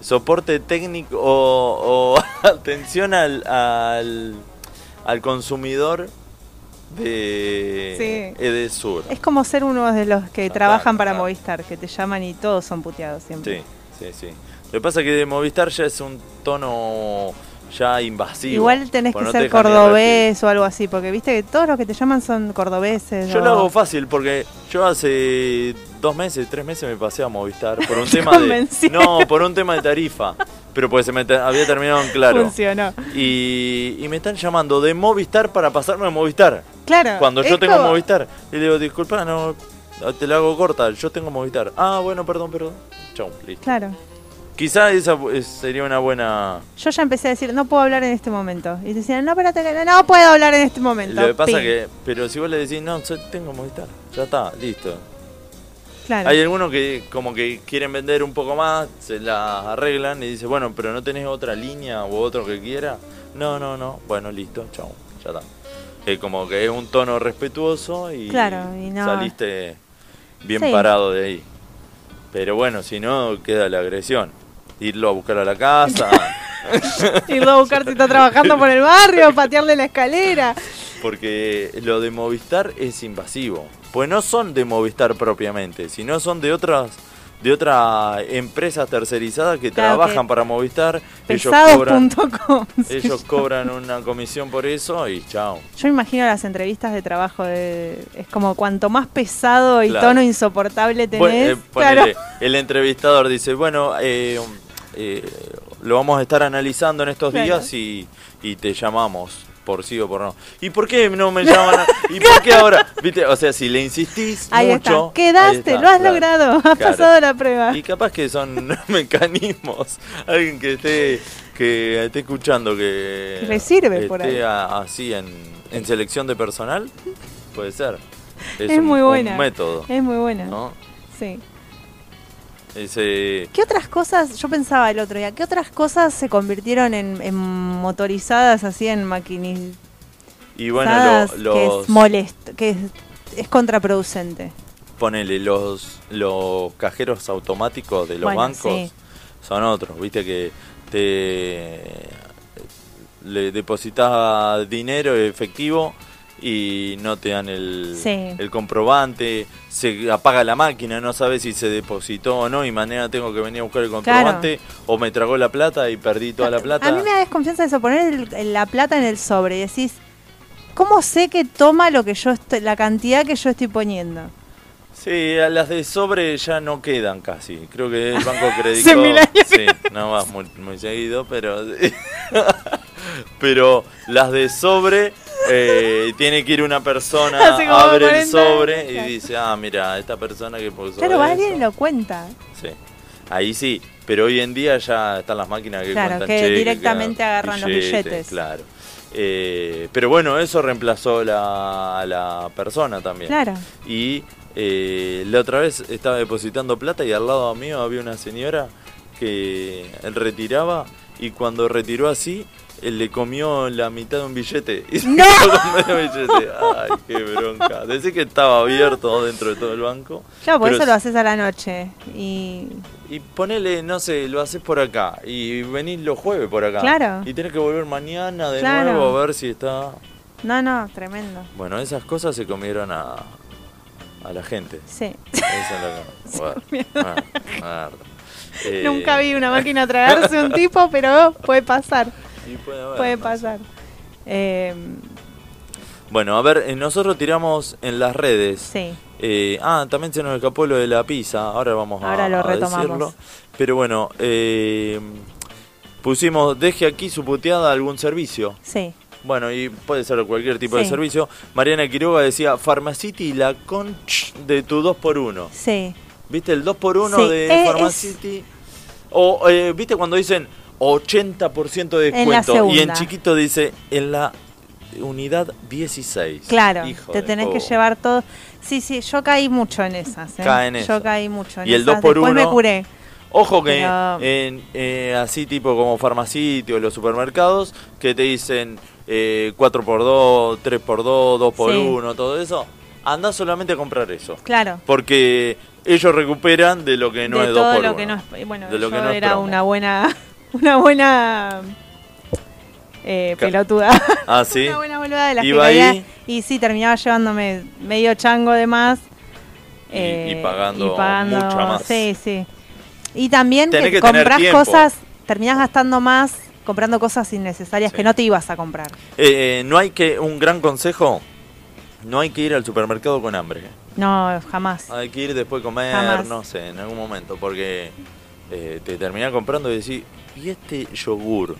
Speaker 1: soporte técnico o, o atención al, al, al consumidor de
Speaker 2: Sí.
Speaker 1: Edesur.
Speaker 2: Es como ser uno de los que trabajan para Movistar, que te llaman y todos son puteados siempre.
Speaker 1: Sí, sí, sí. Lo que pasa es que de Movistar ya es un tono ya invasivo.
Speaker 2: Igual tenés que
Speaker 1: Porque no te
Speaker 2: ser
Speaker 1: dejan ni
Speaker 2: cordobés o algo así, porque viste que todos los que te llaman son cordobeses.
Speaker 1: Yo
Speaker 2: o-
Speaker 1: lo hago fácil porque yo hace dos meses, tres meses me pasé a Movistar por un tema de
Speaker 2: convencieron.
Speaker 1: no, por un tema de tarifa, pero pues se me te- había terminado en claro
Speaker 2: Funcionó.
Speaker 1: y, y me están llamando de Movistar para pasarme a Movistar.
Speaker 2: Claro,
Speaker 1: Cuando yo
Speaker 2: es
Speaker 1: tengo
Speaker 2: como-
Speaker 1: Movistar y le digo disculpa, no, te la hago corta, yo tengo Movistar. Ah, bueno, perdón, perdón. Chau, listo.
Speaker 2: Claro.
Speaker 1: Quizá esa eh, sería una buena.
Speaker 2: Yo ya empecé a decir, no puedo hablar en este momento. Y decían, no, espérate, que no puedo hablar en este momento.
Speaker 1: Lo que pasa
Speaker 2: Pim.
Speaker 1: que, pero si vos le decís no, yo tengo Movistar, ya está, listo.
Speaker 2: Claro.
Speaker 1: Hay algunos que como que quieren vender un poco más, se la arreglan y dice, bueno, pero no tenés otra línea o otro que quiera. No, no, no. Bueno, listo, chao, ya está. Eh, como que es un tono respetuoso y,
Speaker 2: Claro, y no-
Speaker 1: saliste bien
Speaker 2: Sí.
Speaker 1: parado de ahí. Pero bueno, si no, queda la agresión. Irlo a buscar a la casa.
Speaker 2: Irlo a buscar si está trabajando por el barrio, patearle la escalera.
Speaker 1: Porque lo de Movistar es invasivo. Pues no son de Movistar propiamente, sino son de otras de otras empresas tercerizadas que
Speaker 2: Claro,
Speaker 1: trabajan
Speaker 2: que-
Speaker 1: para Movistar. Ellos cobran,
Speaker 2: Pesados.com.
Speaker 1: ellos cobran una comisión por eso y chao.
Speaker 2: Yo imagino las entrevistas de trabajo. de- es como cuanto más pesado y
Speaker 1: Claro.
Speaker 2: tono insoportable tenés.
Speaker 1: Bueno, eh, ponele,
Speaker 2: claro.
Speaker 1: El entrevistador dice, bueno, eh, eh, lo vamos a estar analizando en estos
Speaker 2: Claro.
Speaker 1: días y, y te llamamos, por sí o por no. ¿Y por qué no me llaman? a- ¿Y por qué ahora? ¿Viste? O sea, si le insistís
Speaker 2: Ahí
Speaker 1: mucho...
Speaker 2: está. Quedaste,
Speaker 1: ahí está,
Speaker 2: lo has
Speaker 1: claro.
Speaker 2: logrado. Has
Speaker 1: Claro.
Speaker 2: pasado la prueba.
Speaker 1: Y capaz que son mecanismos. Alguien que esté que esté escuchando que,
Speaker 2: Que le sirve por
Speaker 1: esté
Speaker 2: ahí.
Speaker 1: a- así en, en selección de personal, puede ser.
Speaker 2: Es,
Speaker 1: un-
Speaker 2: muy buena.
Speaker 1: Un método.
Speaker 2: Es muy buena.
Speaker 1: ¿no?
Speaker 2: Sí.
Speaker 1: Ese
Speaker 2: ¿Qué otras cosas, yo pensaba el otro día, qué otras cosas se convirtieron en, en motorizadas así, en maquinizadas,
Speaker 1: y bueno, lo-
Speaker 2: que es
Speaker 1: los
Speaker 2: molesto, que es, es contraproducente?
Speaker 1: ponele los los cajeros automáticos de los
Speaker 2: Bueno,
Speaker 1: bancos
Speaker 2: sí.
Speaker 1: son otros, ¿viste que te le depositas dinero efectivo y no te dan el,
Speaker 2: Sí.
Speaker 1: el comprobante, se apaga la máquina, no sabes si se depositó o no y mañana tengo que venir a buscar el comprobante o me tragó la plata y perdí toda la plata.
Speaker 2: A mí me da desconfianza eso, poner el- el- la plata en el sobre y decís, ¿cómo sé que toma lo que yo estoy, la cantidad que yo estoy poniendo?
Speaker 1: Sí, a las de sobre ya no quedan casi. Creo que el banco
Speaker 2: Hace
Speaker 1: crédito.
Speaker 2: mil años
Speaker 1: sí, no vas muy, muy seguido, pero. pero las de sobre eh, tiene que ir una persona,
Speaker 2: Hace como
Speaker 1: abre
Speaker 2: 40
Speaker 1: el sobre y
Speaker 2: años.
Speaker 1: dice, ah, mira, esta persona que puso.
Speaker 2: Claro, va
Speaker 1: eso".
Speaker 2: alguien y lo cuenta.
Speaker 1: Sí. Ahí sí, pero hoy en día ya están las máquinas que
Speaker 2: Claro,
Speaker 1: cuentan
Speaker 2: que
Speaker 1: cheques,
Speaker 2: directamente agarran los billetes.
Speaker 1: Claro. Eh, pero bueno, eso reemplazó la, a la persona también.
Speaker 2: Claro.
Speaker 1: Y eh, la otra vez estaba depositando plata y al lado mío había una señora que retiraba y cuando retiró así, eh, le comió la mitad de un billete. Y se quedó con medio billete. Ay, qué bronca. Decís que estaba abierto dentro de todo el banco.
Speaker 2: Claro, por
Speaker 1: pero
Speaker 2: eso lo haces a la noche. Y
Speaker 1: y ponele, no sé, lo haces por acá y venís los jueves por acá.
Speaker 2: Claro.
Speaker 1: Y tenés que volver mañana de
Speaker 2: Claro.
Speaker 1: nuevo a ver si está.
Speaker 2: no, no, tremendo.
Speaker 1: Bueno, esas cosas se comieron a, a la gente.
Speaker 2: Sí.
Speaker 1: Esa es la que- Bueno,
Speaker 2: comieron a la
Speaker 1: ah, mierda. Eh,
Speaker 2: Nunca vi una máquina tragarse un tipo, pero puede pasar.
Speaker 1: Y puede haber,
Speaker 2: Puede
Speaker 1: ¿no?
Speaker 2: pasar. Eh,
Speaker 1: Bueno, a ver, eh, nosotros tiramos en las redes.
Speaker 2: Sí.
Speaker 1: Eh, ah, también se nos escapó lo de la pizza. Ahora vamos a-
Speaker 2: Ahora lo
Speaker 1: a,
Speaker 2: retomamos.
Speaker 1: decirlo. Pero bueno, eh, pusimos, deje aquí su puteada algún servicio.
Speaker 2: sí.
Speaker 1: Bueno, y puede ser cualquier tipo de
Speaker 2: Sí.
Speaker 1: servicio. Mariana Quiroga decía, Pharmacity, la conch de tu 2x1.
Speaker 2: Sí.
Speaker 1: ¿Viste el 2x1
Speaker 2: Sí,
Speaker 1: de
Speaker 2: eh,
Speaker 1: Pharmacity? O, eh, ¿viste cuando dicen 80% de
Speaker 2: En la
Speaker 1: descuento? y en
Speaker 2: segunda.
Speaker 1: chiquito dice, en la unidad 16.
Speaker 2: Claro,
Speaker 1: Hijo
Speaker 2: te
Speaker 1: de-
Speaker 2: tenés
Speaker 1: oh.
Speaker 2: que llevar todo. Sí, sí, yo caí mucho en esas. ¿eh?
Speaker 1: Caen
Speaker 2: Yo
Speaker 1: esas.
Speaker 2: caí mucho en
Speaker 1: Y el
Speaker 2: esas.
Speaker 1: dos por
Speaker 2: Después me
Speaker 1: uno,
Speaker 2: curé.
Speaker 1: Ojo que
Speaker 2: Pero-
Speaker 1: en, eh, así tipo como farmacitio, los supermercados, que te dicen eh, 4x2, 3x2, 2x1, todo eso, anda solamente a comprar eso.
Speaker 2: Claro.
Speaker 1: Porque ellos recuperan de lo que no
Speaker 2: de
Speaker 1: es 2x1.
Speaker 2: todo lo que no es. Bueno,
Speaker 1: De lo
Speaker 2: yo
Speaker 1: que no es
Speaker 2: era
Speaker 1: promo.
Speaker 2: una buena. Una buena. eh,
Speaker 1: Ca-
Speaker 2: pelotuda.
Speaker 1: Ah, ¿sí?
Speaker 2: una buena boluda de las
Speaker 1: Iba
Speaker 2: que caía.
Speaker 1: ahí.
Speaker 2: Y sí, terminaba llevándome medio chango de más. eh,
Speaker 1: y pagando mucha más.
Speaker 2: Sí, sí. Y también
Speaker 1: Tenés
Speaker 2: que
Speaker 1: que tener
Speaker 2: compras
Speaker 1: tiempo.
Speaker 2: cosas, terminás gastando más comprando cosas innecesarias que no te ibas a comprar.
Speaker 1: Eh, no hay que, un gran consejo, no hay que ir al supermercado con hambre.
Speaker 2: No, jamás.
Speaker 1: Hay que ir después a comer,
Speaker 2: Jamás.
Speaker 1: no sé, en algún momento, porque eh, te terminás comprando y decís, ¿y este yogur?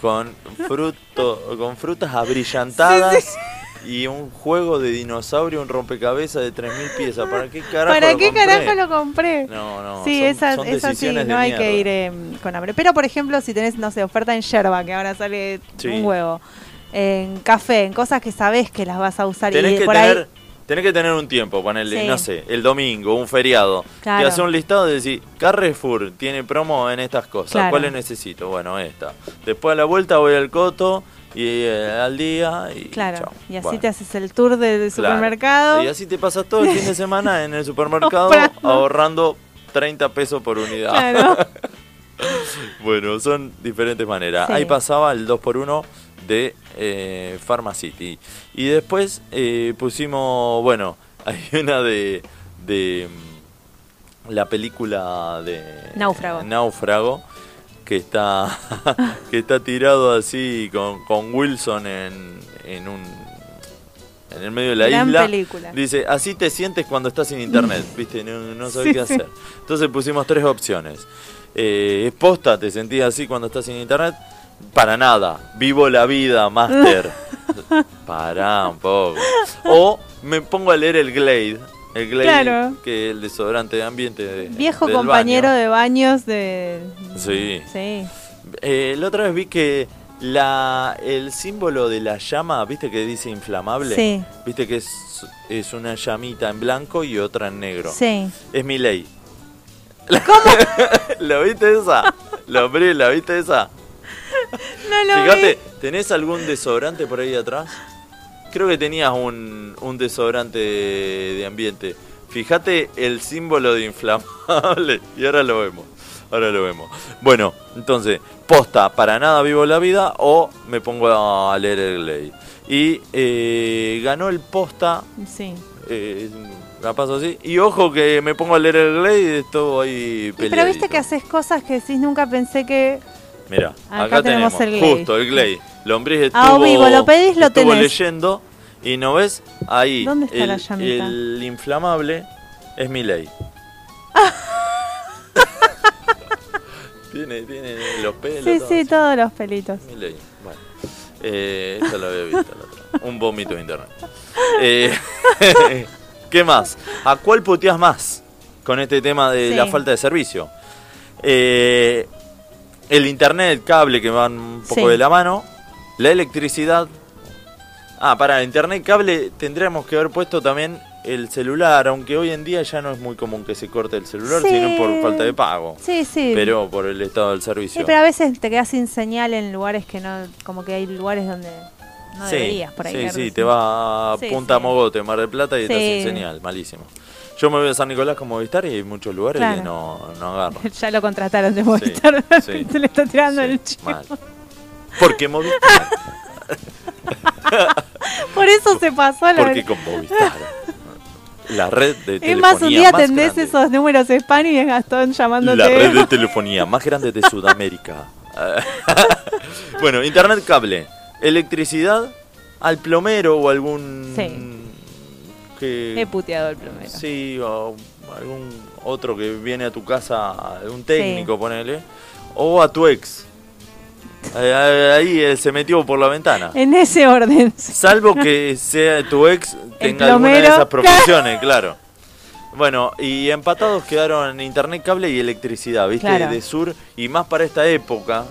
Speaker 1: Con, fruto, con frutas abrillantadas y un juego de dinosaurio, un rompecabezas de 3.000 piezas. ¿Para qué carajo
Speaker 2: ¿Para
Speaker 1: lo
Speaker 2: qué
Speaker 1: compré?
Speaker 2: carajo lo compré?
Speaker 1: No, no,
Speaker 2: Sí,
Speaker 1: son-
Speaker 2: esa,
Speaker 1: son
Speaker 2: esa sí,
Speaker 1: decisiones de
Speaker 2: no hay que
Speaker 1: mierda.
Speaker 2: ir eh, con hambre. Pero, por ejemplo, si tenés, no sé, oferta en yerba, que ahora sale
Speaker 1: Sí.
Speaker 2: un huevo, en café, en cosas que sabés que las vas a usar
Speaker 1: Tenés
Speaker 2: y
Speaker 1: que,
Speaker 2: por
Speaker 1: tener,
Speaker 2: ahí.
Speaker 1: tenés que tener un tiempo, ponerle,
Speaker 2: Sí.
Speaker 1: no sé, el domingo, un feriado.
Speaker 2: Claro.
Speaker 1: Te hace un listado de decir, Carrefour tiene promo en estas cosas,
Speaker 2: Claro.
Speaker 1: ¿cuáles necesito? Bueno, esta. Después a la vuelta voy al coto y eh, al día y
Speaker 2: Claro,
Speaker 1: chao.
Speaker 2: y así
Speaker 1: Bueno,
Speaker 2: te haces el tour de- del
Speaker 1: claro.
Speaker 2: supermercado.
Speaker 1: Y así te pasas todo el fin de semana en el supermercado
Speaker 2: Comprando.
Speaker 1: ahorrando 30 pesos por unidad.
Speaker 2: Claro.
Speaker 1: bueno, son diferentes maneras.
Speaker 2: Sí.
Speaker 1: Ahí pasaba el 2x1 de eh, Pharmacity. Y después eh, pusimos, bueno, hay una de, de mm, la película de
Speaker 2: Náufrago.
Speaker 1: Náufrago, que está, que está tirado así con, con Wilson en, en un... En el medio de la
Speaker 2: Gran
Speaker 1: isla.
Speaker 2: película.
Speaker 1: Dice, así te sientes cuando estás sin internet, ¿viste? No, no sabés
Speaker 2: Sí,
Speaker 1: qué
Speaker 2: sí.
Speaker 1: hacer. Entonces pusimos tres opciones. Eh, es posta, te sentís así cuando estás sin internet. Para nada. Vivo la vida, máster. Pará un poco. O me pongo a leer el Glade. El Glade,
Speaker 2: Claro.
Speaker 1: que es el desodorante de ambiente. de-
Speaker 2: Viejo
Speaker 1: del
Speaker 2: compañero
Speaker 1: baño.
Speaker 2: de baños de.
Speaker 1: Sí.
Speaker 2: Sí.
Speaker 1: Eh, la otra vez vi que la, el símbolo de la llama, viste que dice inflamable.
Speaker 2: Sí.
Speaker 1: Viste que es, es una llamita en blanco y otra en negro.
Speaker 2: Sí.
Speaker 1: Es mi ley. ¿Cómo? ¿La viste esa? La abrí, ¿la viste esa?
Speaker 2: No lo
Speaker 1: Fíjate, ¿tenés algún desodorante por ahí atrás? Creo que tenías un, un desodorante de ambiente. Fíjate el símbolo de inflamable. Y ahora lo vemos. Ahora lo vemos. Bueno, entonces, posta, para nada vivo la vida o me pongo a leer el ley. Y eh, ganó el posta.
Speaker 2: Sí.
Speaker 1: eh, la paso así. Y ojo que me pongo a leer el ley y estuvo ahí
Speaker 2: Y
Speaker 1: peleadito.
Speaker 2: pero viste que haces cosas que decís nunca pensé que.
Speaker 1: Mira,
Speaker 2: Acá
Speaker 1: acá,
Speaker 2: tenemos
Speaker 1: tenemos,
Speaker 2: el Glade.
Speaker 1: justo el Glade. Lombriz estuvo,
Speaker 2: Ah, vivo, lo pedís, lo
Speaker 1: estuvo
Speaker 2: tenés.
Speaker 1: leyendo y no ves ahí
Speaker 2: ¿Dónde está
Speaker 1: el,
Speaker 2: la llamita?
Speaker 1: el inflamable es mi ley. tiene, tiene los pelos.
Speaker 2: Sí,
Speaker 1: todo.
Speaker 2: sí, todos los pelitos.
Speaker 1: Milei, bueno. Eh, esta la había visto la otra. Un vómito de internet. Eh, ¿Qué más? ¿A cuál puteas más con este tema de
Speaker 2: Sí.
Speaker 1: la falta de servicio? Eh, el internet, el cable que van un poco
Speaker 2: Sí.
Speaker 1: de la mano, la electricidad. Ah, para internet y cable tendríamos que haber puesto también el celular, aunque hoy en día ya no es muy común que se corte el celular,
Speaker 2: Sí.
Speaker 1: sino por falta de pago.
Speaker 2: Sí, sí.
Speaker 1: Pero por el estado del
Speaker 2: Sí,
Speaker 1: servicio.
Speaker 2: pero a veces te quedas sin señal en lugares que no. Como que hay lugares donde no deberías por ahí.
Speaker 1: Sí,
Speaker 2: quedarte
Speaker 1: sí,
Speaker 2: sin-
Speaker 1: te va a
Speaker 2: Sí,
Speaker 1: Punta
Speaker 2: sí.
Speaker 1: Mogote, Mar del Plata y estás
Speaker 2: Sí.
Speaker 1: sin señal, malísimo. Yo me voy a San Nicolás con Movistar y hay muchos lugares
Speaker 2: Claro.
Speaker 1: que no, no agarro.
Speaker 2: Ya lo contrataron de Movistar.
Speaker 1: sí,
Speaker 2: Se le está tirando el chivo.
Speaker 1: mal. Porque Movistar,
Speaker 2: Por eso se pasó a la
Speaker 1: porque con Movistar. La red de telefonía
Speaker 2: Es más, un día atendés
Speaker 1: grande,
Speaker 2: esos números spam y es Gastón llamándote.
Speaker 1: La red de telefonía más grande de Sudamérica. bueno, internet cable, electricidad al plomero o algún
Speaker 2: Sí, Eh,
Speaker 1: que
Speaker 2: he puteado el plomero.
Speaker 1: Sí, o algún otro que viene a tu casa, algún técnico, ponele. O a tu ex. Eh, Ahí eh, se metió por la ventana.
Speaker 2: En ese orden.
Speaker 1: Salvo que sea tu ex tenga alguna de
Speaker 2: plomero.
Speaker 1: esas profesiones, claro. Bueno, y empatados quedaron internet, cable y electricidad, ¿viste?
Speaker 2: Claro.
Speaker 1: De sur, y más para esta época,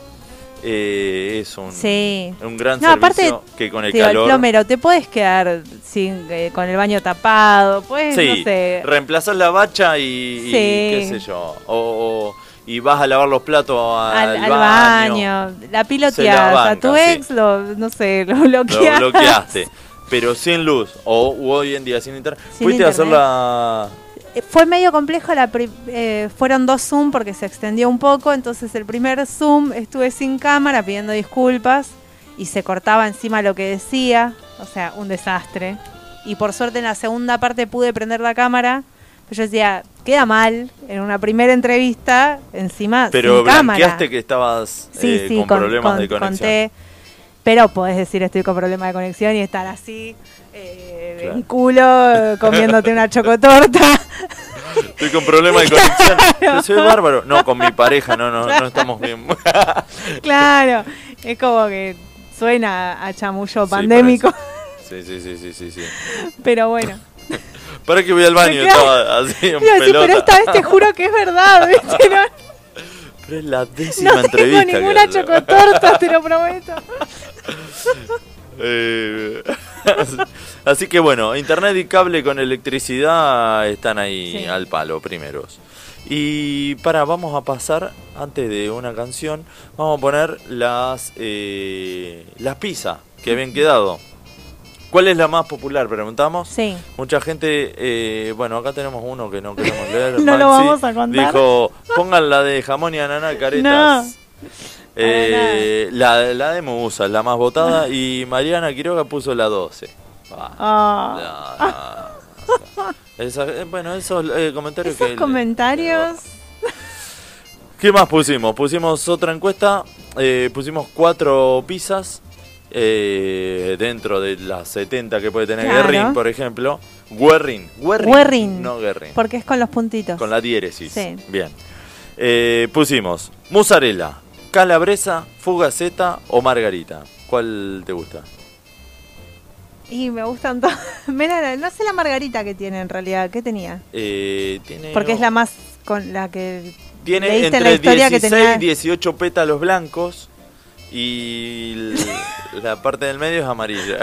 Speaker 1: eh, es un,
Speaker 2: Sí.
Speaker 1: un gran
Speaker 2: No, aparte,
Speaker 1: servicio que con el
Speaker 2: Digo,
Speaker 1: calor...
Speaker 2: plomero, te puedes quedar sin, eh, con el baño tapado, puedes,
Speaker 1: Sí,
Speaker 2: no sé.
Speaker 1: reemplazás la bacha y, y
Speaker 2: Sí.
Speaker 1: qué sé yo. O, o- y vas a lavar los platos al,
Speaker 2: Al, al
Speaker 1: baño.
Speaker 2: baño, la
Speaker 1: Se
Speaker 2: piloteás,
Speaker 1: la
Speaker 2: a tu
Speaker 1: banca,
Speaker 2: ex lo, no sé, lo
Speaker 1: Lo
Speaker 2: bloqueás.
Speaker 1: bloqueaste. Pero sin luz. O u hoy en día sin internet.
Speaker 2: Sin
Speaker 1: Fuiste a hacer
Speaker 2: internet.
Speaker 1: la...
Speaker 2: Eh, Fue medio complejo, la pri- eh, fueron dos Zoom porque se extendió un poco, entonces el primer Zoom estuve sin cámara pidiendo disculpas y se cortaba encima lo que decía, o sea, un desastre. Y por suerte en la segunda parte pude prender la cámara, Pero yo decía, queda mal en una primera entrevista, encima
Speaker 1: Pero
Speaker 2: sin cámara.
Speaker 1: blanqueaste que estabas
Speaker 2: Sí,
Speaker 1: eh,
Speaker 2: sí,
Speaker 1: con, problemas de
Speaker 2: con-
Speaker 1: conexión.
Speaker 2: conté. pero podés decir estoy con problemas de conexión y estar así, eh, en culo, eh, comiéndote una chocotorta.
Speaker 1: Estoy con problemas de conexión. Pero se ve bárbaro. No, con mi pareja, no, no, no estamos bien.
Speaker 2: claro, es como que suena a chamullo pandémico,
Speaker 1: Sí, sí, sí, sí, sí, sí.
Speaker 2: pero bueno.
Speaker 1: Para que voy al baño,
Speaker 2: Claro.
Speaker 1: estaba así en
Speaker 2: Iba a decir,
Speaker 1: pelota.
Speaker 2: pero esta vez te juro que es verdad, ¿viste? No,
Speaker 1: Pero es la décima
Speaker 2: no
Speaker 1: entrevista.
Speaker 2: tengo
Speaker 1: que
Speaker 2: ninguna
Speaker 1: hago.
Speaker 2: chocotorta, te lo prometo.
Speaker 1: Eh, así que bueno, internet y cable con electricidad están ahí
Speaker 11: Sí.
Speaker 1: al palo primeros. Y para, vamos a pasar, antes de una canción, vamos a poner las, eh, las pizzas que habían quedado. ¿Cuál es la más popular? Preguntamos.
Speaker 2: Sí.
Speaker 1: Mucha gente, eh, bueno, acá tenemos uno que no queremos leer.
Speaker 2: No lo vamos a contar.
Speaker 1: Dijo, pongan la de jamón y ananá caretas.
Speaker 2: No.
Speaker 1: Eh, la, la de Musa, la más votada, y Mariana Quiroga puso la 12. Ah,
Speaker 2: Ah.
Speaker 1: no. Esa- eh, bueno, esos eh, comentarios
Speaker 2: Esos
Speaker 1: que...
Speaker 2: comentarios.
Speaker 1: ¿Qué más pusimos? Pusimos otra encuesta, eh, pusimos cuatro pizzas, eh, dentro de las 70 que puede tener
Speaker 2: Claro.
Speaker 1: Guerrín, por ejemplo. Guerrín. Guerrín.
Speaker 2: Guerrín.
Speaker 1: No Guerrín.
Speaker 2: Porque es con los puntitos.
Speaker 1: Con la diéresis.
Speaker 2: Sí.
Speaker 1: Bien. Eh, pusimos mozzarella, calabresa, fugaceta o margarita. ¿Cuál te gusta?
Speaker 2: Y me gustan todas. Mira, la- no sé la margarita que tiene en realidad. ¿Qué tenía?
Speaker 1: Eh, tiene
Speaker 2: Porque es la más con la que
Speaker 1: tiene
Speaker 2: leíste
Speaker 1: entre
Speaker 2: la historia
Speaker 1: 16
Speaker 2: que tenía.
Speaker 1: y 18 pétalos blancos y l- la parte del medio es amarilla.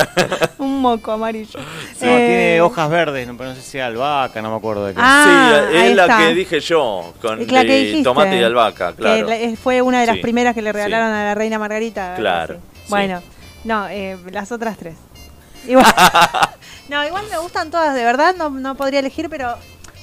Speaker 2: Un moco amarillo.
Speaker 3: No,
Speaker 2: Eh,
Speaker 3: tiene hojas verdes, no, pero no sé si albahaca, no me acuerdo de qué.
Speaker 2: Ah,
Speaker 1: sí, es
Speaker 2: ahí
Speaker 1: la
Speaker 2: está.
Speaker 1: que dije yo, con
Speaker 2: Es la que
Speaker 1: de
Speaker 2: dijiste.
Speaker 1: tomate y albahaca,
Speaker 2: que
Speaker 1: claro.
Speaker 2: la- eh, fue una de las
Speaker 1: Sí,
Speaker 2: primeras que le
Speaker 1: sí.
Speaker 2: regalaron a la reina Margarita. algo
Speaker 1: Claro,
Speaker 2: así.
Speaker 1: sí.
Speaker 2: Bueno, no, eh, las otras tres. Igual, no, igual me gustan todas, de verdad, no, no podría elegir, pero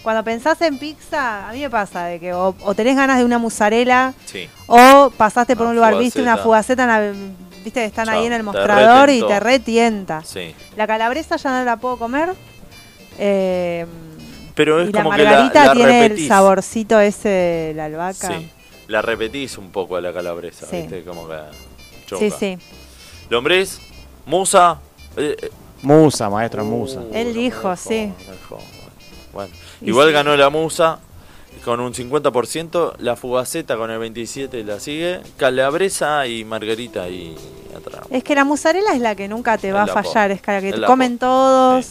Speaker 2: cuando pensás en pizza, a mí me pasa de que o, o tenés ganas de una mozzarella
Speaker 1: Sí.
Speaker 2: o pasaste por
Speaker 1: Una
Speaker 2: un lugar, viste una
Speaker 1: fugaceta.
Speaker 2: fugaceta, en la- viste que están
Speaker 1: Ya,
Speaker 2: ahí en el
Speaker 1: te
Speaker 2: mostrador y
Speaker 1: retentó.
Speaker 2: te retienta.
Speaker 1: Sí.
Speaker 2: La calabresa ya no la puedo comer. Eh,
Speaker 1: Pero es
Speaker 2: y la
Speaker 1: como
Speaker 2: margarita
Speaker 1: que la, la
Speaker 2: tiene el
Speaker 1: repetís.
Speaker 2: saborcito ese, la albahaca.
Speaker 1: Sí, la repetís un poco a la calabresa,
Speaker 2: Sí.
Speaker 1: ¿viste? Como que choca.
Speaker 2: Sí, sí.
Speaker 1: Lombriz, musa. eh, eh,
Speaker 3: Musa, maestro, musa.
Speaker 2: Él dijo, sí.
Speaker 1: bueno,
Speaker 2: Y
Speaker 1: igual
Speaker 2: sí.
Speaker 1: ganó la musa con un 50%, la fugaceta con el 27% la sigue, calabresa y margarita y atrás.
Speaker 2: Es que la mozzarella es la que nunca te va a
Speaker 1: Es la pop.
Speaker 2: fallar, es la que
Speaker 1: Es
Speaker 2: te
Speaker 1: la
Speaker 2: comen todos.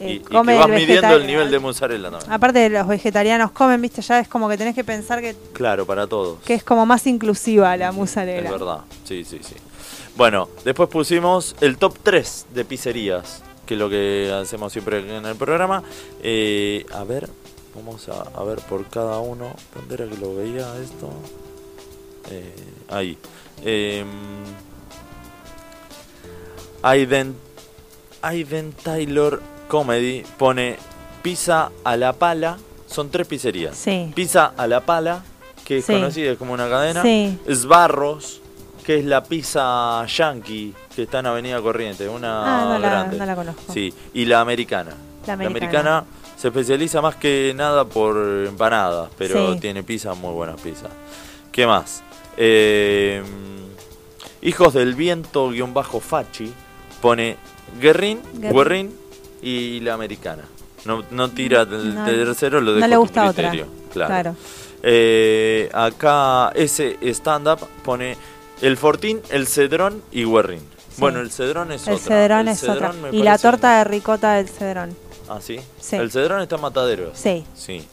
Speaker 2: eh,
Speaker 1: Y, y que
Speaker 2: come
Speaker 1: vas
Speaker 2: el
Speaker 1: midiendo el
Speaker 2: vegetal- Ah.
Speaker 1: nivel de mozzarella también.
Speaker 2: Aparte los vegetarianos comen, viste, ya es como que tenés que pensar que,
Speaker 1: Claro, para todos.
Speaker 2: que es como más inclusiva la
Speaker 1: Es
Speaker 2: mozzarella.
Speaker 1: verdad, sí, sí, sí. Bueno, después pusimos el top 3 de pizzerías, que es lo que hacemos siempre en el programa. Eh, a ver, vamos a, a ver por cada uno. ¿Dónde era que lo veía esto? Eh, ahí. Eh, Aiden, Aiden Taylor Comedy pone pizza a la pala. Son tres pizzerías.
Speaker 2: Sí.
Speaker 1: Pizza a la pala, que es
Speaker 2: Sí.
Speaker 1: conocida como una cadena.
Speaker 2: Sí.
Speaker 1: Sbarros, que es la pizza yankee, que está en Avenida Corriente, una
Speaker 2: Ah, no la-
Speaker 1: grande.
Speaker 2: no la conozco.
Speaker 1: Sí, y la americana.
Speaker 2: La americana.
Speaker 1: americana se especializa más que nada por empanadas, pero
Speaker 2: Sí.
Speaker 1: tiene pizza, muy buenas pizzas. ¿Qué más? Eh, Hijos del Viento, guión bajo Fachi, pone Guerrín,
Speaker 2: Guerrín.
Speaker 1: Guerrín y la americana. No, no tira el
Speaker 2: No,
Speaker 1: tercero, lo
Speaker 2: no
Speaker 1: dejo
Speaker 2: le
Speaker 1: a tu
Speaker 2: gusta otra.
Speaker 1: criterio. Claro.
Speaker 2: Claro.
Speaker 1: Eh, acá ese stand-up pone el Fortín, el Cedrón y Guerrín. Bueno, el Cedrón es
Speaker 2: el
Speaker 1: otra.
Speaker 2: cedrón
Speaker 1: El
Speaker 2: es otra.
Speaker 1: Cedrón me
Speaker 2: Y la
Speaker 1: parece-
Speaker 2: torta de ricota del cedrón.
Speaker 1: Ah, ¿sí?
Speaker 2: Sí.
Speaker 1: El Cedrón está en Matadero.
Speaker 2: Sí.
Speaker 1: Sí.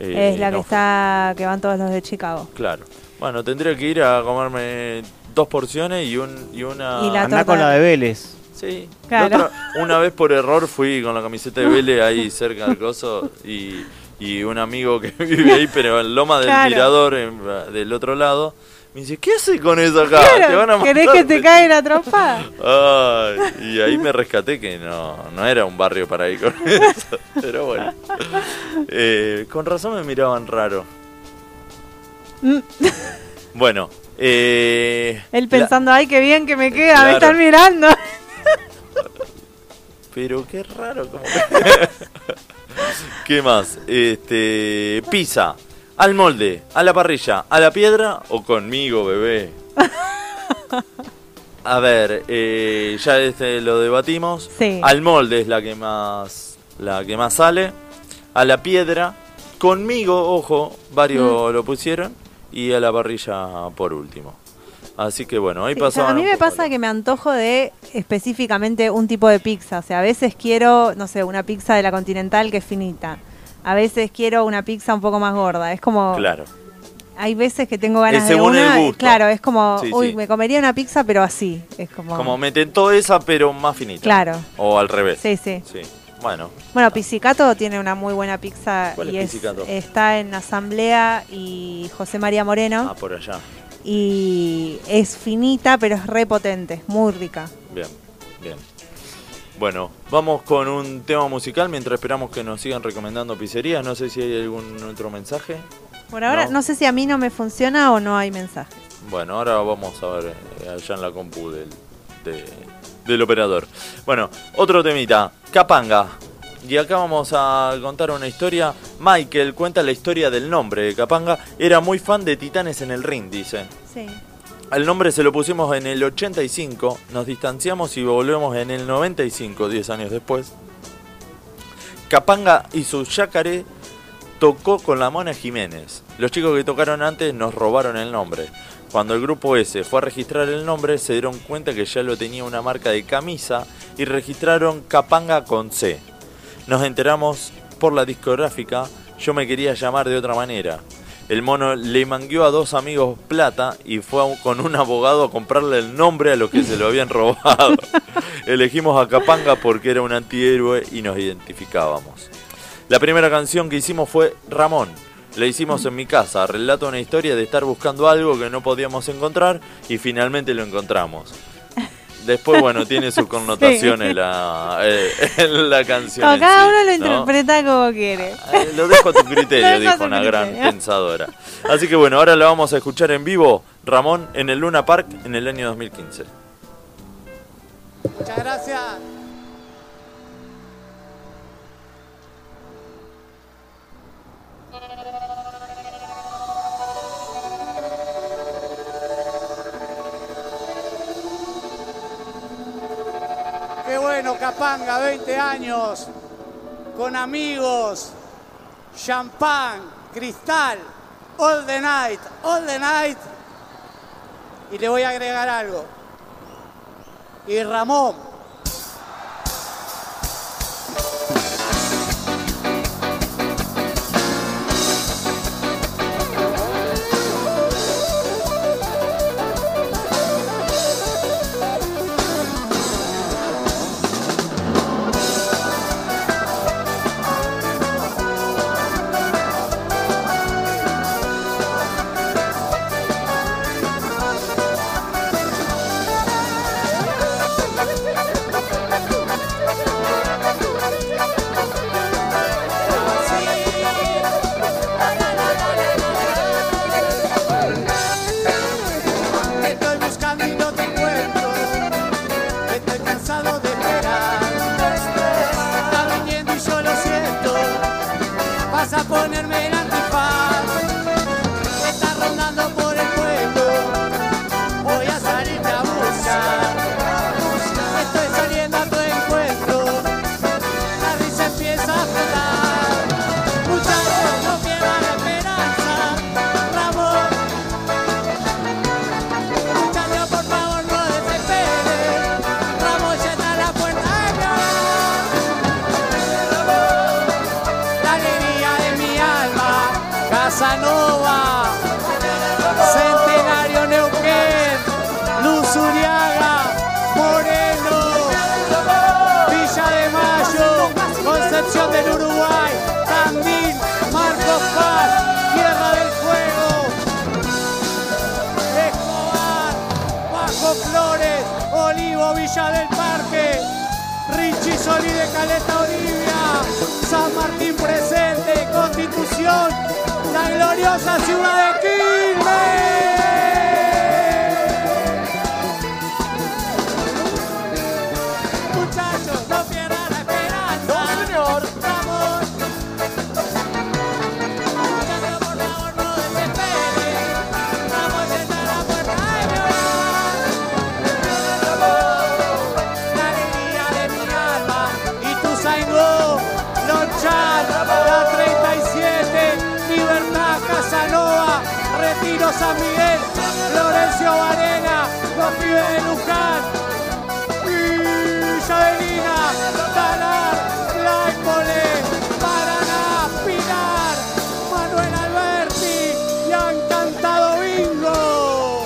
Speaker 1: Eh,
Speaker 2: es la que
Speaker 1: no,
Speaker 2: está que van todos los de Chicago.
Speaker 1: Claro. Bueno, tendría que ir a comerme dos porciones y, un, y una...
Speaker 2: Y la
Speaker 3: Andá con la de Vélez.
Speaker 1: Sí. La
Speaker 2: Claro.
Speaker 1: otra- una vez por error fui con la camiseta de Vélez ahí cerca del coso y, y un amigo que vive ahí, pero en Loma del
Speaker 2: Claro.
Speaker 1: Tirador, en- del otro lado, me dice, ¿qué haces con eso acá? Te van a
Speaker 2: Claro, ¿Querés que
Speaker 1: matar".
Speaker 2: te caiga la trompada?
Speaker 1: Ay, y ahí me rescaté que no, no era un barrio para ir con eso. Pero bueno. Eh, con razón me miraban raro.
Speaker 2: Mm.
Speaker 1: Bueno. eh,
Speaker 2: Él
Speaker 1: la-
Speaker 2: pensando, ay, qué bien que me queda,
Speaker 1: Claro.
Speaker 2: me están mirando.
Speaker 1: pero qué raro. Como ¿Qué más? Este, pizza, al molde, a la parrilla, a la piedra o conmigo, bebé. A ver, eh, ya este lo debatimos.
Speaker 2: Sí.
Speaker 1: Al molde es la que más la que más sale. A la piedra, conmigo, ojo, varios
Speaker 2: Mm.
Speaker 1: lo pusieron y a la parrilla por último. Así que bueno, ahí
Speaker 2: Sí, o sea,
Speaker 1: pasaban
Speaker 2: a mí
Speaker 1: un
Speaker 2: me
Speaker 1: poco
Speaker 2: pasa que me antojo de específicamente un tipo de pizza. O sea, a veces quiero, no sé, una pizza de la Continental que es finita. A veces quiero una pizza un poco más gorda. Es como.
Speaker 1: Claro.
Speaker 2: Hay veces que tengo ganas
Speaker 1: Es
Speaker 2: de
Speaker 1: según el
Speaker 2: una.
Speaker 1: gusto.
Speaker 2: Claro, es como,
Speaker 1: Sí,
Speaker 2: uy,
Speaker 1: sí.
Speaker 2: me comería una pizza, pero así. Es como.
Speaker 1: Como me tentó esa, pero más finita.
Speaker 2: Claro.
Speaker 1: O al revés.
Speaker 2: Sí, sí.
Speaker 1: Bueno,
Speaker 2: Bueno, Pizzicato tiene una muy buena pizza.
Speaker 1: Ah. ¿Cuál es
Speaker 2: y es-
Speaker 1: Pizzicato?
Speaker 2: está en Asamblea y José María Moreno.
Speaker 1: ah, por allá.
Speaker 2: Y es finita, pero es repotente. Muy rica.
Speaker 1: Bien, bien. Bueno, vamos con un tema musical mientras esperamos que nos sigan recomendando pizzerías. No sé si hay algún otro mensaje.
Speaker 2: Por ahora, no sé si a mí no me funciona o no hay mensaje.
Speaker 1: Bueno, ahora vamos a ver eh, allá en la compu del, de- del operador. Bueno, otro temita, Capanga. Y acá vamos a contar una historia. Michael cuenta la historia del nombre de Capanga. Era muy fan de Titanes en el Ring, dice.
Speaker 2: Sí.
Speaker 1: Al nombre se lo pusimos en el 85, nos distanciamos y volvemos en el 95, 10 años después. Capanga y su yacaré tocó con la Mona Jiménez. Los chicos que tocaron antes nos robaron el nombre. Cuando el grupo S fue a registrar el nombre, se dieron cuenta que ya lo tenía una marca de camisa y registraron Capanga con C. Nos enteramos por la discográfica, yo me quería llamar de otra manera. El mono le mangueó a dos amigos plata y fue a un- con un abogado a comprarle el nombre a los que se lo habían robado. Elegimos a Capanga porque era un antihéroe y nos identificábamos. La primera canción que hicimos fue Ramón. La hicimos en mi casa, relata una historia de estar buscando algo que no podíamos encontrar y finalmente lo encontramos. Después, bueno, tiene sus connotaciones
Speaker 2: Sí.
Speaker 1: la, eh, la canción.
Speaker 2: Como
Speaker 1: en
Speaker 2: cada
Speaker 1: sí,
Speaker 2: uno lo
Speaker 1: ¿no?
Speaker 2: interpreta como quiere.
Speaker 1: Eh, Lo dejo a tu criterio,
Speaker 2: Lo dejo a
Speaker 1: dijo
Speaker 2: tu
Speaker 1: una gran
Speaker 2: criterio.
Speaker 1: pensadora. Así que bueno, ahora la vamos a escuchar en vivo, Ramón, en el Luna Park en el año 2015.
Speaker 5: Muchas gracias. Qué bueno, Capanga, 20 años, con amigos, champán, cristal, all the night, all the night. Y le voy a agregar algo. Y Ramón. Te estoy buscando y no te encuentro. Estoy cansado de esperar. Está viniendo y yo lo siento. Vas a ponerme el antifaz. Estás rondando por el pueblo. Voy a salirte a buscar. Estoy saliendo a tu encuentro. La risa empieza a flotar. Muchachos, no pierdan la esperanza. Ramón. Muchachos, por favor, no desesperes. Ramón ya está a la puerta. La alegría de mi alma, Casanova, Centenario Neuquén, Luz Uriaga, Moreno, Villa de Mayo, Concepción del Uruguay, Tandil, Marcos Paz, Tierra del Fuego. Escobar, Bajo Flores, Olivo, Villa del Parque, Richie Solí de Caleta Olivia, San Martín presente, Constitución, la gloriosa ciudad de Quilmes. Muchachos, no pierdan la esperanza. No, señor. Vamos.
Speaker 11: Alberto San Miguel, Florencio Varela, los pibes de Luján, Villa Avelina, Talar, Laipole, Paraná, Pinar, Manuel Alberti y han cantado bingo.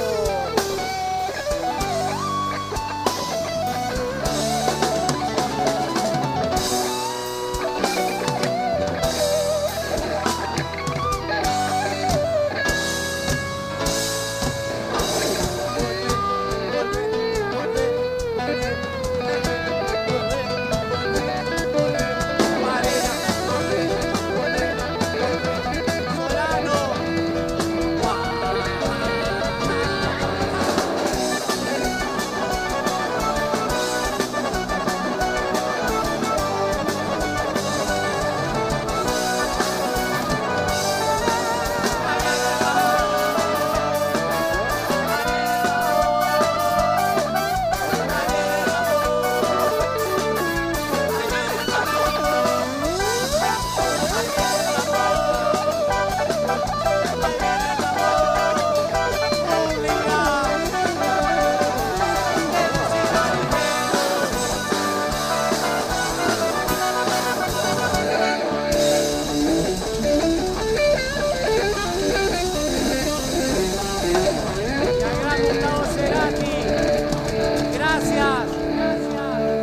Speaker 11: Gracias.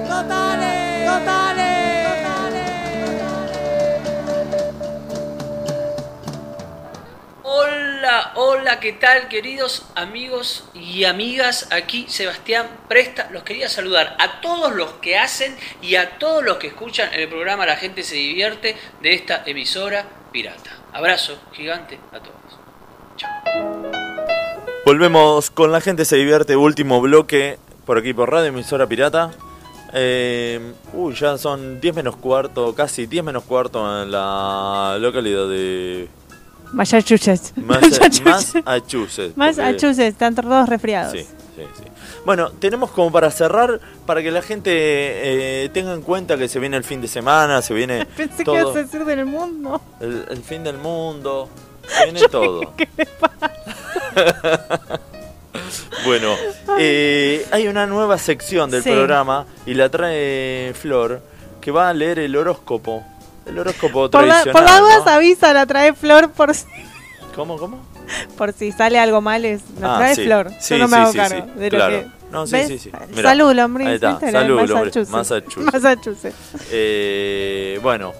Speaker 11: Totales. Totales.
Speaker 12: Hola, hola, ¿qué tal queridos amigos y amigas? Aquí Sebastián Presta, los quería saludar a todos los que hacen y a todos los que escuchan el programa La gente se divierte de esta emisora pirata. Abrazo gigante a todos.
Speaker 1: Volvemos con la gente se divierte, último bloque por aquí por Radio Emisora Pirata. Eh, uy, ya son 10 menos cuarto, casi 10 menos cuarto en la localidad de
Speaker 2: Massachusetts.
Speaker 1: Massa- Massachusetts.
Speaker 2: Más
Speaker 1: porque-
Speaker 2: achuses, están todos resfriados.
Speaker 1: Sí, sí, sí. Bueno, tenemos como para cerrar, para que la gente eh, tenga en cuenta que se viene el fin de semana, se viene
Speaker 2: Pensé que
Speaker 1: todo,
Speaker 2: ibas a decir del mundo.
Speaker 1: el, el fin del mundo, se viene todo. bueno, eh, hay una nueva sección del
Speaker 2: Sí.
Speaker 1: programa y la trae Flor, que va a leer el horóscopo. El horóscopo
Speaker 2: Por la,
Speaker 1: tradicional.
Speaker 2: por las dudas
Speaker 1: ¿no?
Speaker 2: avisa, la trae Flor por si,
Speaker 1: ¿Cómo, cómo?
Speaker 2: por si sale algo mal. Es, la
Speaker 1: Ah,
Speaker 2: trae
Speaker 1: sí.
Speaker 2: Flor.
Speaker 1: Sí,
Speaker 2: Yo no me
Speaker 1: sí,
Speaker 2: hago
Speaker 1: sí,
Speaker 2: cargo
Speaker 1: sí,
Speaker 2: de lo
Speaker 1: claro.
Speaker 2: que.
Speaker 1: No, sí,
Speaker 2: ¿ves?
Speaker 1: sí, sí. Mirá.
Speaker 2: Salud, Lombrín.
Speaker 1: Ahí está,
Speaker 2: ¿viste?
Speaker 1: salud, Lombrín.
Speaker 2: Massachusetts.
Speaker 1: Massachusetts.
Speaker 2: Massachusetts.
Speaker 1: Eh, bueno,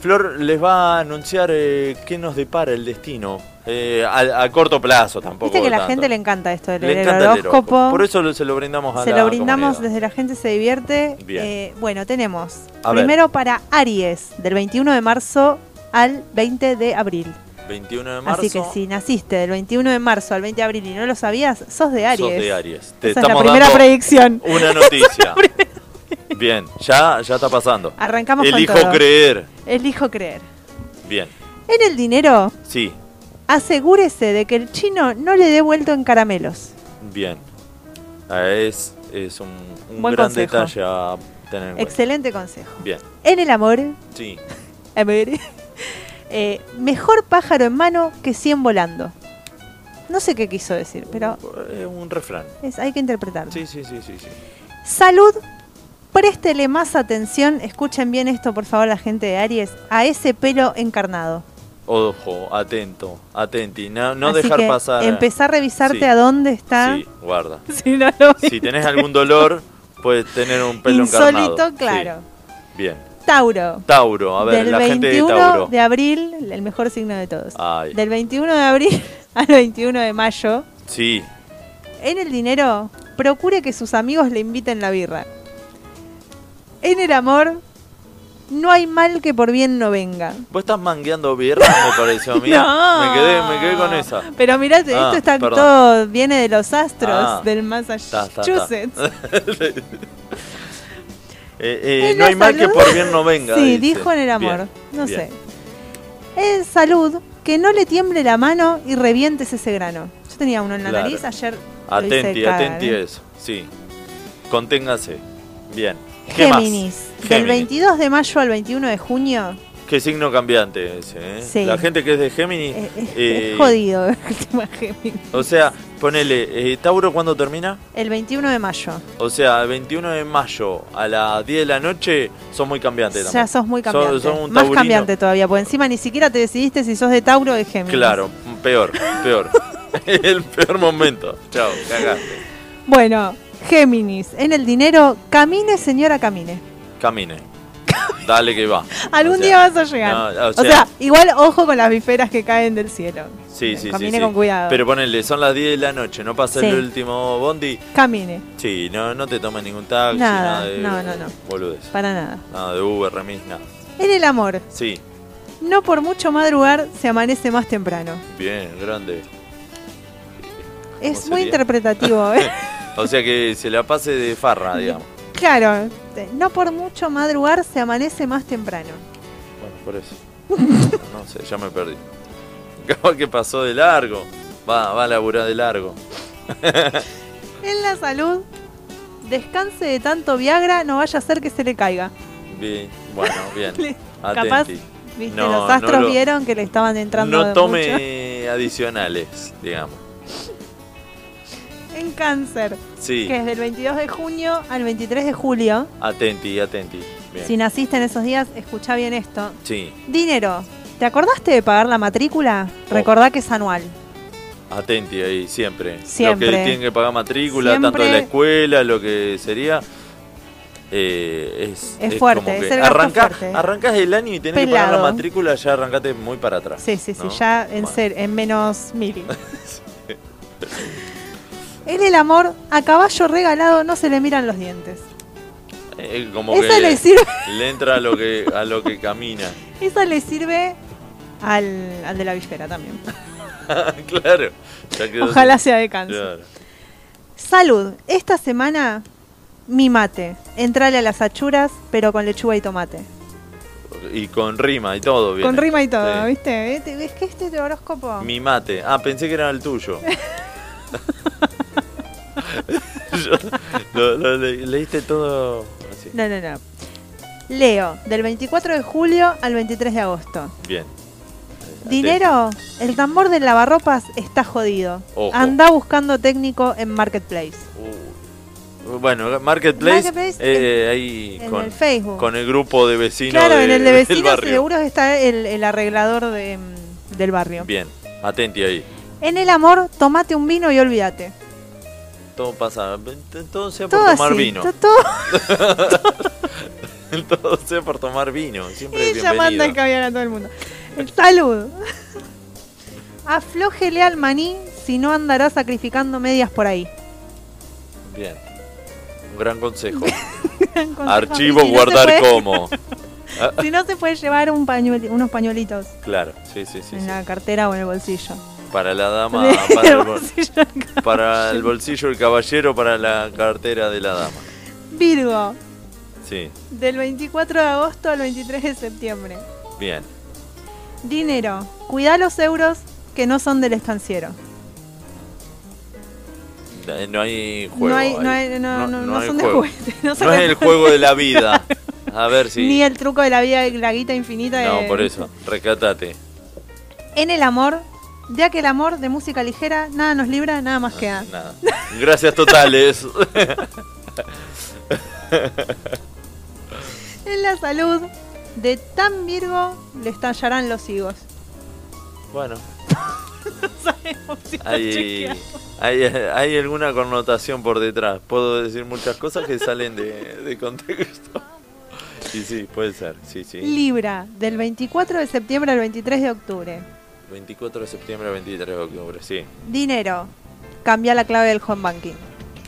Speaker 1: Flor les va a anunciar eh, qué nos depara el destino. eh, a, a corto plazo tampoco.
Speaker 2: Viste que a la
Speaker 1: tanto.
Speaker 2: gente le encanta esto de
Speaker 1: Le
Speaker 2: leer el
Speaker 1: encanta el
Speaker 2: horóscopo.
Speaker 1: Por eso lo- se lo brindamos a
Speaker 2: Se
Speaker 1: la
Speaker 2: lo brindamos
Speaker 1: comunidad.
Speaker 2: desde la gente se divierte.
Speaker 1: Bien.
Speaker 2: Eh, bueno, tenemos
Speaker 1: A ver.
Speaker 2: primero para Aries, del 21 de marzo al 20 de abril.
Speaker 1: 21 de marzo.
Speaker 2: Así que si naciste del 21 de marzo al 20 de abril y no lo sabías, sos de Aries.
Speaker 1: sos de Aries. Te
Speaker 2: Esa es la
Speaker 1: estamos
Speaker 2: primera
Speaker 1: dando
Speaker 2: predicción.
Speaker 1: Una noticia. Bien, ya, ya está pasando.
Speaker 2: Arrancamos con
Speaker 1: Elijo
Speaker 2: todo.
Speaker 1: creer.
Speaker 2: Elijo creer.
Speaker 1: Bien,
Speaker 2: En el dinero,
Speaker 1: sí,
Speaker 2: asegúrese de que el chino no le dé vuelto en caramelos.
Speaker 1: bien. Ah, Es, es un, un
Speaker 2: Buen
Speaker 1: gran
Speaker 2: consejo.
Speaker 1: detalle a tener en cuenta.
Speaker 2: Excelente consejo.
Speaker 1: Bien,
Speaker 2: En el amor,
Speaker 1: sí.
Speaker 2: amor, eh, mejor pájaro en mano que 100 volando. No sé qué quiso decir, pero
Speaker 1: Es un refrán.
Speaker 2: es- hay que interpretarlo.
Speaker 1: Sí, sí, sí, sí, sí.
Speaker 2: Salud, préstele más atención, escuchen bien esto por favor la gente de Aries, a ese pelo encarnado.
Speaker 1: Ojo, atento, atenti. No, no
Speaker 2: Así
Speaker 1: dejar
Speaker 2: que
Speaker 1: pasar. eh.
Speaker 2: Empezá a revisarte
Speaker 1: Sí,
Speaker 2: a dónde está.
Speaker 1: Sí, guarda.
Speaker 2: Si no lo
Speaker 1: Si tenés algún dolor, puedes tener un pelo
Speaker 2: Insólito,
Speaker 1: encarnado.
Speaker 2: claro.
Speaker 1: Sí, Bien.
Speaker 2: Tauro.
Speaker 1: Tauro, a ver,
Speaker 2: del
Speaker 1: la gente de
Speaker 2: 21
Speaker 1: Tauro.
Speaker 2: de abril, el mejor signo de todos.
Speaker 1: Ay.
Speaker 2: Del 21 de abril al 21 de mayo,
Speaker 1: Sí,
Speaker 2: en el dinero, procure que sus amigos le inviten la birra. En el amor, no hay mal que por bien no venga.
Speaker 1: Vos estás mangueando birra, me pareció a mí.
Speaker 2: No.
Speaker 1: Me quedé, me quedé con esa.
Speaker 2: Pero mirá,
Speaker 1: Ah,
Speaker 2: esto está
Speaker 1: perdón.
Speaker 2: todo viene de los astros
Speaker 1: Ah.
Speaker 2: del
Speaker 1: Está, está, está.
Speaker 2: Massachusetts.
Speaker 1: Eh, eh,
Speaker 2: En
Speaker 1: no
Speaker 2: la
Speaker 1: hay mal que
Speaker 2: salud-
Speaker 1: por bien no venga.
Speaker 2: Sí,
Speaker 1: dice.
Speaker 2: dijo en el amor.
Speaker 1: Bien,
Speaker 2: no
Speaker 1: bien.
Speaker 2: sé. En salud, que no le tiemble la mano y revientes ese grano. Yo tenía uno en la
Speaker 1: Claro.
Speaker 2: nariz ayer. lo hice
Speaker 1: Atenti,
Speaker 2: cagar,
Speaker 1: atenti a
Speaker 2: ¿eh?
Speaker 1: eso. Sí. Conténgase. Bien. ¿Qué más?
Speaker 2: Géminis, del
Speaker 1: Géminis.
Speaker 2: 22 de mayo al 21 de junio,
Speaker 1: Qué signo cambiante ese, ¿eh?
Speaker 2: Sí.
Speaker 1: La gente que es de Géminis.
Speaker 2: Es, es-
Speaker 1: eh,
Speaker 2: es jodido el tema Géminis.
Speaker 1: O sea, ponele, eh, Tauro, ¿cuándo termina?
Speaker 2: El 21 de mayo.
Speaker 1: O sea, el 21 de mayo a las 10 de la noche son muy cambiantes.
Speaker 2: Ya
Speaker 1: también.
Speaker 2: sos muy
Speaker 1: Son-
Speaker 2: cambiante.
Speaker 1: son un
Speaker 2: Más
Speaker 1: taurino.
Speaker 2: cambiante todavía, porque encima ni siquiera te decidiste si sos de Tauro o de Géminis.
Speaker 1: Claro, peor, peor. el peor momento. Chao, cagaste.
Speaker 2: Bueno, Géminis, en el dinero, camine, señora, camine.
Speaker 1: Camine. Dale que va.
Speaker 2: Algún
Speaker 1: O sea,
Speaker 2: día vas a llegar.
Speaker 1: no, o
Speaker 2: o, sea,
Speaker 1: sea-
Speaker 2: igual ojo con las biferas que caen del cielo.
Speaker 1: Sí, sí, sí,
Speaker 2: Camine
Speaker 1: sí.
Speaker 2: Eh, con cuidado.
Speaker 1: Pero ponele, son las 10 de la noche, no pasa
Speaker 2: Sí.
Speaker 1: el último bondi.
Speaker 2: Camine,
Speaker 1: Sí, no, no te tomes ningún taxi,
Speaker 2: Nada,
Speaker 1: nada, de
Speaker 2: no, no, no.
Speaker 1: boludez.
Speaker 2: para nada.
Speaker 1: Nada de Uber, remis, nada.
Speaker 2: En el amor,
Speaker 1: Sí,
Speaker 2: no por mucho madrugar se amanece más temprano.
Speaker 1: bien, grande.
Speaker 2: Es
Speaker 1: ¿Cómo sería?
Speaker 2: muy interpretativo, ¿eh?
Speaker 1: O sea que se la pase de farra, digamos.
Speaker 2: claro, te- no por mucho madrugar se amanece más temprano.
Speaker 1: Bueno, por eso. No sé, ya me perdí. Capaz que pasó de largo. Va, va a laburar de largo.
Speaker 2: En la salud, descanse de tanto Viagra, no vaya a ser que se le caiga.
Speaker 1: Bien, bueno, bien.
Speaker 2: Le- Capaz,
Speaker 1: Atenti.
Speaker 2: viste,
Speaker 1: No,
Speaker 2: los
Speaker 1: no
Speaker 2: astros
Speaker 1: lo-
Speaker 2: vieron que le estaban entrando
Speaker 1: No
Speaker 2: mucho.
Speaker 1: tome adicionales, digamos.
Speaker 2: En cáncer,
Speaker 1: Sí.
Speaker 2: que es del 22 de junio al 23 de julio.
Speaker 1: Atenti, atenti. Bien.
Speaker 2: Si naciste en esos días, escucha bien esto.
Speaker 1: Sí,
Speaker 2: Dinero. ¿Te acordaste de pagar la matrícula?
Speaker 1: Oh.
Speaker 2: Recordá que es anual.
Speaker 1: atenti ahí, siempre.
Speaker 2: Siempre.
Speaker 1: Lo que tienen que pagar matrícula, tanto de
Speaker 2: Siempre.
Speaker 1: la escuela, lo que sería. eh, es,
Speaker 2: Es fuerte,
Speaker 1: como que
Speaker 2: es el gasto
Speaker 1: arrancás-
Speaker 2: fuerte. eh.
Speaker 1: arrancás el año y tenés que pagar
Speaker 2: Pelado.
Speaker 1: la matrícula, ya arrancaste muy para atrás.
Speaker 2: Sí, sí, sí,
Speaker 1: Ah, ¿no?
Speaker 2: ya en,
Speaker 1: Bueno.
Speaker 2: ser, en menos mil. En el amor, a caballo regalado no se le miran los dientes.
Speaker 1: Eh, como
Speaker 2: Eso
Speaker 1: que
Speaker 2: le sirve.
Speaker 1: le entra a lo que a lo que camina.
Speaker 2: Eso le sirve al, al de la víspera también.
Speaker 1: claro. ya quedó
Speaker 2: Ojalá
Speaker 1: así.
Speaker 2: sea de cáncer.
Speaker 1: Claro.
Speaker 2: Salud. Esta semana, mi mate. Entrale a las achuras, pero con lechuga y tomate.
Speaker 1: Y con rima y todo, bien.
Speaker 2: Con rima y todo,
Speaker 1: Sí.
Speaker 2: ¿viste? ¿Eh? Te- Es que este horóscopo.
Speaker 1: Mi mate. Ah, pensé que era el tuyo. Yo- lo, lo le- leíste todo así.
Speaker 2: No, no, no. Leo, del 24 de julio al 23 de agosto.
Speaker 1: Bien.
Speaker 2: Dinero, el tambor del lavarropas está jodido.
Speaker 1: Ojo.
Speaker 2: Anda buscando técnico en Marketplace.
Speaker 1: Uh, Bueno, Marketplace,
Speaker 2: Marketplace,
Speaker 1: eh, ahí
Speaker 2: en
Speaker 1: con,
Speaker 2: el Facebook.
Speaker 1: con el grupo de vecinos.
Speaker 2: claro,
Speaker 1: de-
Speaker 2: en el de
Speaker 1: del
Speaker 2: vecinos
Speaker 1: barrio.
Speaker 2: seguro está el, el arreglador de, mm, del barrio.
Speaker 1: Bien, atenti ahí.
Speaker 2: En el amor, tomate un vino y olvídate.
Speaker 1: Todo pasa. t- Todo sea por
Speaker 2: Todo
Speaker 1: tomar
Speaker 2: así,
Speaker 1: vino.
Speaker 2: to- todo-
Speaker 1: Todo sea por tomar vino. Siempre
Speaker 2: Y
Speaker 1: es
Speaker 2: ya manda el
Speaker 1: bienvenido.
Speaker 2: caviar a todo el mundo. Eh, Salud. Aflójele al maní si no andará sacrificando medias por ahí.
Speaker 1: Bien. Un gran consejo.
Speaker 2: Gran consejo.
Speaker 1: Archivo
Speaker 2: Si no se
Speaker 1: guardar
Speaker 2: puede-
Speaker 1: como. Ah,
Speaker 2: Si no se puede llevar un pañuel- unos pañuelitos
Speaker 1: claro, sí, sí, sí.
Speaker 2: en
Speaker 1: sí.
Speaker 2: la cartera o en el bolsillo.
Speaker 1: Para la dama,
Speaker 2: En el
Speaker 1: para el, bol-
Speaker 2: bolsillo del cabello.
Speaker 1: para el bolsillo el caballero, para la cartera de la dama.
Speaker 2: Virgo,
Speaker 1: Sí,
Speaker 2: del 24 de agosto al 23 de septiembre.
Speaker 1: bien.
Speaker 2: Dinero, cuida los euros que no son del estanciero.
Speaker 1: Eh, No hay juego.
Speaker 2: no hay, no,
Speaker 1: ahí.
Speaker 2: hay- no, no, no
Speaker 1: hay
Speaker 2: son de
Speaker 1: juego.
Speaker 2: juguete. No,
Speaker 1: No es el juego de la vida. A ver si.
Speaker 2: Ni el truco de la vida, la guita infinita. de-
Speaker 1: No, por eso. Recatate.
Speaker 2: En el amor, ya que el amor de música ligera, nada nos libra, nada
Speaker 1: Ah,
Speaker 2: más queda.
Speaker 1: Nada. Gracias totales.
Speaker 2: En la salud, de tan Virgo, le estallarán los higos.
Speaker 1: bueno,
Speaker 2: Sabemos si lo
Speaker 1: hay,
Speaker 2: chequeamos.
Speaker 1: hay, hay alguna connotación por detrás. Puedo decir muchas cosas que salen de, de contexto. Y sí, puede ser. Sí, sí.
Speaker 2: Libra, del 24 de septiembre al 23 de octubre.
Speaker 1: 24 de septiembre, 23 de octubre. Sí,
Speaker 2: Dinero, cambia la clave del home banking.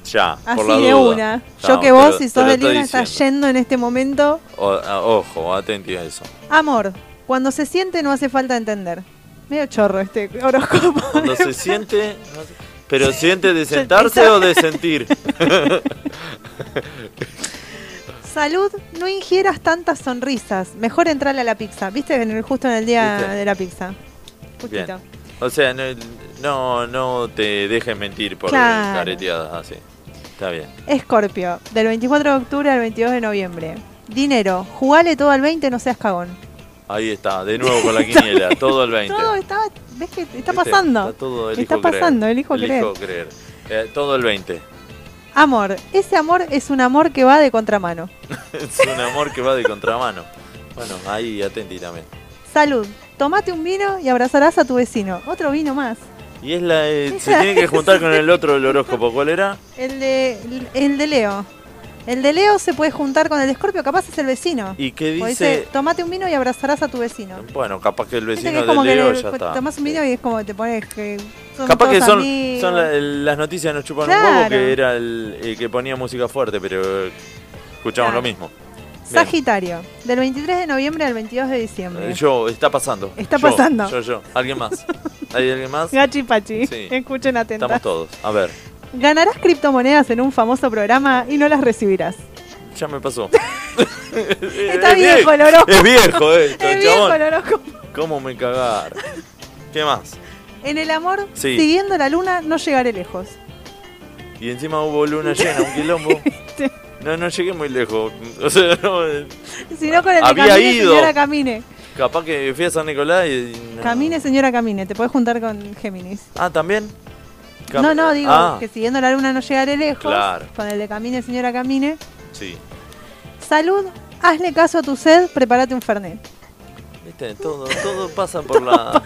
Speaker 1: ya. por la
Speaker 2: Así de
Speaker 1: duda.
Speaker 2: una.
Speaker 1: Ya,
Speaker 2: Yo que
Speaker 1: te
Speaker 2: vos,
Speaker 1: lo-
Speaker 2: si
Speaker 1: te
Speaker 2: sos
Speaker 1: lo
Speaker 2: de
Speaker 1: estoy
Speaker 2: Libra, estás
Speaker 1: diciendo.
Speaker 2: yendo en este momento.
Speaker 1: O- a- ojo, atenti a eso.
Speaker 2: Amor, cuando se siente no hace falta entender. Medio chorro este horóscopo.
Speaker 1: Cuando se siente. no sé, Pero siente de sentarse o de sentir.
Speaker 2: Salud, no ingieras tantas sonrisas. Mejor entrarle a la pizza. ¿Viste? En el- justo en el día
Speaker 1: ¿Viste?
Speaker 2: de la pizza.
Speaker 1: Bien.
Speaker 2: Justito.
Speaker 1: O sea, no, no, no te dejes mentir por
Speaker 2: Claro.
Speaker 1: careteadas así. Está bien.
Speaker 2: Escorpio, del 24 de octubre al 22 de noviembre. Dinero, jugale todo al 20, no seas cagón.
Speaker 1: Ahí está, de nuevo con la quiniela, todo el 20.
Speaker 2: Todo estaba, ves que está
Speaker 1: ¿Viste?
Speaker 2: pasando.
Speaker 1: Está todo, elijo
Speaker 2: está pasando,
Speaker 1: creer.
Speaker 2: elijo creer.
Speaker 1: creer. Eh, todo el 20.
Speaker 2: Amor, ese amor es un amor que va de contramano.
Speaker 1: es un amor que va de contramano. Bueno, ahí atenti también.
Speaker 2: Salud, tomate un vino y abrazarás a tu vecino. Otro vino más.
Speaker 1: Y es la, eh, se tiene que juntar con el otro del horóscopo. ¿Cuál era?
Speaker 2: El de, el de Leo. El de Leo se puede juntar con el de Escorpio, capaz es el vecino.
Speaker 1: ¿Y qué
Speaker 2: O
Speaker 1: dice?
Speaker 2: tomate un vino y abrazarás a tu vecino.
Speaker 1: Bueno, capaz que el
Speaker 2: Viste
Speaker 1: vecino
Speaker 2: es
Speaker 1: de
Speaker 2: como que
Speaker 1: Leo
Speaker 2: le- pues,
Speaker 1: ya está.
Speaker 2: tomás un vino y es como que te pones que son
Speaker 1: Capaz que
Speaker 2: todos
Speaker 1: son,
Speaker 2: amigos.
Speaker 1: son la- las noticias nos chupan un
Speaker 2: Claro.
Speaker 1: huevo, que era el, el que ponía música fuerte, pero eh, escuchamos lo mismo. Bien.
Speaker 2: Sagitario, del 23 de noviembre al 22 de diciembre.
Speaker 1: Eh, Yo, está pasando.
Speaker 2: Está
Speaker 1: Yo,
Speaker 2: pasando.
Speaker 1: Yo, yo. ¿Alguien más? ¿Hay alguien más?
Speaker 2: Gachi Pachi,
Speaker 1: Sí.
Speaker 2: escuchen
Speaker 1: Estamos
Speaker 2: atentas.
Speaker 1: todos. A ver,
Speaker 2: Ganarás criptomonedas en un famoso programa y no las recibirás.
Speaker 1: ya me pasó.
Speaker 2: Está
Speaker 1: Es
Speaker 2: viejo el horóscopo.
Speaker 1: Es viejo esto,
Speaker 2: Es viejo
Speaker 1: eh, chabón.
Speaker 2: el horóscopo.
Speaker 1: ¿Cómo me cagar? ¿Qué más?
Speaker 2: En el amor,
Speaker 1: Sí.
Speaker 2: siguiendo la luna, no llegaré lejos.
Speaker 1: Y encima hubo luna llena, un quilombo. No, no llegué muy lejos. O sea, no, eh,
Speaker 2: Sino con el de
Speaker 1: Había
Speaker 2: camine,
Speaker 1: ido.
Speaker 2: señora, camine.
Speaker 1: capaz que fui a San Nicolás y... no.
Speaker 2: Camine, señora, camine. Te puedes juntar con Géminis.
Speaker 1: Ah, ¿también? Cam-
Speaker 2: No, no, digo
Speaker 1: Ah,
Speaker 2: que siguiendo la luna no llegaré lejos.
Speaker 1: Claro.
Speaker 2: Con el de camine, señora, camine.
Speaker 1: sí.
Speaker 2: Salud, hazle caso a tu sed, prepárate un fernet.
Speaker 1: Viste, todo, todo pasa por la...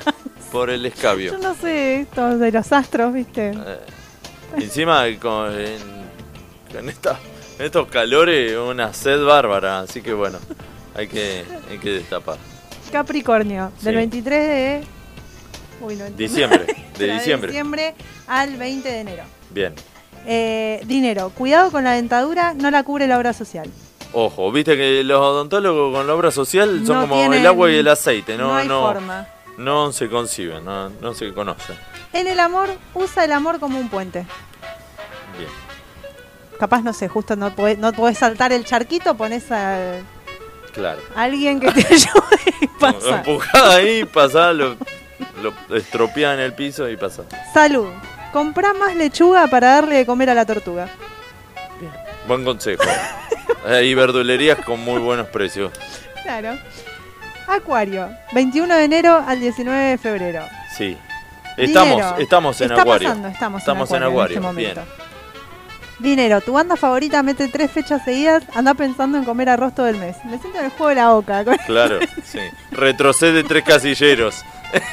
Speaker 1: Por el escabio.
Speaker 2: Yo no sé esto de los astros, ¿viste?
Speaker 1: Eh, encima con, en- con esta- estos calores una sed bárbara, así que bueno, hay que, hay que destapar.
Speaker 2: Capricornio, del
Speaker 1: Sí.
Speaker 2: 23 de... Uy, no entiendo.
Speaker 1: Diciembre, de
Speaker 2: Era
Speaker 1: diciembre.
Speaker 2: al 20 de enero.
Speaker 1: Bien.
Speaker 2: Eh, dinero, cuidado con la dentadura, no la cubre la obra social.
Speaker 1: Ojo, viste que los odontólogos con la obra social son
Speaker 2: No
Speaker 1: como
Speaker 2: tienen-
Speaker 1: el agua y el aceite, no,
Speaker 2: no hay
Speaker 1: no,
Speaker 2: forma.
Speaker 1: no se conciben, no, no se conocen.
Speaker 2: En el amor, usa el amor como un puente.
Speaker 1: Bien.
Speaker 2: Capaz, no sé, justo no podés, no podés saltar el charquito, pones a
Speaker 1: Claro.
Speaker 2: alguien que te ayude y pasa.
Speaker 1: Empujada ahí, pasá, lo, lo estropeá en el piso y pasa.
Speaker 2: Salud. Comprá más lechuga para darle de comer a la tortuga.
Speaker 1: Buen consejo. Hay verdulerías con muy buenos precios.
Speaker 2: Claro. Acuario, 21 de enero al 19 de febrero.
Speaker 1: Sí. Estamos,
Speaker 2: Dinero.
Speaker 1: estamos en
Speaker 2: Está
Speaker 1: Acuario.
Speaker 2: pasando, estamos en
Speaker 1: en
Speaker 2: Acuario
Speaker 1: Acuario.
Speaker 2: en este
Speaker 1: Bien.
Speaker 2: Dinero, tu banda favorita mete tres fechas seguidas, anda pensando en comer arroz todo el mes. Me siento en el juego de la oca. con-
Speaker 1: Claro, sí. Retrocede tres casilleros.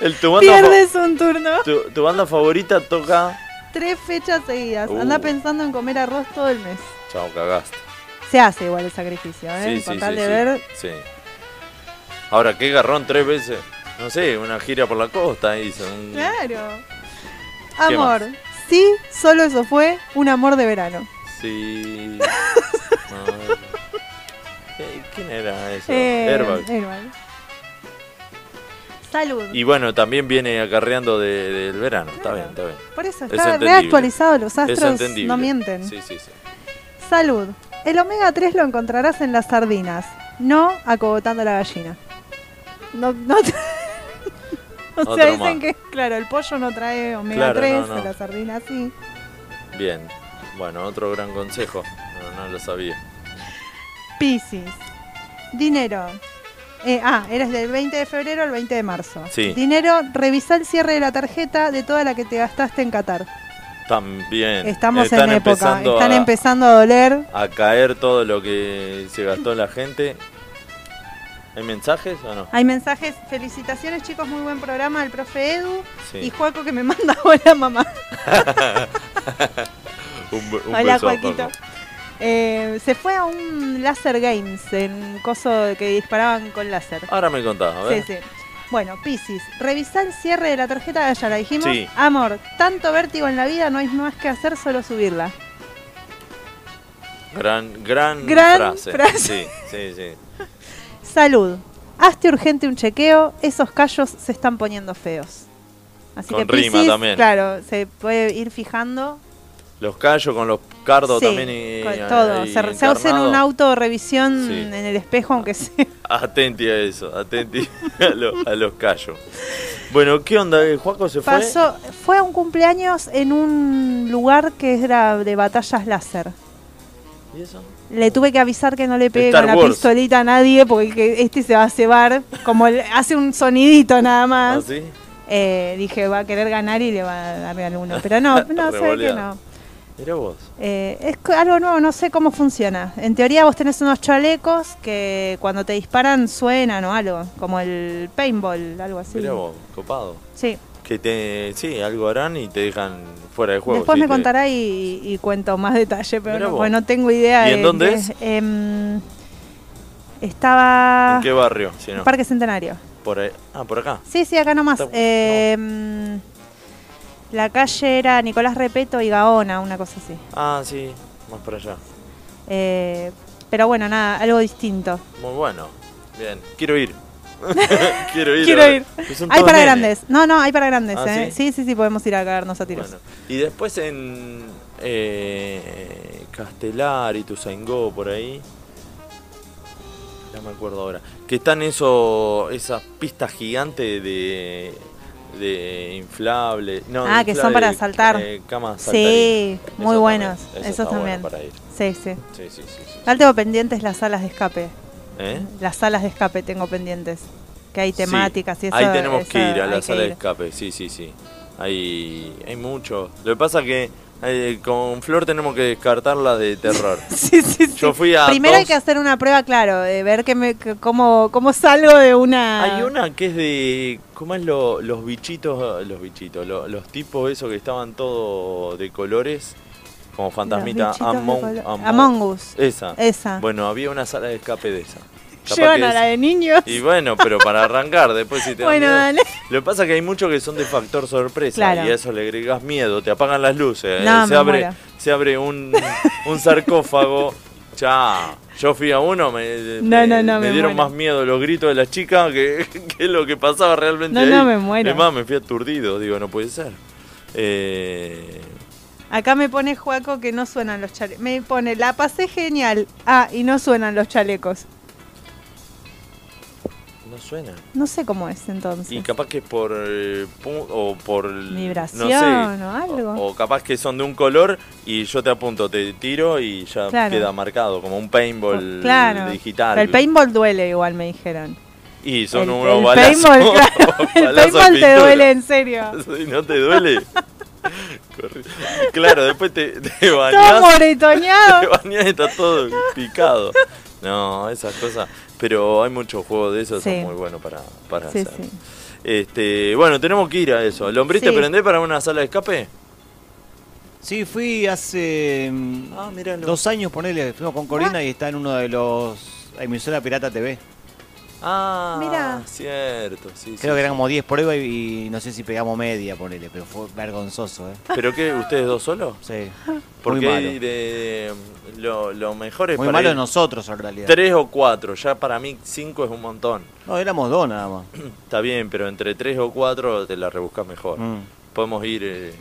Speaker 1: El, tu, banda fa-
Speaker 2: Pierdes un turno.
Speaker 1: tu- tu banda favorita toca.
Speaker 2: Tres fechas seguidas, anda
Speaker 1: Uh.
Speaker 2: pensando en comer arroz todo el mes.
Speaker 1: Chao, cagaste.
Speaker 2: Se hace igual el sacrificio, ¿eh?
Speaker 1: Sí, sí,
Speaker 2: Con
Speaker 1: sí,
Speaker 2: tal de
Speaker 1: sí,
Speaker 2: ver.
Speaker 1: sí. Ahora, qué garrón tres veces. No sé, una gira por la costa hizo. un-
Speaker 2: Claro.
Speaker 1: ¿Qué
Speaker 2: Amor, sí, solo eso fue un amor de verano.
Speaker 1: Sí. No. Eh, ¿Quién era eso?
Speaker 2: Eh,
Speaker 1: Airbag.
Speaker 2: Airbag. Salud.
Speaker 1: Y bueno, también viene acarreando de- del verano. Está bien, está bien.
Speaker 2: Por eso
Speaker 1: Es
Speaker 2: está
Speaker 1: entendible.
Speaker 2: reactualizado, los
Speaker 1: Es
Speaker 2: astros
Speaker 1: entendible.
Speaker 2: no mienten.
Speaker 1: Sí, sí, sí.
Speaker 2: Salud. El omega 3 lo encontrarás en las sardinas, no acogotando la gallina. No, no te- o
Speaker 1: Otro
Speaker 2: sea, dicen
Speaker 1: más.
Speaker 2: que, claro, el pollo no trae omega
Speaker 1: Claro,
Speaker 2: 3,
Speaker 1: no, no.
Speaker 2: la sardina sí.
Speaker 1: Bien. Bueno, otro gran consejo. No, no lo sabía.
Speaker 2: Piscis. Dinero. Eh, ah, eres del 20 de febrero al 20 de marzo.
Speaker 1: Sí.
Speaker 2: Dinero, revisa el cierre de la tarjeta de toda la que te gastaste en Qatar.
Speaker 1: También.
Speaker 2: Estamos
Speaker 1: están
Speaker 2: en época,
Speaker 1: empezando
Speaker 2: están
Speaker 1: a,
Speaker 2: empezando a doler.
Speaker 1: a caer todo lo que se gastó la gente. ¿Hay mensajes o no?
Speaker 2: Hay mensajes, felicitaciones chicos, muy buen programa del profe Edu
Speaker 1: Sí.
Speaker 2: y Juaco que me manda hola mamá.
Speaker 1: un, be- un beso
Speaker 2: hola
Speaker 1: a
Speaker 2: Juaquito.
Speaker 1: Paco.
Speaker 2: Eh, se fue a un Laser Games, en coso que disparaban con láser.
Speaker 1: Ahora me contás, a
Speaker 2: Sí,
Speaker 1: ver.
Speaker 2: sí. Bueno, Piscis, revisá el cierre de la tarjeta, ah, ya la dijimos.
Speaker 1: Sí.
Speaker 2: Amor, tanto vértigo en la vida, no hay más que hacer, solo subirla.
Speaker 1: Gran, gran,
Speaker 2: Gran
Speaker 1: frase.
Speaker 2: frase.
Speaker 1: Sí, sí, sí.
Speaker 2: Salud, hazte urgente un chequeo, esos callos se están poniendo feos. Así
Speaker 1: Con
Speaker 2: que Piscis,
Speaker 1: rima también.
Speaker 2: claro, se puede ir fijando
Speaker 1: Los callos con los cardos
Speaker 2: Sí,
Speaker 1: también. Y, eh,
Speaker 2: con todo.
Speaker 1: ahí
Speaker 2: Se, re- se hacen
Speaker 1: encarnado.
Speaker 2: una autorrevisión
Speaker 1: Sí. Ah.
Speaker 2: en el espejo, aunque sea.
Speaker 1: Atenti a eso, atenti a, lo- a los callos. Bueno, ¿qué onda? ¿El Juaco se
Speaker 2: Pasó, fue a un cumpleaños en un lugar que era de batallas láser.
Speaker 1: ¿Y eso?
Speaker 2: Le tuve que avisar que no le pegue
Speaker 1: Star
Speaker 2: con la
Speaker 1: Wars.
Speaker 2: pistolita a nadie porque que este se va a cebar. Como le- hace un sonidito nada más.
Speaker 1: ¿Ah, sí?
Speaker 2: Eh, dije, va a querer ganar y le va a dar alguno. Pero no, no sé que
Speaker 1: Revoleado.
Speaker 2: no.
Speaker 1: Mirá vos.
Speaker 2: Eh, es co- algo nuevo, no sé cómo funciona. En teoría vos tenés unos chalecos que cuando te disparan suenan o algo, como el paintball, algo así.
Speaker 1: Mirá vos, copado.
Speaker 2: Sí,
Speaker 1: Que te. Sí, algo harán y te dejan fuera de juego.
Speaker 2: después
Speaker 1: sí,
Speaker 2: me
Speaker 1: te-
Speaker 2: contará y, y cuento más detalle, pero
Speaker 1: Mirá
Speaker 2: no,
Speaker 1: vos.
Speaker 2: porque no tengo idea.
Speaker 1: ¿Y en
Speaker 2: de
Speaker 1: dónde
Speaker 2: qué
Speaker 1: es?
Speaker 2: Em, estaba...
Speaker 1: ¿En qué barrio? Si no.
Speaker 2: Parque Centenario.
Speaker 1: Por ahí- Ah, por acá.
Speaker 2: Sí, sí, acá nomás.
Speaker 1: Está-
Speaker 2: Em, La calle era Nicolás Repeto y Gaona, una cosa así.
Speaker 1: Ah, sí, más por allá.
Speaker 2: Eh, pero bueno, nada, algo distinto.
Speaker 1: Muy bueno. Bien, quiero ir. quiero ir.
Speaker 2: Quiero
Speaker 1: ahora.
Speaker 2: ir.
Speaker 1: Pues son
Speaker 2: Hay
Speaker 1: todos
Speaker 2: para
Speaker 1: nenes.
Speaker 2: grandes. No, no, hay para grandes.
Speaker 1: ¿Ah,
Speaker 2: eh. ¿sí? sí, sí, podemos ir a cagarnos a tiros.
Speaker 1: Bueno, y después en eh, Castelar y Tuzaingó, por ahí. Ya me acuerdo ahora. Que están eso, esas pistas gigantes de, de inflable. no,
Speaker 2: ah,
Speaker 1: de
Speaker 2: que
Speaker 1: inflable,
Speaker 2: son para saltar.
Speaker 1: eh, camas
Speaker 2: sí,
Speaker 1: saltarinas.
Speaker 2: muy
Speaker 1: Eso
Speaker 2: buenos.
Speaker 1: también, eso
Speaker 2: Esos
Speaker 1: está
Speaker 2: también.
Speaker 1: bueno para ir.
Speaker 2: Sí, sí.
Speaker 1: Sí, sí, sí, sí.
Speaker 2: Ahora tengo pendientes las salas de escape.
Speaker 1: ¿Eh?
Speaker 2: Las salas de escape tengo pendientes. Que hay
Speaker 1: Sí,
Speaker 2: temáticas y eso.
Speaker 1: Ahí tenemos
Speaker 2: eso
Speaker 1: que ir a
Speaker 2: hay
Speaker 1: la
Speaker 2: que
Speaker 1: sala de
Speaker 2: ir.
Speaker 1: escape, sí, sí, sí. Hay, hay mucho. Lo que pasa que eh, con Flor tenemos que descartar la de terror. Yo fui a.
Speaker 2: Primero hay
Speaker 1: dos-
Speaker 2: que hacer una prueba, claro, de ver que me, que- cómo, cómo salgo de una.
Speaker 1: Hay una que es de. ¿Cómo es lo- los bichitos? ah, Los bichitos, lo- los tipos esos que estaban todos de colores. Como fantasmita.
Speaker 2: bichitos de
Speaker 1: Among,
Speaker 2: color- Among Us.
Speaker 1: Esa.
Speaker 2: Esa.
Speaker 1: Bueno, había una sala de escape de esa. Capaz
Speaker 2: Llevan
Speaker 1: que
Speaker 2: a
Speaker 1: es-
Speaker 2: la de niños.
Speaker 1: Y bueno, pero para arrancar, después si te da
Speaker 2: Bueno,
Speaker 1: miedo.
Speaker 2: dale.
Speaker 1: Lo que pasa es que hay muchos que son de factor sorpresa
Speaker 2: Claro.
Speaker 1: y a eso le agregas miedo, te apagan las luces, eh,
Speaker 2: No,
Speaker 1: se,
Speaker 2: me
Speaker 1: abre,
Speaker 2: muero.
Speaker 1: se abre un, un sarcófago. Ya, yo fui a uno, me, eh,
Speaker 2: No,
Speaker 1: me-
Speaker 2: no, no,
Speaker 1: me
Speaker 2: me
Speaker 1: dieron
Speaker 2: muero.
Speaker 1: más miedo los gritos de las chicas que, que lo que pasaba realmente.
Speaker 2: No,
Speaker 1: ahí.
Speaker 2: no, me muero.
Speaker 1: Es más, me fui aturdido, digo, no puede ser. Eh,
Speaker 2: Acá me pone Juaco que no suenan los chalecos. Me pone, la pasé genial. Ah, y no suenan los chalecos.
Speaker 1: no suena.
Speaker 2: No sé cómo es entonces.
Speaker 1: Y capaz que es por. eh, pu- o por.
Speaker 2: Vibración
Speaker 1: no sé,
Speaker 2: o algo.
Speaker 1: O capaz que son de un color y yo te apunto, te tiro y ya
Speaker 2: Claro. Oh,
Speaker 1: queda marcado, como un paintball
Speaker 2: claro.
Speaker 1: digital.
Speaker 2: Pero el paintball duele igual, me dijeron.
Speaker 1: y son
Speaker 2: el-
Speaker 1: unos
Speaker 2: el
Speaker 1: balazos.
Speaker 2: paintball, claro, el
Speaker 1: balazos de
Speaker 2: paintball te
Speaker 1: pintura.
Speaker 2: duele, en serio.
Speaker 1: Sí, ¿No te duele? Corre- claro, después te, te
Speaker 2: Todo
Speaker 1: bañás.
Speaker 2: moretoneado.
Speaker 1: Te bañás y está todo picado. No, esas cosas. Pero hay muchos juegos de esos,
Speaker 2: Sí.
Speaker 1: son muy buenos para, para
Speaker 2: Sí,
Speaker 1: hacer.
Speaker 2: sí.
Speaker 1: Este, bueno, tenemos que ir a eso. ¿Lombriz te
Speaker 3: Sí.
Speaker 1: prendés para una sala de escape?
Speaker 3: Sí, fui hace mm,
Speaker 1: míralo.
Speaker 3: dos años, ponele, fuimos con
Speaker 2: Ah.
Speaker 3: Corina y está en uno de los emisora Pirata TV.
Speaker 1: Ah,
Speaker 2: Mirá.
Speaker 1: cierto. Sí, sí,
Speaker 3: Creo que
Speaker 1: sí.
Speaker 3: eran como 10 pruebas y, y no sé si pegamos media, ponele, pero fue vergonzoso, ¿eh?
Speaker 1: ¿Pero qué? ¿Ustedes dos solos?
Speaker 3: Sí.
Speaker 1: Porque
Speaker 3: Muy malo.
Speaker 1: de- de- lo, lo mejor es
Speaker 3: Muy
Speaker 1: para
Speaker 3: malo
Speaker 1: ir
Speaker 3: nosotros, en realidad.
Speaker 1: Tres o cuatro, ya para mí cinco es un montón.
Speaker 3: No, éramos dos nada más.
Speaker 1: Está bien, pero entre tres o cuatro te la rebuscas mejor.
Speaker 3: Mm.
Speaker 1: Podemos ir, eh,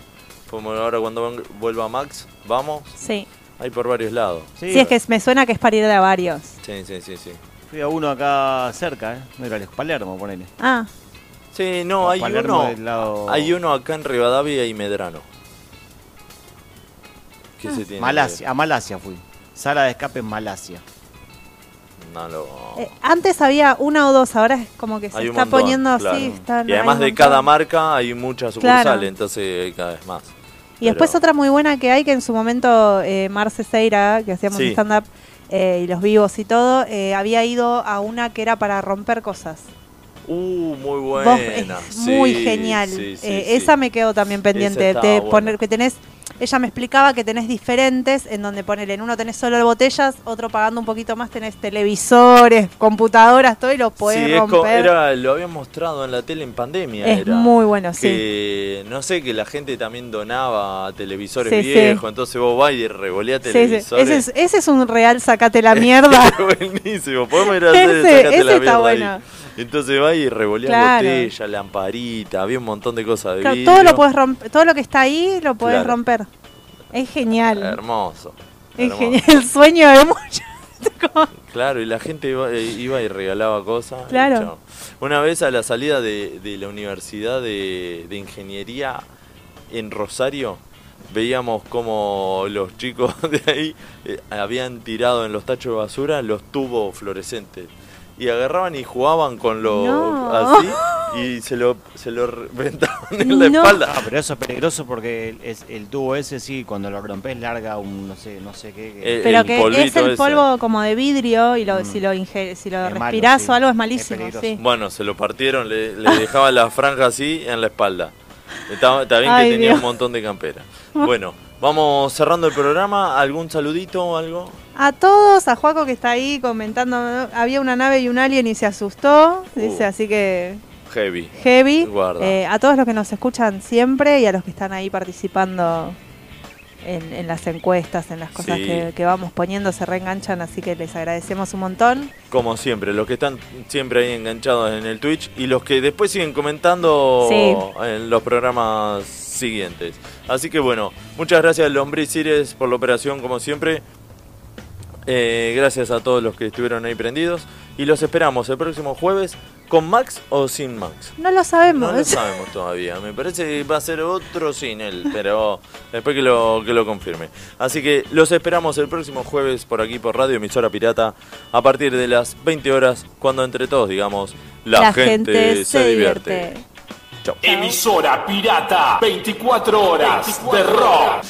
Speaker 1: podemos, ahora cuando ven- vuelva Max, vamos.
Speaker 2: Sí.
Speaker 1: Hay por varios lados.
Speaker 2: Sí, es que me suena que es para ir de a varios.
Speaker 1: Sí, sí, sí, sí.
Speaker 3: Fui a uno acá cerca, ¿eh? No era Alex, Palermo, ponele.
Speaker 2: Ah,
Speaker 1: Sí, no, hay
Speaker 3: Palermo
Speaker 1: uno,
Speaker 3: del lado-
Speaker 1: hay uno acá en Rivadavia y Medrano. ¿Qué se tiene? que-
Speaker 3: Malasia, a Malasia fui. Sala de escape en Malasia.
Speaker 1: No lo...
Speaker 2: eh, antes había una o dos, ahora es como que se
Speaker 1: Hay un
Speaker 2: está
Speaker 1: montón,
Speaker 2: poniendo así.
Speaker 1: claro.
Speaker 2: están-
Speaker 1: y además
Speaker 2: hay un
Speaker 1: de
Speaker 2: montón.
Speaker 1: cada marca hay muchas
Speaker 2: Claro.
Speaker 1: sucursales, entonces hay cada vez más.
Speaker 2: Y después otra muy buena que hay, que en su momento eh, Marce Seira, que hacíamos
Speaker 1: Sí.
Speaker 2: stand-up eh, y los vivos y todo, eh, había ido a una que era para romper cosas.
Speaker 1: Uh, muy buena.
Speaker 2: Vos, es muy genial.
Speaker 1: sí, sí,
Speaker 2: Eh,
Speaker 1: sí.
Speaker 2: Esa me quedó también pendiente.
Speaker 1: estaba
Speaker 2: de
Speaker 1: buena.
Speaker 2: poner que tenés, ella me explicaba que tenés diferentes, en donde poner en uno tenés solo botellas, otro pagando un poquito más tenés televisores, computadoras, todo y lo podés
Speaker 1: Sí, es co-
Speaker 2: romper.
Speaker 1: era, lo habían mostrado en la tele en pandemia.
Speaker 2: Es
Speaker 1: era.
Speaker 2: muy bueno, sí.
Speaker 1: que, No sé, que la gente también donaba televisores
Speaker 2: Sí, sí.
Speaker 1: viejos, entonces vos vas y revoleás
Speaker 2: Sí, sí.
Speaker 1: televisores.
Speaker 2: Ese, es, ese es un real sacate la mierda.
Speaker 1: buenísimo, podemos ir a hacer
Speaker 2: Ese-
Speaker 1: Sácate
Speaker 2: ese
Speaker 1: la
Speaker 2: está
Speaker 1: mierda ahí.
Speaker 2: bueno.
Speaker 1: Entonces vas y revoleás
Speaker 2: Claro.
Speaker 1: botellas, lamparita, había un montón de cosas de
Speaker 2: Claro,
Speaker 1: vidrio.
Speaker 2: todo lo podés romper, todo lo que está ahí lo podés
Speaker 1: Claro.
Speaker 2: romper. Es genial.
Speaker 1: Hermoso.
Speaker 2: Es
Speaker 1: hermoso.
Speaker 2: genial el sueño de muchos.
Speaker 1: Claro, y la gente iba, eh, iba y regalaba cosas. y
Speaker 2: Claro.
Speaker 1: chao. Una vez a la salida de, de la Universidad de, de Ingeniería en Rosario, veíamos como los chicos de ahí eh, habían tirado en los tachos de basura los tubos fluorescentes. Y agarraban y jugaban con los
Speaker 2: No.
Speaker 1: así y se lo, se lo reventaban en la espalda.
Speaker 3: Ah, pero eso es peligroso porque el, es- el tubo ese sí, cuando lo rompes larga un no sé, no sé qué.
Speaker 1: Eh,
Speaker 2: Pero que es el polvo como de vidrio y lo, si lo, inge- si lo
Speaker 3: malo,
Speaker 2: respirás
Speaker 3: sí.
Speaker 2: o algo es malísimo. sí.
Speaker 1: Bueno, se lo partieron, le, le dejaba la franja así en la espalda. Está, está bien
Speaker 2: Ay,
Speaker 1: que tenía
Speaker 2: Dios.
Speaker 1: un montón de campera. Bueno, vamos cerrando el programa. ¿Algún saludito o algo?
Speaker 2: A todos, a Juaco que está ahí comentando, ¿no? había una nave y un alien y se asustó, dice,
Speaker 1: Uh.
Speaker 2: así que
Speaker 1: Heavy.
Speaker 2: heavy.
Speaker 1: Guarda.
Speaker 2: Eh, a todos los que nos escuchan siempre y a los que están ahí participando en, en las encuestas, en las cosas
Speaker 1: Sí.
Speaker 2: que, que vamos poniendo, se reenganchan, así que les agradecemos un montón.
Speaker 1: Como siempre, los que están siempre ahí enganchados en el Twitch y los que después siguen comentando
Speaker 2: Sí.
Speaker 1: en los programas siguientes. Así que bueno, muchas gracias Lombriz Cires por la operación como siempre. Eh, gracias a todos los que estuvieron ahí prendidos y los esperamos el próximo jueves con Max o sin Max.
Speaker 2: No lo
Speaker 1: No
Speaker 2: sabemos.
Speaker 1: lo sabemos todavía. Me parece que va a ser otro sin él, pero después que lo, que lo confirme. Así que los esperamos el próximo jueves por aquí por Radio Emisora Pirata a partir de las 20 horas, cuando entre todos digamos, la, gente, se divierte. Chau.
Speaker 10: Emisora Pirata, 24 horas de rock.